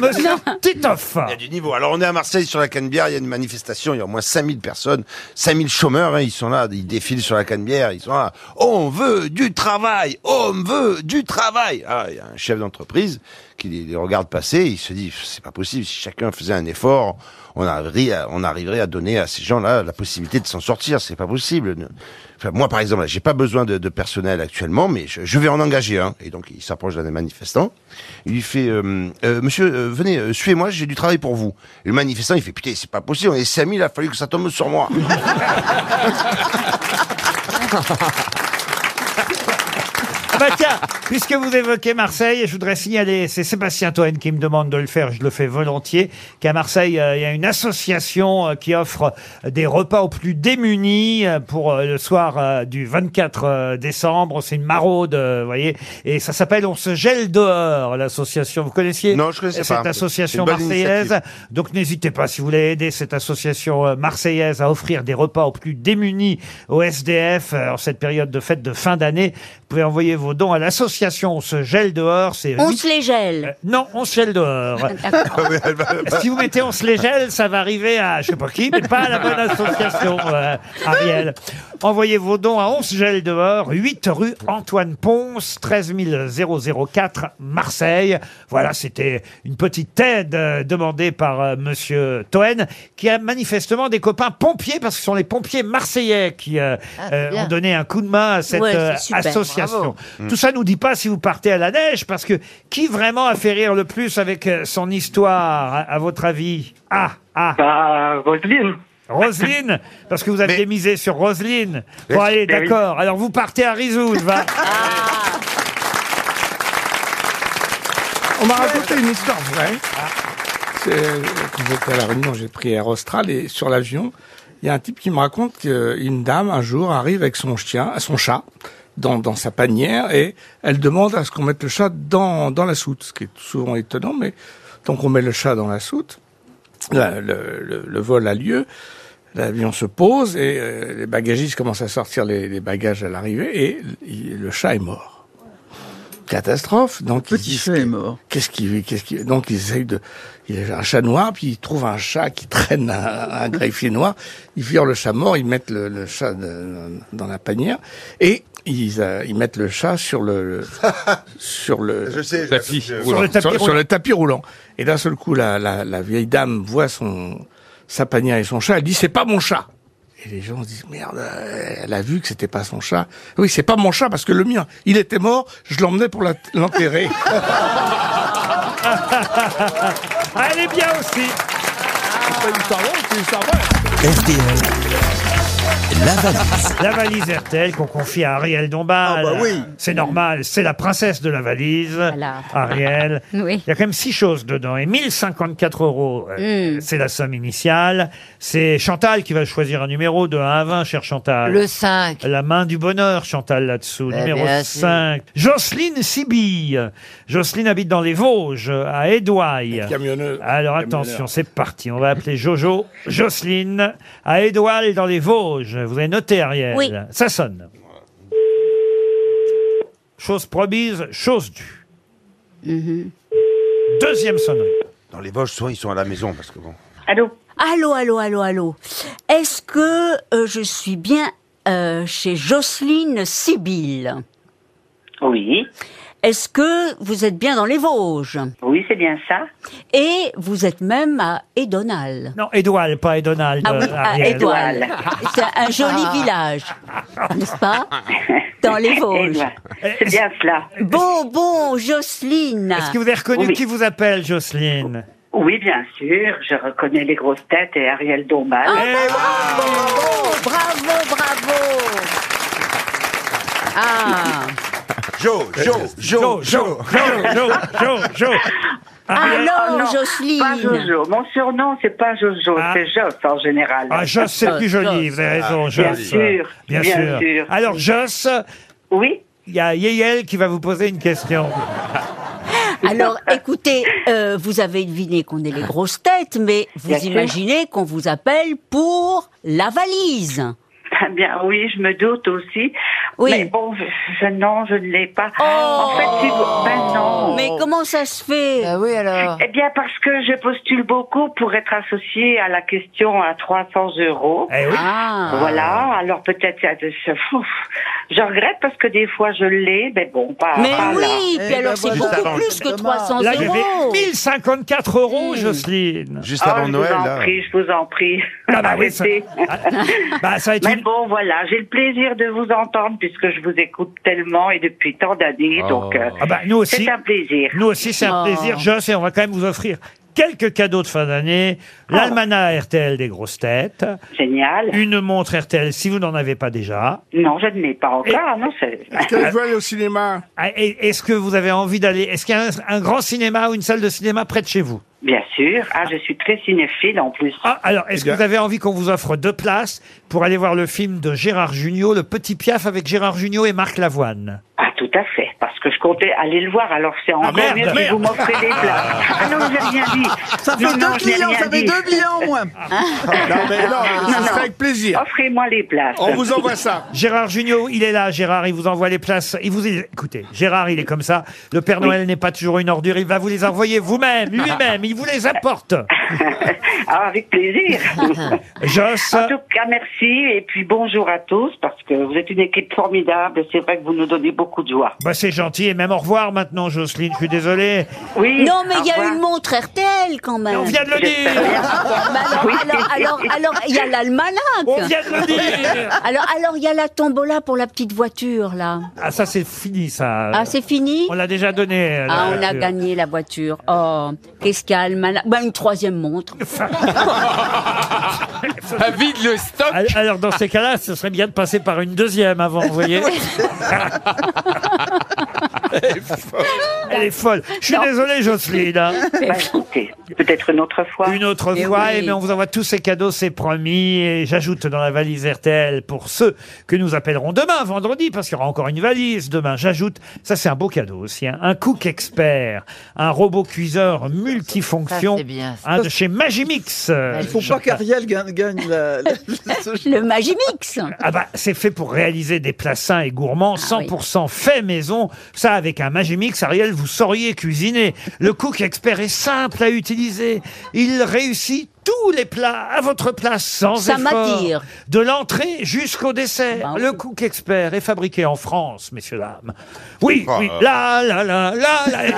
[SPEAKER 2] Monsieur Titoff.
[SPEAKER 7] Il y a du niveau. Alors, on est à Marseille sur la Canebière, il y a une manifestation, il y a au moins 5000 personnes, 5000 chômeurs, hein, ils sont là, ils défilent sur la Canebière, ils sont là. On veut du travail, on veut du travail. Ah, il y a un chef d'entreprise qu'il les regarde passer, il se dit c'est pas possible. Si chacun faisait un effort, on arriverait, à, on arriverait à donner à ces gens-là la possibilité de s'en sortir. C'est pas possible. Enfin, moi, par exemple, là, j'ai pas besoin de, de personnel actuellement, mais je, je vais en engager un. Et donc, il s'approche d'un des manifestants. Il lui fait euh, Euh, Monsieur, euh, venez, euh, suivez-moi, j'ai du travail pour vous. Et le manifestant, il fait putain, c'est pas possible. On est 5000, il a fallu que ça tombe sur moi.
[SPEAKER 2] Ah bah tiens, puisque vous évoquez Marseille, je voudrais signaler, c'est Sébastien Toen qui me demande de le faire, je le fais volontiers, qu'à Marseille, euh, il y a une association euh, qui offre des repas aux plus démunis euh, pour euh, le soir euh, du 24 euh, décembre. C'est une maraude, euh, vous voyez, et ça s'appelle On se gèle dehors, l'association. Vous connaissiez
[SPEAKER 7] Non, je connaissais
[SPEAKER 2] cette
[SPEAKER 7] pas.
[SPEAKER 2] association
[SPEAKER 7] C'est une bonne
[SPEAKER 2] marseillaise
[SPEAKER 7] initiative.
[SPEAKER 2] donc n'hésitez pas, si vous voulez aider cette association euh, marseillaise à offrir des repas aux plus démunis au SDF euh, en cette période de fête de fin d'année, vous pouvez envoyer vos dons à l'association On se gèle dehors. C'est
[SPEAKER 6] On se les gèle.
[SPEAKER 2] Euh, Non, on se gèle
[SPEAKER 6] *laughs*
[SPEAKER 2] dehors. Ah *laughs* si vous mettez On se les gèle, ça va arriver à je sais pas qui, mais pas à la bonne association, euh, Ariel. Envoyez vos dons à On se gèle dehors, 8 rue Antoine Ponce, 13 004 Marseille. Voilà, c'était une petite aide euh, demandée par euh, Monsieur Toen, qui a manifestement des copains pompiers, parce que ce sont les pompiers marseillais qui euh,
[SPEAKER 17] Ah, c'est
[SPEAKER 2] euh,
[SPEAKER 17] bien.
[SPEAKER 2] ont donné un coup de main à cette
[SPEAKER 17] Ouais, c'est
[SPEAKER 2] euh,
[SPEAKER 17] super,
[SPEAKER 2] association.
[SPEAKER 17] bravo.
[SPEAKER 2] Tout ça nous dit pas si vous partez à la neige, parce que qui vraiment a fait rire le plus avec euh, son histoire, à, à votre avis Ah, ah.
[SPEAKER 16] Roselyne.
[SPEAKER 2] Roselyne, parce que vous avez misé sur Roselyne. Bon,
[SPEAKER 16] Mais-
[SPEAKER 2] allez,
[SPEAKER 16] Mais oui.
[SPEAKER 2] d'accord. Alors, vous partez à Rizoul, va.
[SPEAKER 5] Ah. On m'a raconté une histoire vraie. C'est, euh, Quand j'étais à la Réunion, j'ai pris Air Austral et sur l'avion, il y a un type qui me raconte qu'une dame un jour arrive avec son chien, son chat, dans, dans sa panière et elle demande à ce qu'on mette le chat dans, dans la soute, ce qui est souvent étonnant, mais donc on met le chat dans la soute, Là, le, le- le vol a lieu, l'avion se pose et euh, les bagagistes commencent à sortir les, les bagages à l'arrivée et il- le chat est mort catastrophe. Donc, petit chat est mort. Qu'est-ce qu'il, qu'est-ce qu'il, donc ils essayent de, il y a un chat noir, puis ils trouvent un chat qui traîne un, un greffier noir. Ils virent le chat mort, ils mettent le, le chat de- dans la panière et ils, euh, ils mettent le chat sur le, le- sur le,
[SPEAKER 7] Tapis.
[SPEAKER 5] sur, le tapis
[SPEAKER 7] Sur- sur
[SPEAKER 5] roulant. Et d'un seul coup, la, la, la vieille dame voit son, sa panière et son chat. Elle dit, c'est pas mon chat. Et les gens se disent, merde, euh, elle a vu que c'était pas son chat. Oui, c'est pas mon chat parce que le mien, il était mort, je l'emmenais pour la- l'enterrer.
[SPEAKER 2] Elle est bien aussi.
[SPEAKER 1] La valise.
[SPEAKER 2] La valise RTL qu'on confie à Ariel Dombal.
[SPEAKER 4] Ah bah oui.
[SPEAKER 2] C'est normal, c'est la princesse de la valise. Ariel. Il y a quand même six choses dedans. Et 1054 euros,
[SPEAKER 3] Hmm.
[SPEAKER 2] euh, c'est la somme initiale. C'est Chantal qui va choisir un numéro de 1 à 20, cher Chantal.
[SPEAKER 3] Le 5.
[SPEAKER 2] La main du bonheur, Chantal, là-dessous.
[SPEAKER 3] Eh
[SPEAKER 2] numéro
[SPEAKER 3] bien, si.
[SPEAKER 2] 5. Jocelyne Sibille. Jocelyne habite dans les Vosges, à Édouaille. Alors attention, c'est parti. On va appeler Jojo, Jocelyne, à Édouaille dans les Vosges. Vous avez noté, Ariel
[SPEAKER 17] Oui.
[SPEAKER 2] Ça sonne. Chose promise, chose due.
[SPEAKER 6] Mm-hmm.
[SPEAKER 2] Deuxième sonnerie.
[SPEAKER 7] *laughs* Dans les Vosges, souvent, ils sont à la maison parce que bon.
[SPEAKER 6] Allô Allô, allô, allô, allô. Est-ce que euh, je suis bien euh, chez Jocelyne Sibylle Oui. Est-ce que vous êtes bien dans les Vosges Oui, c'est bien ça. Et vous êtes même à Edonal.
[SPEAKER 2] Non, Édoualle, pas Donald.
[SPEAKER 6] Ah oui,
[SPEAKER 2] euh,
[SPEAKER 6] à
[SPEAKER 2] Ariel. Ah.
[SPEAKER 6] Édoual. C'est un *laughs* joli village, n'est-ce *laughs* pas Dans les Vosges.
[SPEAKER 2] C'est bien
[SPEAKER 6] cela. Bon, bon, Jocelyne.
[SPEAKER 2] Est-ce que vous avez reconnu qui vous appelle, Jocelyne
[SPEAKER 18] Oui, bien sûr, je reconnais les grosses têtes et Ariel Dombal.
[SPEAKER 2] Eh
[SPEAKER 3] Ah,
[SPEAKER 6] bravo, Ah, bah, bravo, bravo. Ah.
[SPEAKER 7] Jo, Jo, Jo, Jo,
[SPEAKER 2] Jo, Jo, Jo.
[SPEAKER 18] Ariel-
[SPEAKER 6] Ah. Oh, non,
[SPEAKER 18] non,
[SPEAKER 6] Jocelyne.
[SPEAKER 18] Pas Ah, Jojo. Mon surnom, c'est pas Jojo, c'est Joss en général.
[SPEAKER 2] Ah, Joss, c'est plus joli, vous avez raison, Joss.
[SPEAKER 18] Ah, Bien sûr,
[SPEAKER 2] Ah, Bien, sûr. Ah. Alors, Joss.
[SPEAKER 18] Oui.
[SPEAKER 2] Il y a Yeyel qui va vous poser une question.
[SPEAKER 6] *laughs* Alors, écoutez, euh, vous avez deviné qu'on est les grosses têtes, mais vous
[SPEAKER 18] Bien sûr.
[SPEAKER 6] imaginez qu'on vous appelle pour la valise.
[SPEAKER 18] Ah, Eh Bien, oui, je me doute aussi.
[SPEAKER 6] Oui. Oh.
[SPEAKER 18] Mais bon, je, je- non, je ne l'ai pas. en fait, si vous- ben non.
[SPEAKER 6] Mais comment ça se fait
[SPEAKER 3] Ben oui, alors.
[SPEAKER 18] Eh bien, parce que je postule beaucoup pour être associée à la question à 300 euros.
[SPEAKER 2] Eh oui.
[SPEAKER 6] Ah.
[SPEAKER 18] Voilà. Alors peut-être, ça- ça- ouf. je regrette parce que des fois je l'ai, mais bon, pas.
[SPEAKER 6] Mais
[SPEAKER 18] pas là.
[SPEAKER 7] Eh
[SPEAKER 6] oui,
[SPEAKER 7] ben
[SPEAKER 6] puis alors c'est
[SPEAKER 7] Juste
[SPEAKER 6] beaucoup
[SPEAKER 7] avant,
[SPEAKER 6] plus que 300
[SPEAKER 2] Là, j'avais
[SPEAKER 6] euros. Mm.
[SPEAKER 2] 1054 euros, Jocelyne.
[SPEAKER 7] Juste
[SPEAKER 18] Oh,
[SPEAKER 7] avant
[SPEAKER 18] je
[SPEAKER 7] Noël,
[SPEAKER 18] vous en
[SPEAKER 7] là.
[SPEAKER 18] prie, je vous en prie.
[SPEAKER 2] Ah bah oui, ça-
[SPEAKER 18] Arrêtez.
[SPEAKER 2] Bah, ça a été
[SPEAKER 18] Mais
[SPEAKER 2] une-
[SPEAKER 18] bon, voilà, j'ai le plaisir de vous entendre puisque je vous écoute tellement et depuis tant d'années,
[SPEAKER 7] Oh.
[SPEAKER 18] donc euh,
[SPEAKER 2] Ah bah, nous aussi.
[SPEAKER 18] c'est un plaisir.
[SPEAKER 2] Nous aussi, c'est un
[SPEAKER 6] Oh.
[SPEAKER 2] plaisir, Joss, et on va quand même vous offrir quelques cadeaux de fin d'année. L'almanach RTL des grosses têtes,
[SPEAKER 18] Oh. Génial.
[SPEAKER 2] une montre RTL si vous n'en avez pas déjà.
[SPEAKER 18] Non, je ne l'ai pas encore. Non, c'est.
[SPEAKER 8] Ah,
[SPEAKER 5] Est-ce que je veux aller au cinéma
[SPEAKER 2] Ah,
[SPEAKER 9] *laughs*
[SPEAKER 2] et- Est-ce que vous avez envie d'aller Est-ce qu'il y a un, un grand cinéma ou une salle de cinéma près de chez vous
[SPEAKER 18] *laughs* Bien sûr. Ah, je suis très cinéphile en plus.
[SPEAKER 2] Ah, Alors, est-ce
[SPEAKER 5] Eh
[SPEAKER 2] que
[SPEAKER 5] bien-
[SPEAKER 2] vous avez envie qu'on vous offre deux places pour aller voir le film de Gérard Jugnot, Le Petit Piaf avec Gérard Jugnot et Marc Lavoine
[SPEAKER 18] Ah, tout à fait. Parce que je comptais aller le voir. Alors, c'est encore
[SPEAKER 2] merde,
[SPEAKER 18] mieux si
[SPEAKER 2] merde.
[SPEAKER 18] vous m'offrez des places. Ah non, j'ai rien dit.
[SPEAKER 8] Ça fait
[SPEAKER 18] Non, non,
[SPEAKER 8] deux
[SPEAKER 18] j'ai
[SPEAKER 8] clients,
[SPEAKER 18] rien
[SPEAKER 8] ça fait
[SPEAKER 18] dit.
[SPEAKER 8] deux billets en moins.
[SPEAKER 6] Ah.
[SPEAKER 5] Non, mais non, mais ce serait avec plaisir.
[SPEAKER 18] Offrez-moi les places.
[SPEAKER 5] On vous envoie ça.
[SPEAKER 2] Gérard Jugnot, il est là, Gérard, il vous envoie les places. Il vous écoutez, Gérard, il est comme ça. Le Père Noël n'est pas toujours une ordure, il va vous les envoyer vous-même, lui-même, il vous les
[SPEAKER 5] *laughs*
[SPEAKER 2] apporte.
[SPEAKER 18] Ah, avec plaisir.
[SPEAKER 2] Joss,
[SPEAKER 18] En tout cas, merci et puis bonjour à tous parce que vous êtes une équipe formidable. C'est vrai que vous nous donnez beaucoup de joie.
[SPEAKER 2] bah c'est gentil et même au revoir maintenant, Jocelyne, je suis désolé.
[SPEAKER 18] Oui.
[SPEAKER 6] Non, mais
[SPEAKER 18] au
[SPEAKER 6] il y a
[SPEAKER 18] revoir.
[SPEAKER 6] une montre RTL quand même.
[SPEAKER 2] On vient de le dire
[SPEAKER 6] Bah alors, alors, alors, alors, il y a l'almanach.
[SPEAKER 2] On vient de le dire
[SPEAKER 6] Alors, alors, il y a la tombola pour la petite voiture, là.
[SPEAKER 2] Ah ça c'est fini ça.
[SPEAKER 6] Ah, c'est fini
[SPEAKER 2] Euh, On l'a déjà donné. euh, la
[SPEAKER 6] Ah, on a
[SPEAKER 2] voiture.
[SPEAKER 6] gagné la voiture. Oh, qu'est-ce qu'il y a, almanach Bah, une troisième montre.
[SPEAKER 9] Ah, Vide le stock
[SPEAKER 2] euh, Al- Alors dans ces cas-là, ce serait bien de passer par une deuxième avant, vous
[SPEAKER 6] *laughs*
[SPEAKER 2] voyez.
[SPEAKER 9] Eh,
[SPEAKER 2] Elle est folle. Je suis désolé, Jocelyne. hein.
[SPEAKER 18] Bah, écoutez, peut-être une autre fois.
[SPEAKER 2] Une autre
[SPEAKER 6] Eh
[SPEAKER 2] fois,
[SPEAKER 6] oui.
[SPEAKER 2] et mais on vous envoie tous ces cadeaux, c'est promis. Et j'ajoute dans la valise RTL pour ceux que nous appellerons demain, vendredi, parce qu'il y aura encore une valise demain. J'ajoute, ça c'est un beau cadeau aussi, hein, un cook expert, un robot cuiseur multifonction,
[SPEAKER 3] Ça, c'est bien, ça.
[SPEAKER 2] un de chez Magimix. euh,
[SPEAKER 8] Il faut pas
[SPEAKER 2] Chantal.
[SPEAKER 8] qu'Ariel gagne, gagne la,
[SPEAKER 6] *laughs*
[SPEAKER 8] la- ce-
[SPEAKER 6] Le Magimix.
[SPEAKER 2] Ah bah, c'est fait pour réaliser des plats sains et gourmands,
[SPEAKER 6] Ah oui.
[SPEAKER 2] 100% fait maison. Ça, avec un Magimix, Ariel, vous sauriez cuisiner. Le cook expert est simple à utiliser. Il réussit tous les plats à votre place sans
[SPEAKER 6] Ça m'attire.
[SPEAKER 2] effort. De l'entrée jusqu'au dessert.
[SPEAKER 6] Bah,
[SPEAKER 2] Le
[SPEAKER 6] oui.
[SPEAKER 2] cook expert est fabriqué en France, messieurs, dames. Oui,
[SPEAKER 7] Oh,
[SPEAKER 2] oui,
[SPEAKER 7] euh.
[SPEAKER 2] là, là, là, là,
[SPEAKER 4] *laughs*
[SPEAKER 2] *laughs* là.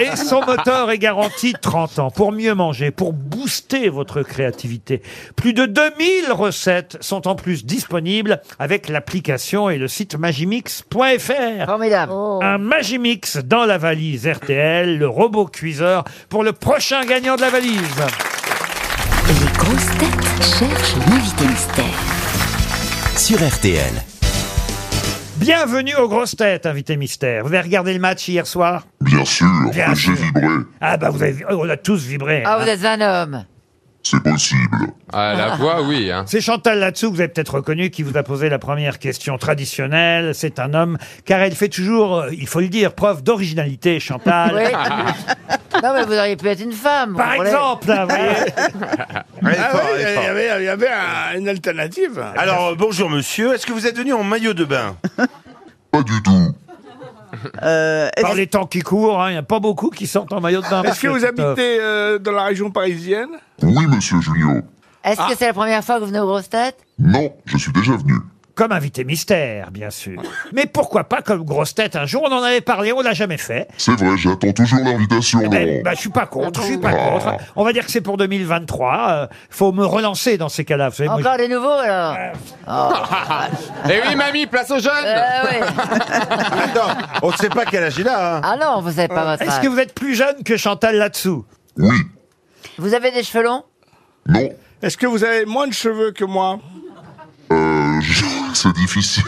[SPEAKER 2] Et, et son moteur est garanti 30 ans pour mieux manger, pour booster votre créativité. Plus de 2000 recettes sont en plus disponibles avec l'application et le site magimix.fr.
[SPEAKER 3] Formidable.
[SPEAKER 2] Un Magimix dans la valise RTL, le robot cuiseur pour le prochain gagnant de la valise.
[SPEAKER 10] Les grosses têtes cherchent l'invité mystère.
[SPEAKER 1] sur RTL.
[SPEAKER 2] Bienvenue aux grosses têtes, invité mystère. Vous avez regardé le match hier soir
[SPEAKER 17] *laughs* Bien sûr,
[SPEAKER 2] Bien
[SPEAKER 17] et
[SPEAKER 2] sûr.
[SPEAKER 17] j'ai vibré,
[SPEAKER 2] Ah bah vous avez, oh, on a tous vibré.
[SPEAKER 3] Ah,
[SPEAKER 2] hein.
[SPEAKER 3] vous êtes un homme.
[SPEAKER 17] c'est possible.
[SPEAKER 9] Ah, la voix, oui. Hein.
[SPEAKER 2] C'est Chantal là-dessous, que vous avez peut-être reconnu, qui vous a posé la première question traditionnelle. C'est un homme, car elle fait toujours, euh, il faut le dire, preuve d'originalité, Chantal.
[SPEAKER 3] Oui.
[SPEAKER 2] *laughs*
[SPEAKER 3] non, mais vous auriez pu être une femme.
[SPEAKER 2] Par
[SPEAKER 3] vous voulez.
[SPEAKER 2] exemple, là, vous voyez.
[SPEAKER 7] Allez,
[SPEAKER 5] Ah
[SPEAKER 7] fort,
[SPEAKER 5] oui, *laughs* il y
[SPEAKER 7] allez, fort.
[SPEAKER 5] avait, il y avait un- une alternative.
[SPEAKER 7] Alors, euh, bonjour monsieur, est-ce que vous êtes venu en maillot de bain
[SPEAKER 17] Pas du
[SPEAKER 7] *laughs*
[SPEAKER 17] tout.
[SPEAKER 8] Euh, est-ce-
[SPEAKER 2] par les temps qui courent, hein, il n'y a pas beaucoup qui sortent en maillot de bain.
[SPEAKER 5] Est-ce que vous
[SPEAKER 2] Christophe.
[SPEAKER 5] habitez euh, dans la région parisienne
[SPEAKER 17] Oui, monsieur Junio.
[SPEAKER 3] *laughs* Est-ce
[SPEAKER 2] Ah.
[SPEAKER 3] que c'est la première fois que vous venez aux grosses têtes
[SPEAKER 17] Non, je suis déjà venu.
[SPEAKER 2] Comme invité mystère, bien sûr. Mais pourquoi pas comme grosse tête un jour On en avait parlé, on l'a jamais fait.
[SPEAKER 17] C'est vrai, j'attends toujours l'invitation,
[SPEAKER 5] Eh
[SPEAKER 2] Ben,
[SPEAKER 17] Laurent.
[SPEAKER 2] bah, je suis pas contre, je suis pas contre. On va dire que c'est pour 2023. euh, faut me relancer dans ces cas-là. Vous
[SPEAKER 5] Oh,
[SPEAKER 2] savez, moi, *laughs*
[SPEAKER 3] Encore des nouveaux, alors Oh.
[SPEAKER 9] *laughs* Eh oui, mamie, place aux jeunes
[SPEAKER 3] Euh, oui.
[SPEAKER 7] Attends, on ne sait pas quel âge il a. hein.
[SPEAKER 3] Ah non, vous savez pas votre
[SPEAKER 2] Euh, Est-ce
[SPEAKER 3] âge.
[SPEAKER 2] que vous êtes plus jeune que Chantal là-dessous
[SPEAKER 17] Oui,
[SPEAKER 3] Vous avez des cheveux longs
[SPEAKER 17] non,
[SPEAKER 5] Est-ce que vous avez moins de cheveux
[SPEAKER 8] *laughs*
[SPEAKER 5] que moi
[SPEAKER 17] euh, je- c'est
[SPEAKER 5] *laughs*
[SPEAKER 17] difficile.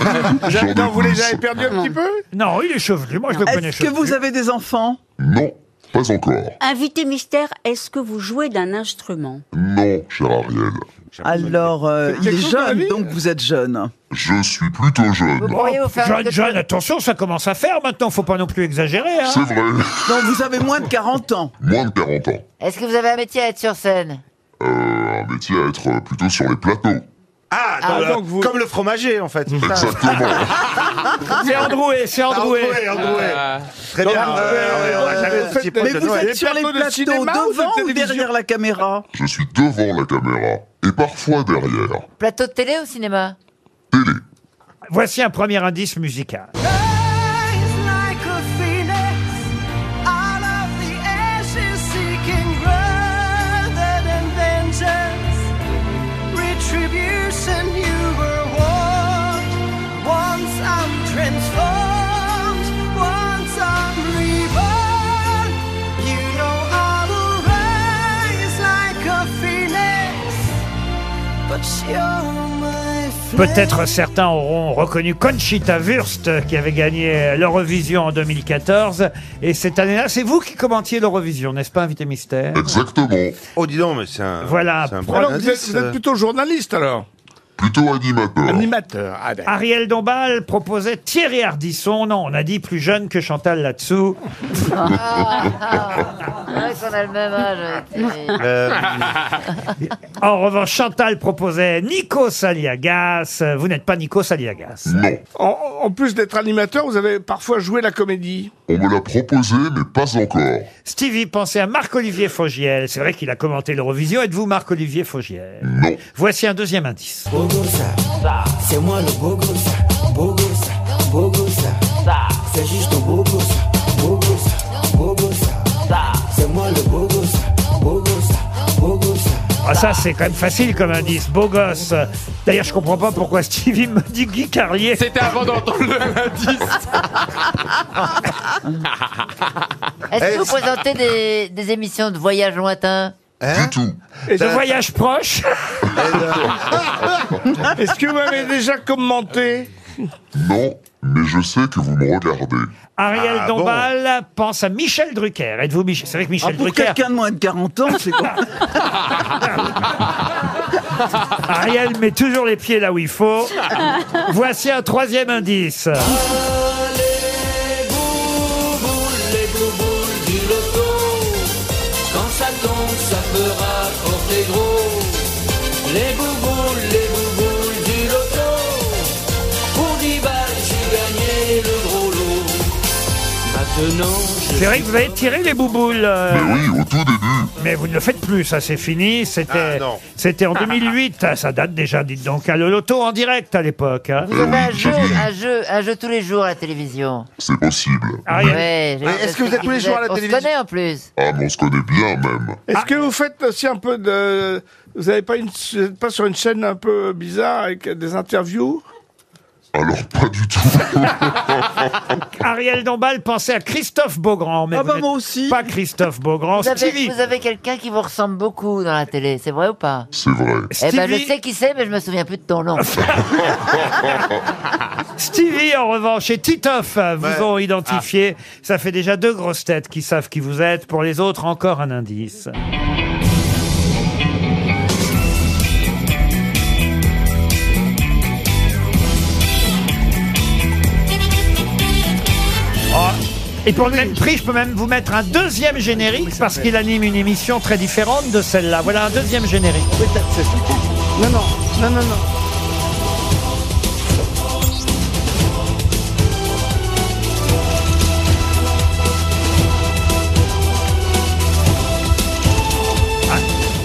[SPEAKER 5] Vous avez-
[SPEAKER 17] J'en
[SPEAKER 5] non,
[SPEAKER 17] ai
[SPEAKER 5] vous les
[SPEAKER 17] plus.
[SPEAKER 5] avez perdus un petit peu
[SPEAKER 2] Non, il est chevelu. Moi, je le connais
[SPEAKER 8] Est-ce que
[SPEAKER 2] chevelu.
[SPEAKER 8] vous avez *laughs* des enfants
[SPEAKER 17] Non, pas encore.
[SPEAKER 6] Invité mystère, est-ce que vous jouez d'un
[SPEAKER 19] *laughs*
[SPEAKER 6] instrument
[SPEAKER 17] Non, cher Ariel.
[SPEAKER 8] Alors, euh,
[SPEAKER 5] C'est
[SPEAKER 8] il est
[SPEAKER 5] quelque chose dans la vie
[SPEAKER 8] jeune, donc vous êtes jeune.
[SPEAKER 17] Je suis plutôt
[SPEAKER 3] Vous
[SPEAKER 17] jeune.
[SPEAKER 3] pourriez vous faire
[SPEAKER 2] Jeune,
[SPEAKER 3] quelque
[SPEAKER 2] jeune,
[SPEAKER 3] chose-
[SPEAKER 2] attention, ça commence à faire maintenant, faut pas non plus exagérer. hein.
[SPEAKER 17] C'est vrai,
[SPEAKER 8] Donc vous avez moins de 40 ans.
[SPEAKER 17] moins de 40 ans.
[SPEAKER 3] Est-ce que vous avez un métier à être sur scène
[SPEAKER 17] Euh, un métier à être euh, plutôt sur les plateaux.
[SPEAKER 7] Ah,
[SPEAKER 2] Ah,
[SPEAKER 7] donc,
[SPEAKER 2] donc vous-
[SPEAKER 7] comme le fromager, en
[SPEAKER 17] *laughs*
[SPEAKER 7] fait.
[SPEAKER 2] *laughs* C'est Androué, c'est Androué.
[SPEAKER 7] Androué, Androué. Très
[SPEAKER 2] Donc,
[SPEAKER 7] bien.
[SPEAKER 2] euh,
[SPEAKER 7] Euh, on va jamais
[SPEAKER 2] euh,
[SPEAKER 7] le petit
[SPEAKER 8] Mais
[SPEAKER 7] pot de
[SPEAKER 8] vous
[SPEAKER 7] Noël.
[SPEAKER 8] êtes sur les plateaux devant ou derrière la caméra
[SPEAKER 17] Je suis devant la caméra et parfois derrière.
[SPEAKER 3] Plateau de télé
[SPEAKER 2] *laughs*
[SPEAKER 3] ou cinéma
[SPEAKER 2] Voici un premier indice musical.
[SPEAKER 4] like a phoenix out of the ashes, seeking rather than vengeance, retribution. You were warned. Once I'm transformed, once I'm reborn. You know I will rise like a phoenix, but you're my
[SPEAKER 2] Peut-être certains auront reconnu Conchita Wurst qui avait gagné l'Eurovision en 2014. Et cette année-là, c'est vous qui commentiez l'Eurovision, n'est-ce pas, invité mystère
[SPEAKER 17] Exactement.
[SPEAKER 7] Oh, dis donc, mais c'est un.
[SPEAKER 2] Voilà.
[SPEAKER 7] c'est un
[SPEAKER 2] Voilà,
[SPEAKER 7] bon
[SPEAKER 2] vous
[SPEAKER 5] Euh, Ah Vous êtes,
[SPEAKER 7] indice,
[SPEAKER 5] vous êtes
[SPEAKER 7] euh.
[SPEAKER 5] plutôt journaliste alors
[SPEAKER 17] Plutôt animateur.
[SPEAKER 7] Euh,
[SPEAKER 5] Animateur. Ah,
[SPEAKER 7] ben.
[SPEAKER 5] d'accord.
[SPEAKER 2] Ariel Dombal proposait Thierry Ardisson. Non, on a dit plus jeune que Chantal là-dessous.
[SPEAKER 3] Ah, ouais, qu'on a le même âge. euh, Thierry.
[SPEAKER 4] Euh,
[SPEAKER 2] Euh, en revanche, Chantal proposait Nico Saliagas. Vous n'êtes pas Nico Saliagas.
[SPEAKER 5] En, en plus d'être animateur, vous avez parfois joué la comédie.
[SPEAKER 17] On me l'a proposé, mais pas encore.
[SPEAKER 2] Stevie, pensez à Marc-Olivier Fogiel. C'est vrai qu'il a commenté l'Eurovision. Êtes-vous Marc-Olivier Fogiel Voici un deuxième indice.
[SPEAKER 4] C'est moi le beau gosse, beau gosse, beau gosse. C'est juste un beau gosse, beau gosse, beau gosse. C'est moi le beau gosse, beau gosse, beau gosse.
[SPEAKER 2] Ah ça c'est quand même facile comme indice, beau gosse. D'ailleurs je comprends pas pourquoi Stevie me dit Guy Carlier.
[SPEAKER 9] C'était avant d'entendre le l'indice.
[SPEAKER 3] Est-ce que vous présentez des, des émissions de voyage lointain
[SPEAKER 17] du tout.
[SPEAKER 2] De voyage proche
[SPEAKER 5] Est-ce que vous m'avez déjà commenté
[SPEAKER 17] Non, mais je sais que vous me regardez.
[SPEAKER 2] Ariel
[SPEAKER 17] Ah,
[SPEAKER 2] Dombal pense à Michel Drucker. Êtes-vous Michel C'est vrai que Michel
[SPEAKER 8] Ah, Pour
[SPEAKER 2] Drucker.
[SPEAKER 8] quelqu'un de moins de 40 ans, c'est quoi
[SPEAKER 2] *laughs* Ariel met toujours les pieds là où il faut. Voici un troisième indice.
[SPEAKER 4] Les blue boules du loto, quand ça tombe, ça peut rapporter gros. Les blue boules, les blue boules du loto, pour 10 balles, j'ai gagné le gros lot. Maintenant,
[SPEAKER 2] C'est vrai que vous avez tiré les bouboules. euh,
[SPEAKER 17] Oui, au tout début. Ah,
[SPEAKER 2] Mais vous ne le faites plus, ça c'est fini. C'était c'était en 2008. Ah, Ça date déjà, dites donc. à le loto en direct à l'époque. hein.
[SPEAKER 17] Eh
[SPEAKER 3] Vous
[SPEAKER 2] *laughs*
[SPEAKER 3] avez un jeu, un jeu, un jeu tous les jours à la télévision.
[SPEAKER 17] C'est possible.
[SPEAKER 2] Ariel.
[SPEAKER 3] Ouais, j'ai-
[SPEAKER 2] Mais Ah, est-ce que vous êtes tous les jours à la
[SPEAKER 3] on se
[SPEAKER 2] télévision
[SPEAKER 3] connaît en plus.
[SPEAKER 17] Ah, mais on se connaît bien même.
[SPEAKER 5] Est-ce que vous faites aussi un peu de... Vous n'êtes pas, une... vous êtes pas sur une chaîne un peu bizarre avec des interviews
[SPEAKER 17] Alors pas du tout.
[SPEAKER 2] Ariel Dombal pensait à Christophe Beaugrand. Mais Ah bah moi aussi. Pas Christophe Beaugrand.
[SPEAKER 3] Vous avez,
[SPEAKER 2] Stevie.
[SPEAKER 3] vous avez quelqu'un qui vous ressemble beaucoup dans la télé, c'est vrai ou pas
[SPEAKER 17] C'est vrai.
[SPEAKER 3] Eh ben je
[SPEAKER 2] Stevie.
[SPEAKER 3] sais qui c'est, mais je me souviens plus de
[SPEAKER 2] *laughs*
[SPEAKER 3] ton nom.
[SPEAKER 2] Stevie, en revanche, et Titoff euh, vous
[SPEAKER 7] Ouais.
[SPEAKER 2] ont identifié. Ça fait déjà deux grosses têtes qui savent qui vous êtes. Pour les autres, encore un indice. Oh, Et pour le même prix, je peux même vous mettre un deuxième générique parce qu'il anime une émission très différente de celle-là. Voilà un deuxième générique.
[SPEAKER 8] Non, non, non, non, non.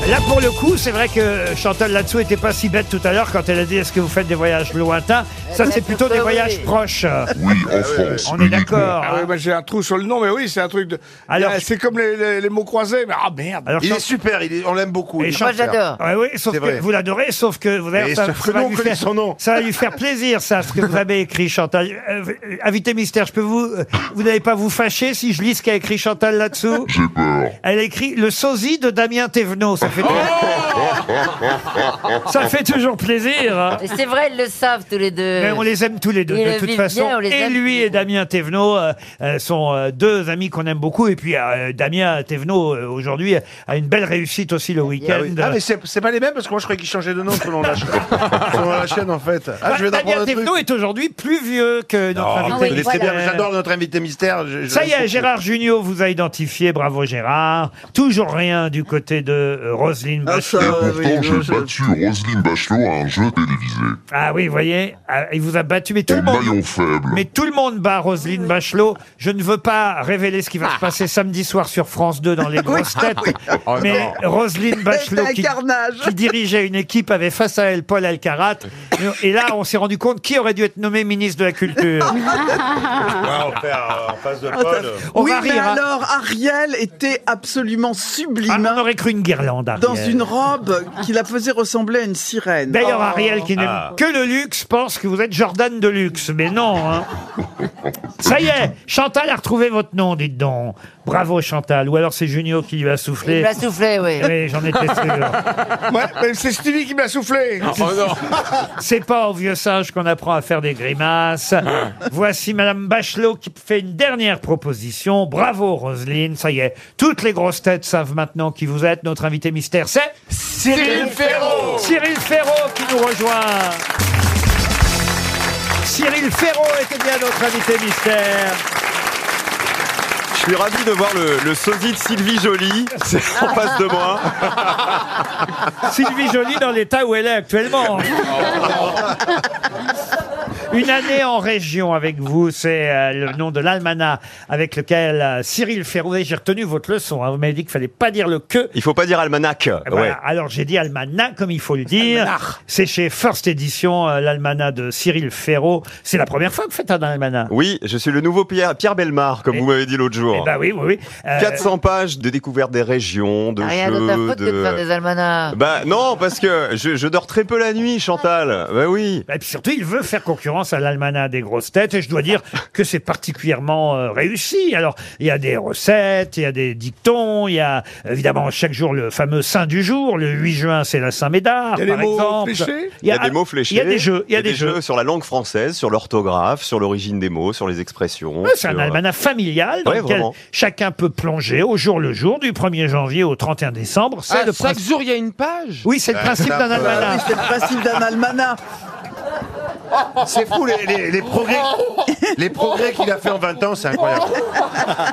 [SPEAKER 2] Là, pour le coup, c'est vrai que Chantal là-dessous était pas si bête tout à l'heure quand elle a dit est-ce que vous faites des voyages lointains Ça, c'est plutôt des voyages proches.
[SPEAKER 17] Oui, en France.
[SPEAKER 2] Ah. On est d'accord.
[SPEAKER 5] Ah oui, moi, j'ai un trou sur le nom, mais oui, c'est un truc de.
[SPEAKER 2] Alors-
[SPEAKER 5] Ah, c'est comme les, les- les mots croisés, mais ah merde.
[SPEAKER 2] Alors,
[SPEAKER 7] Il
[SPEAKER 2] Chan-
[SPEAKER 7] est super, il est- on l'aime beaucoup.
[SPEAKER 2] Et
[SPEAKER 7] il est
[SPEAKER 2] Chantal-
[SPEAKER 7] super.
[SPEAKER 2] Ouais, oui, sauf
[SPEAKER 7] C'est
[SPEAKER 2] que
[SPEAKER 7] vrai.
[SPEAKER 2] vous l'adorez, sauf que vous allez-
[SPEAKER 7] Et
[SPEAKER 2] ça,
[SPEAKER 7] sauf
[SPEAKER 2] ça
[SPEAKER 7] que
[SPEAKER 2] va
[SPEAKER 7] nous, on
[SPEAKER 2] lui
[SPEAKER 7] connaît
[SPEAKER 2] faire-
[SPEAKER 7] son nom.
[SPEAKER 2] ça va lui faire plaisir, ça, ce que vous avez écrit, Chantal. Euh, euh, invité mystère, je peux vous, euh, vous n'allez pas vous fâcher si je lis ce qu'a écrit Chantal là-dessous.
[SPEAKER 17] J'ai peur. Oh
[SPEAKER 2] Elle écrit le sosie de Damien Thévenot. Ça fait, *laughs* ça fait toujours plaisir. hein.
[SPEAKER 3] Et c'est vrai, ils le savent tous les deux.
[SPEAKER 2] Mais on les aime tous les deux,
[SPEAKER 3] Ils
[SPEAKER 2] de
[SPEAKER 3] Euh, le
[SPEAKER 2] toute
[SPEAKER 3] vivent
[SPEAKER 2] façon.
[SPEAKER 3] bien, on les
[SPEAKER 2] et
[SPEAKER 3] aime
[SPEAKER 2] lui et Damien Thévenot euh, euh, sont euh, deux amis qu'on aime beaucoup. Et puis euh, Damien Thévenot, euh, aujourd'hui, a une belle réussite aussi le week-end.
[SPEAKER 7] Ah, oui. Ah, mais c'est c'est pas les mêmes parce que moi je croyais qu'ils changeaient de nom selon
[SPEAKER 17] *laughs*
[SPEAKER 7] la, chaîne. selon la chaîne en fait. Ah, je vais
[SPEAKER 2] Damien
[SPEAKER 7] d'apprendre
[SPEAKER 2] Bah,
[SPEAKER 7] un truc.
[SPEAKER 2] Thévenot est aujourd'hui plus vieux que notre
[SPEAKER 7] Oh, vous
[SPEAKER 2] invité. Ah
[SPEAKER 7] connaissez bien, J'adore notre invité mystère. je- je-
[SPEAKER 2] Ça y est, Gérard Junior vous a identifié, bravo Gérard. Toujours rien du côté de euh, Roselyne
[SPEAKER 17] Et
[SPEAKER 2] Bachelot.
[SPEAKER 17] pourtant, j'ai battu Roselyne Bachelot à un jeu télévisé.
[SPEAKER 2] Ah oui, vous voyez, ah, il vous a battu, mais tout le
[SPEAKER 17] Au maillon
[SPEAKER 2] monde.
[SPEAKER 17] faible.
[SPEAKER 2] Mais tout le monde bat Roselyne Bachelot. Je ne veux pas révéler ce qui va se passer samedi soir sur France 2 dans les grosses
[SPEAKER 8] Ah. Oui,
[SPEAKER 2] têtes.
[SPEAKER 8] oui. Oh
[SPEAKER 2] mais
[SPEAKER 8] non.
[SPEAKER 2] Roselyne Bachelot,
[SPEAKER 8] C'est un
[SPEAKER 2] qui,
[SPEAKER 8] carnage.
[SPEAKER 2] qui dirigeait une équipe, avait face à elle Paul Alcarat. Et là, on s'est rendu compte qui aurait dû être nommé ministre de la
[SPEAKER 8] *laughs*
[SPEAKER 2] Culture.
[SPEAKER 19] en face de
[SPEAKER 2] On
[SPEAKER 8] oui,
[SPEAKER 2] va
[SPEAKER 8] mais
[SPEAKER 2] rire, hein.
[SPEAKER 8] alors Ariel était absolument sublime.
[SPEAKER 2] on aurait cru une guirlande, Ariel.
[SPEAKER 8] Dans une robe qui la faisait ressembler à une sirène.
[SPEAKER 2] D'ailleurs,
[SPEAKER 8] Oh.
[SPEAKER 2] Ariel, qui n'aime que le luxe, pense que vous êtes Jordan de luxe. Mais non, hein. Ça y est, Chantal a retrouvé votre nom, dites donc. Bravo, Chantal. Ou alors c'est Junio qui lui a
[SPEAKER 3] Il
[SPEAKER 2] soufflé.
[SPEAKER 3] me l'a soufflé, oui.
[SPEAKER 2] Oui, j'en étais
[SPEAKER 3] *laughs*
[SPEAKER 2] sûr.
[SPEAKER 5] c'est Stevie qui me
[SPEAKER 7] *laughs*
[SPEAKER 5] l'a soufflé.
[SPEAKER 7] Oh,
[SPEAKER 2] C'est *laughs* pas au vieux singe qu'on apprend à faire des grimaces. Voici Madame Bachelot qui fait une dernière proposition. Bravo, Roselyne. Ça y est, toutes les grosses têtes savent maintenant qui vous êtes. Notre invité mystère, c'est
[SPEAKER 4] Cyril Ferraud.
[SPEAKER 2] Cyril Ferraud qui nous rejoint. Cyril Ferraud était bien notre invité mystère.
[SPEAKER 19] Je suis ravi de voir le, le sosie de Sylvie Joly C'est en face de moi.
[SPEAKER 2] *laughs* Sylvie Joly dans l'état où elle est actuellement. Une année en région avec vous, c'est euh, le nom de l'almanach avec lequel euh, Cyril Ferrouet, j'ai retenu votre leçon, hein, vous m'avez dit qu'il fallait pas dire le que.
[SPEAKER 19] Il faut pas dire almanach.
[SPEAKER 2] Eh ben,
[SPEAKER 19] ouais.
[SPEAKER 2] Alors j'ai dit almanach comme il faut le dire. C'est chez First Edition, euh, l'almanach de Cyril Ferraud. C'est la première fois que vous faites un almanach.
[SPEAKER 19] Oui, je suis le nouveau Pierre, Pierre Belmar, comme vous m'avez dit l'autre jour.
[SPEAKER 2] eh ben oui, oui, oui. Euh,
[SPEAKER 19] 400 pages de découverte des régions, de
[SPEAKER 3] T'as Ah, rien
[SPEAKER 19] jeux,
[SPEAKER 3] d'autre à foutre que de faire des almanachs.
[SPEAKER 19] Bah non, parce que je, je dors très peu la nuit, Chantal. Bah oui.
[SPEAKER 2] Et puis surtout, il veut faire concurrence à l'almanach des grosses têtes, et je dois
[SPEAKER 19] *laughs*
[SPEAKER 2] dire que c'est particulièrement euh, réussi. Alors, il y a des recettes, il y a des dictons, il y a évidemment chaque jour le fameux saint du jour. Le 8 juin, c'est la Saint-Médard,
[SPEAKER 19] Il y a des
[SPEAKER 2] Ah, par
[SPEAKER 19] mots
[SPEAKER 2] exemple.
[SPEAKER 19] fléchés Il y a, des mots fléchés.
[SPEAKER 2] Il y a des jeux. Il y a des, jeux.
[SPEAKER 19] sur la langue française, sur l'orthographe, sur l'origine des mots, sur les expressions.
[SPEAKER 2] Ouais, C'est un
[SPEAKER 19] sur- euh,
[SPEAKER 2] almanach familial dans
[SPEAKER 19] Ouais,
[SPEAKER 2] lequel
[SPEAKER 19] vraiment.
[SPEAKER 2] chacun peut plonger au jour le jour, du 1er janvier au 31 décembre. C'est
[SPEAKER 9] Ah,
[SPEAKER 2] le
[SPEAKER 9] chaque
[SPEAKER 2] principe-
[SPEAKER 9] jour, il y a une page
[SPEAKER 2] Oui, c'est le principe d'un
[SPEAKER 8] Ah oui,
[SPEAKER 2] almanach.
[SPEAKER 8] c'est le principe d'un almanach.
[SPEAKER 20] C'est fou, les, les- les progrès, les progrès qu'il a fait en 20 ans, c'est incroyable.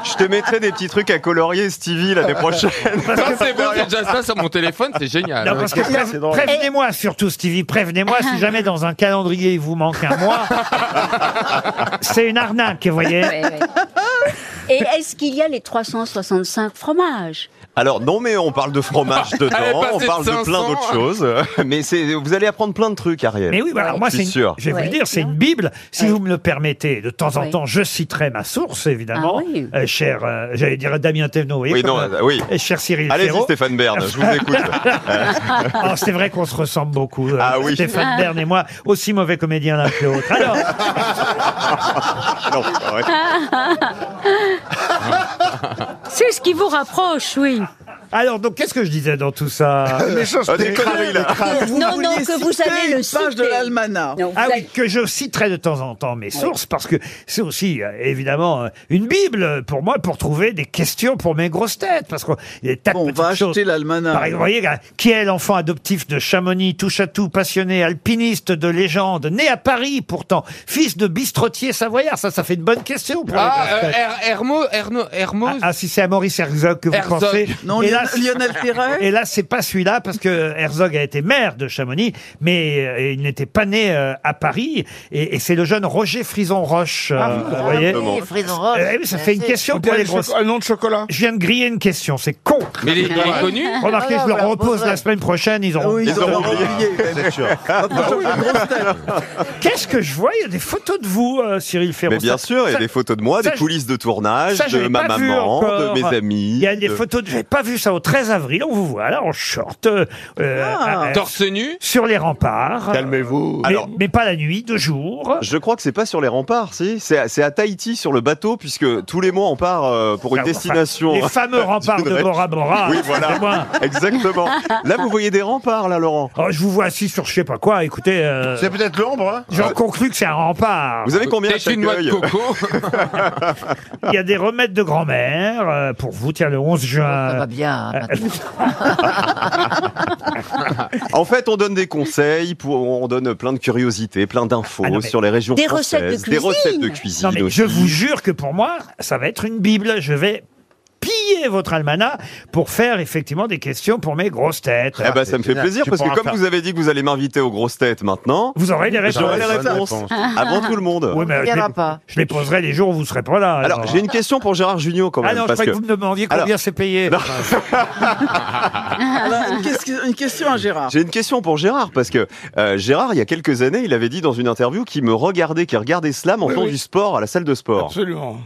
[SPEAKER 19] Je te mettrai des petits trucs à colorier, Stevie, l'année prochaine.
[SPEAKER 9] Ça, c'est bon, j'ai déjà ça sur mon téléphone, c'est génial.
[SPEAKER 2] Ah. Non, parce que
[SPEAKER 9] Ah,
[SPEAKER 2] prév-
[SPEAKER 19] c'est drôle.
[SPEAKER 2] prévenez-moi surtout, Stevie, prévenez-moi si jamais dans un calendrier il vous manque un
[SPEAKER 9] *laughs*
[SPEAKER 2] mois. c'est une arnaque, vous voyez.
[SPEAKER 6] Ouais, ouais. Et est-ce qu'il y a les 365 fromages
[SPEAKER 19] Alors non, mais on parle de
[SPEAKER 9] *laughs*
[SPEAKER 19] fromage
[SPEAKER 9] Elle est
[SPEAKER 19] dedans,
[SPEAKER 9] passée
[SPEAKER 19] on
[SPEAKER 9] de
[SPEAKER 19] parle de plein
[SPEAKER 9] 500.
[SPEAKER 19] d'autres
[SPEAKER 9] *laughs*
[SPEAKER 19] choses. Mais c'est, vous allez apprendre plein de trucs, Ariel.
[SPEAKER 2] Mais oui, bah, alors moi,
[SPEAKER 19] Je
[SPEAKER 2] c'est
[SPEAKER 19] suis
[SPEAKER 2] une-
[SPEAKER 19] sûr.
[SPEAKER 2] je vais vous le dire, c'est une Bible. Si vous me le permettez, de temps en
[SPEAKER 6] Ouais.
[SPEAKER 2] temps, je citerai ma source, évidemment.
[SPEAKER 6] Ah oui.
[SPEAKER 2] Euh, cher, euh, j'allais dire Damien Thévenot, vous voyez.
[SPEAKER 19] Oui,
[SPEAKER 2] comme,
[SPEAKER 19] non,
[SPEAKER 2] euh,
[SPEAKER 19] euh, oui.
[SPEAKER 2] et cher Cyril
[SPEAKER 19] Allez-y,
[SPEAKER 2] Ferraud.
[SPEAKER 19] Stéphane Bern,
[SPEAKER 2] *laughs*
[SPEAKER 19] je vous écoute.
[SPEAKER 2] Oh, c'est vrai qu'on se ressemble beaucoup, euh,
[SPEAKER 19] Ah oui.
[SPEAKER 2] Stéphane Bern et moi, aussi mauvais comédiens l'un que l'autre. Alors,
[SPEAKER 19] Non, ouais.
[SPEAKER 6] *laughs* C'est ce qui vous rapproche, oui.
[SPEAKER 2] alors donc, qu'est-ce que je disais dans tout
[SPEAKER 8] *laughs*
[SPEAKER 2] ça
[SPEAKER 19] Ah, des conneries, là.
[SPEAKER 6] non, non, que vous allez le
[SPEAKER 8] page de
[SPEAKER 6] citer.
[SPEAKER 8] l'almanach.
[SPEAKER 6] Non, vous
[SPEAKER 2] Ah
[SPEAKER 6] allez-
[SPEAKER 2] oui, que je citerai de temps en temps mes sources, parce que c'est aussi, euh, évidemment, euh, une Bible euh, pour moi, pour trouver des questions pour mes grosses têtes. Parce qu'il y a des tas de
[SPEAKER 8] Bon, on
[SPEAKER 2] petites
[SPEAKER 8] va
[SPEAKER 2] choses.
[SPEAKER 8] acheter l'almanach.
[SPEAKER 2] Par exemple, vous voyez, là, qui est l'enfant adoptif de Chamonix, touche à tout, passionné, alpiniste de légende, né à Paris pourtant, fils de bistrotier savoyard Ça, ça fait une bonne question pour les
[SPEAKER 9] Ah,
[SPEAKER 2] grosses
[SPEAKER 9] euh,
[SPEAKER 2] têtes.
[SPEAKER 9] Her- Hermo, Herno, Hermos.
[SPEAKER 2] Ah, si c'est à Maurice Herzog que vous
[SPEAKER 9] Herzog.
[SPEAKER 2] pensez.
[SPEAKER 8] Non,
[SPEAKER 2] Et
[SPEAKER 8] Lion-
[SPEAKER 2] là,
[SPEAKER 8] Lionel Terray
[SPEAKER 2] *laughs* et là, c'est pas celui-là, parce que Herzog a été maire de Chamonix, mais euh, il n'était pas né euh, à Paris. Et, et c'est le jeune Roger Frison-Roche. euh,
[SPEAKER 5] Ah,
[SPEAKER 2] vous voyez
[SPEAKER 3] oui, Frison Roche.
[SPEAKER 2] Eh oui, ça fait une
[SPEAKER 3] Merci.
[SPEAKER 2] question pour les grosses.
[SPEAKER 5] Un nom de chocolat.
[SPEAKER 2] Je viens de griller une question, c'est con.
[SPEAKER 9] Mais il est, il est connu
[SPEAKER 2] Remarquez,
[SPEAKER 3] Ah,
[SPEAKER 2] je leur
[SPEAKER 3] voilà,
[SPEAKER 2] repose
[SPEAKER 3] voilà.
[SPEAKER 2] la semaine prochaine, ils auront.
[SPEAKER 8] Oui, ils
[SPEAKER 19] Ils
[SPEAKER 8] auront
[SPEAKER 19] auront
[SPEAKER 8] oublié. Ah,
[SPEAKER 20] C'est sûr.
[SPEAKER 2] Qu'est-ce que je vois Il y a des photos de vous, euh, Cyril Ferrand.
[SPEAKER 19] Mais bien
[SPEAKER 2] Ça-
[SPEAKER 19] sûr, il y a
[SPEAKER 2] ça-
[SPEAKER 19] des photos de moi,
[SPEAKER 2] ça,
[SPEAKER 19] des
[SPEAKER 2] je-
[SPEAKER 19] coulisses de tournage,
[SPEAKER 2] ça, je
[SPEAKER 19] de
[SPEAKER 2] l'ai
[SPEAKER 19] ma
[SPEAKER 2] pas vu
[SPEAKER 19] maman,
[SPEAKER 2] encore.
[SPEAKER 19] de mes amis.
[SPEAKER 2] Il y a des
[SPEAKER 19] de-
[SPEAKER 2] photos, de... j'avais pas vu ça au 13 avril, on vous voit là en short, euh, euh,
[SPEAKER 3] Ah.
[SPEAKER 2] euh,
[SPEAKER 9] Torse nu
[SPEAKER 2] sur les remparts.
[SPEAKER 5] Calmez-vous.
[SPEAKER 2] Mais,
[SPEAKER 19] Alors-
[SPEAKER 2] mais pas la nuit, de jour.
[SPEAKER 19] Je crois que c'est pas sur les remparts, si. C'est à, c'est à Tahiti sur le bateau, puisque tous les mois on part euh, pour une
[SPEAKER 2] Enfin,
[SPEAKER 19] destination.
[SPEAKER 2] les
[SPEAKER 19] *laughs*
[SPEAKER 2] fameux remparts
[SPEAKER 19] D'une
[SPEAKER 2] de
[SPEAKER 19] ré-
[SPEAKER 2] Bora Bora.
[SPEAKER 19] Oui, voilà.
[SPEAKER 2] excusez-moi.
[SPEAKER 19] *laughs* Exactement. Là,
[SPEAKER 3] Ah.
[SPEAKER 19] vous voyez des remparts, là, Laurent.
[SPEAKER 2] Oh, je vous vois assis sur je sais pas quoi, écoutez, euh,
[SPEAKER 20] C'est peut-être l'ombre, hein
[SPEAKER 2] j'en conclus que c'est un rempart.
[SPEAKER 19] Vous avez combien à
[SPEAKER 9] T'es
[SPEAKER 19] chaque
[SPEAKER 9] une noix de
[SPEAKER 19] œil
[SPEAKER 9] coco.
[SPEAKER 2] *laughs* Il y a des remèdes de grand-mère euh, pour vous, tiens, le 11
[SPEAKER 3] Ça va
[SPEAKER 2] juin. Euh,
[SPEAKER 3] bien. hein, maintenant.
[SPEAKER 19] En fait, on donne des conseils, pour, on donne plein de curiosités, plein d'infos
[SPEAKER 2] Ah non, mais-
[SPEAKER 19] sur les régions
[SPEAKER 6] Des
[SPEAKER 19] françaises,
[SPEAKER 6] recettes de
[SPEAKER 19] des
[SPEAKER 6] cuisine.
[SPEAKER 19] recettes de cuisine.
[SPEAKER 2] Non, mais
[SPEAKER 19] aussi.
[SPEAKER 2] je vous jure que pour moi, ça va être une Bible. Je vais plier votre almanach pour faire effectivement des questions pour mes grosses têtes.
[SPEAKER 19] Eh ben, ça me fait plaisir parce que comme vous avez dit que vous allez m'inviter aux grosses têtes maintenant,
[SPEAKER 2] Vous aurez les réponses.
[SPEAKER 19] J'aurai les réponses *laughs* avant tout le monde.
[SPEAKER 2] Oui, mais je, les, je les poserai les jours où vous serez pas là.
[SPEAKER 19] Alors, j'ai une question pour Gérard Junior quand
[SPEAKER 2] Ah
[SPEAKER 19] même.
[SPEAKER 2] non, je
[SPEAKER 19] parce
[SPEAKER 2] croyais que vous me demandiez combien
[SPEAKER 19] Alors-
[SPEAKER 2] c'est payé.
[SPEAKER 19] Non.
[SPEAKER 8] *laughs* Alors, une, question, une question à Gérard.
[SPEAKER 19] *laughs* J'ai une question pour Gérard, parce que euh, Gérard, il y a quelques années, il avait dit dans une interview qu'il me regardait, qu'il regardait Slam en
[SPEAKER 5] Oui,
[SPEAKER 19] faisant
[SPEAKER 5] oui.
[SPEAKER 19] du sport à la salle de sport.
[SPEAKER 5] Absolument.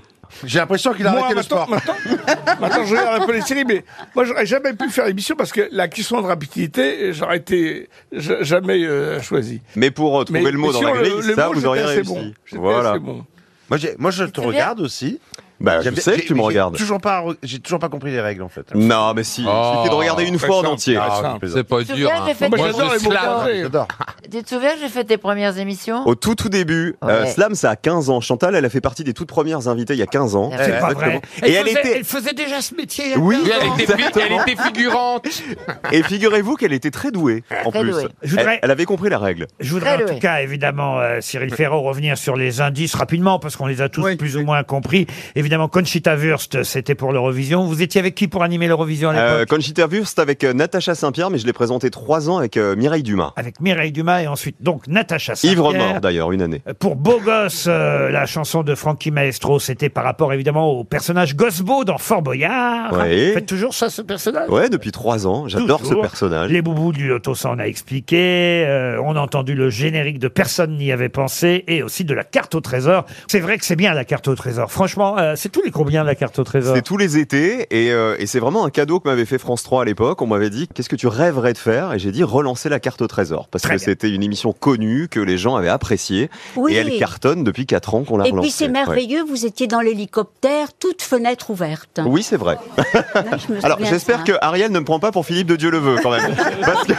[SPEAKER 7] J'ai l'impression qu'il a
[SPEAKER 5] Moi,
[SPEAKER 7] arrêté le
[SPEAKER 5] maintenant-
[SPEAKER 7] sport.
[SPEAKER 5] Maintenant, maintenant, je regarde un peu les séries, mais moi, j'aurais jamais pu faire l'émission parce que la question de rapidité, j'aurais été j- jamais euh, choisi.
[SPEAKER 19] Mais pour euh, trouver
[SPEAKER 5] Mais-
[SPEAKER 19] le mot
[SPEAKER 5] mais
[SPEAKER 19] dans
[SPEAKER 5] si
[SPEAKER 19] la
[SPEAKER 5] on-
[SPEAKER 19] grille,
[SPEAKER 5] le
[SPEAKER 19] ça,
[SPEAKER 5] mot,
[SPEAKER 19] vous auriez
[SPEAKER 5] j'étais assez
[SPEAKER 19] réussi.
[SPEAKER 5] bon. J'étais
[SPEAKER 19] Voilà.
[SPEAKER 5] assez bon.
[SPEAKER 7] Moi, j'ai- moi, je te
[SPEAKER 5] bien.
[SPEAKER 7] regarde aussi.
[SPEAKER 19] Bah, je
[SPEAKER 7] J'aime-
[SPEAKER 19] sais
[SPEAKER 7] j'ai-
[SPEAKER 19] que tu me
[SPEAKER 7] j'ai
[SPEAKER 19] regardes.
[SPEAKER 7] Toujours pas, re- j'ai toujours pas compris les règles en fait.
[SPEAKER 19] Non, mais si, il suffit de regarder une
[SPEAKER 7] très
[SPEAKER 19] fois en
[SPEAKER 7] simple,
[SPEAKER 19] entier.
[SPEAKER 7] très Ah, simple.
[SPEAKER 19] C'est pas
[SPEAKER 3] Tu te souviens, j'ai fait
[SPEAKER 7] Moi,
[SPEAKER 3] tes-
[SPEAKER 7] j'adore les mots croisés. J'adore.
[SPEAKER 3] Tu te souviens, j'ai fait tes premières émissions
[SPEAKER 19] Au tout tout début, euh,
[SPEAKER 3] Ouais.
[SPEAKER 19] Slam, ça a 15 ans. Chantal, elle a fait partie des toutes premières invitées il y a 15 ans.
[SPEAKER 2] C'est pas vrai.
[SPEAKER 19] Et elle était...
[SPEAKER 2] faisait déjà ce métier. il y a
[SPEAKER 19] Oui,
[SPEAKER 2] 15 ans.
[SPEAKER 19] exactement.
[SPEAKER 9] figurante.
[SPEAKER 19] Et figurez-vous qu'elle était très douée, en
[SPEAKER 2] Très
[SPEAKER 19] plus.
[SPEAKER 2] douée. Je voudrais-
[SPEAKER 19] Elle, elle avait compris la règle.
[SPEAKER 2] Je voudrais en tout cas, évidemment, euh, Cyril Ferro, revenir sur les indices rapidement, parce qu'on les a tous plus ou moins compris. Évidemment, Conchita Wurst, c'était pour l'Eurovision. Vous étiez avec qui pour animer l'Eurovision à l'époque
[SPEAKER 19] Euh, Conchita Wurst avec euh, Natacha Saint-Pierre, mais je l'ai présenté trois ans avec euh, Mireille Dumas.
[SPEAKER 2] Avec Mireille Dumas et ensuite, donc, Natacha Saint-Pierre.
[SPEAKER 19] Ivre mort d'ailleurs, une année.
[SPEAKER 2] Pour Beau Gosse, euh, la chanson de Frankie Maestro, c'était par rapport évidemment au personnage Gosbo dans Fort Boyard.
[SPEAKER 19] Oui.
[SPEAKER 2] Vous faites toujours ça, ce personnage
[SPEAKER 19] Ouais, depuis trois ans, j'adore ce
[SPEAKER 2] Toujours.
[SPEAKER 19] personnage.
[SPEAKER 2] Les boubous du loto, ça on a expliqué. Euh, on a entendu le générique de Personne n'y avait pensé et aussi de la carte au trésor. C'est vrai que c'est bien la carte au trésor. Franchement, euh, c'est tous les combien la carte au trésor
[SPEAKER 19] C'est tous les étés et, euh, et c'est vraiment un cadeau que m'avait fait France 3 à l'époque. On m'avait dit qu'est-ce que tu rêverais de faire et j'ai dit relancer la carte au trésor parce
[SPEAKER 2] Très
[SPEAKER 19] que
[SPEAKER 2] bien.
[SPEAKER 19] c'était une émission connue que les gens avaient appréciée
[SPEAKER 6] Oui.
[SPEAKER 19] et elle cartonne depuis quatre ans qu'on la
[SPEAKER 6] Et
[SPEAKER 19] relance.
[SPEAKER 6] puis c'est merveilleux, vous étiez dans l'hélicoptère, toute fenêtre ouverte.
[SPEAKER 19] Oui, c'est vrai. *laughs*
[SPEAKER 6] souviens
[SPEAKER 19] Alors,
[SPEAKER 6] de
[SPEAKER 19] j'espère
[SPEAKER 6] ça.
[SPEAKER 19] que Ariel ne me prend pas pour Philippe de Dieu le veut quand même. Parce que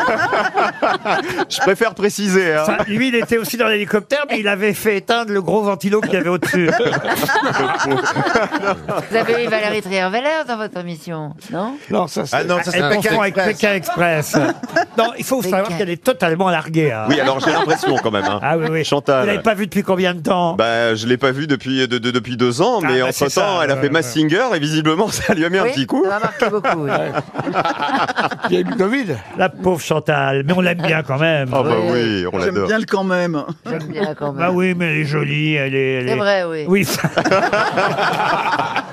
[SPEAKER 19] je préfère préciser. hein.
[SPEAKER 2] Enfin, lui, il était aussi dans l'hélicoptère, mais il avait fait éteindre le gros ventilo qu'il y avait
[SPEAKER 19] *laughs*
[SPEAKER 2] au-dessus.
[SPEAKER 3] Vous avez eu Valérie Trierweiler dans votre émission, non
[SPEAKER 5] Non, ça, c'est-
[SPEAKER 7] Ah non, ça, c'est
[SPEAKER 2] Elle
[SPEAKER 7] Pékin
[SPEAKER 2] confond avec
[SPEAKER 7] Express.
[SPEAKER 2] Pékin
[SPEAKER 19] *laughs*
[SPEAKER 2] Express. Non, il faut
[SPEAKER 3] Pékin.
[SPEAKER 2] savoir qu'elle est totalement larguée. hein.
[SPEAKER 19] Oui, alors j'ai l'impression quand même. hein.
[SPEAKER 2] Ah oui, oui. Vous l'avez
[SPEAKER 19] Chantal.
[SPEAKER 2] pas vu depuis combien de temps
[SPEAKER 19] Bah, je l'ai pas vue depuis, de- de- depuis deux ans,
[SPEAKER 2] Ah,
[SPEAKER 19] mais
[SPEAKER 2] bah,
[SPEAKER 19] entre
[SPEAKER 2] c'est ça,
[SPEAKER 19] temps, elle a
[SPEAKER 2] ouais,
[SPEAKER 19] fait
[SPEAKER 2] ouais.
[SPEAKER 19] Massinger et visiblement, *laughs* ça lui a mis un
[SPEAKER 3] Oui,
[SPEAKER 19] petit coup.
[SPEAKER 3] Ça m'a marqué beaucoup. oui.
[SPEAKER 5] Il y a eu le Covid.
[SPEAKER 2] La pauvre Chantal. Mais on l'aime bien quand même.
[SPEAKER 19] Ah, bah oui, on
[SPEAKER 8] J'aime
[SPEAKER 19] l'adore.
[SPEAKER 8] bien le quand même.
[SPEAKER 3] J'aime bien quand même.
[SPEAKER 2] Bah oui, mais elle est jolie. Elle est, elle
[SPEAKER 3] C'est
[SPEAKER 2] est-
[SPEAKER 3] vrai, oui.
[SPEAKER 2] Oui,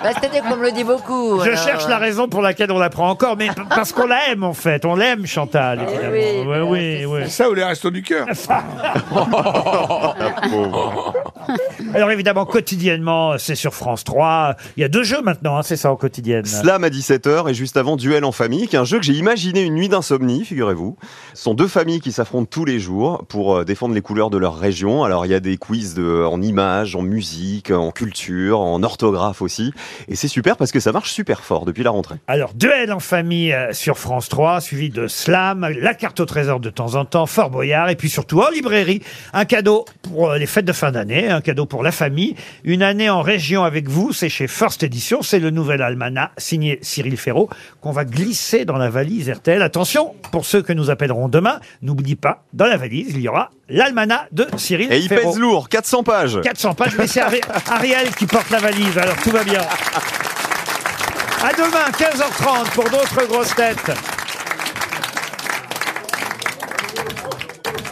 [SPEAKER 3] Bah, C'est-à-dire qu'on me le dit beaucoup.
[SPEAKER 2] je
[SPEAKER 3] alors,
[SPEAKER 2] cherche
[SPEAKER 3] euh,
[SPEAKER 2] la raison pour laquelle on la prend encore, mais p- parce qu'on la aime en fait. On l'aime, Chantal,
[SPEAKER 5] Ah,
[SPEAKER 2] évidemment.
[SPEAKER 3] Ah oui,
[SPEAKER 2] Ouais, Eh oui, oui.
[SPEAKER 5] Ça ou les restos du cœur. *laughs*
[SPEAKER 7] *laughs*
[SPEAKER 2] Alors évidemment, quotidiennement, c'est sur France 3. Il y a deux jeux maintenant, hein, c'est ça, en quotidienne.
[SPEAKER 19] *laughs* Slam à 17h et juste avant Duel en famille, qui est un jeu que j'ai imaginé une nuit d'insomnie, figurez-vous. Ce sont deux familles qui s'affrontent tous les jours pour euh, défendre les couleurs de leur région. Alors il y a des quiz de- en images, en musique, en culture, en orthographe aussi. Et c'est super parce que ça marche super fort depuis la rentrée.
[SPEAKER 2] Alors, duel en famille euh, sur France 3, suivi de Slam, la carte au trésor de temps en temps, Fort Boyard, et puis surtout en librairie, un cadeau pour euh, les fêtes de fin d'année, un cadeau pour la famille, une année en région avec vous, c'est chez First Edition, c'est le nouvel almanach signé Cyril Ferraud qu'on va glisser dans la valise RTL. Attention, pour ceux que nous appellerons demain, n'oublie pas, dans la valise, il y aura l'almanach de Cyril
[SPEAKER 19] Et il
[SPEAKER 2] Ferraud.
[SPEAKER 19] pèse lourd, 400 pages.
[SPEAKER 2] 400 pages, mais c'est Ari- Ariel qui porte la valise, alors tout va bien. À demain, 15h30 pour d'autres grosses têtes.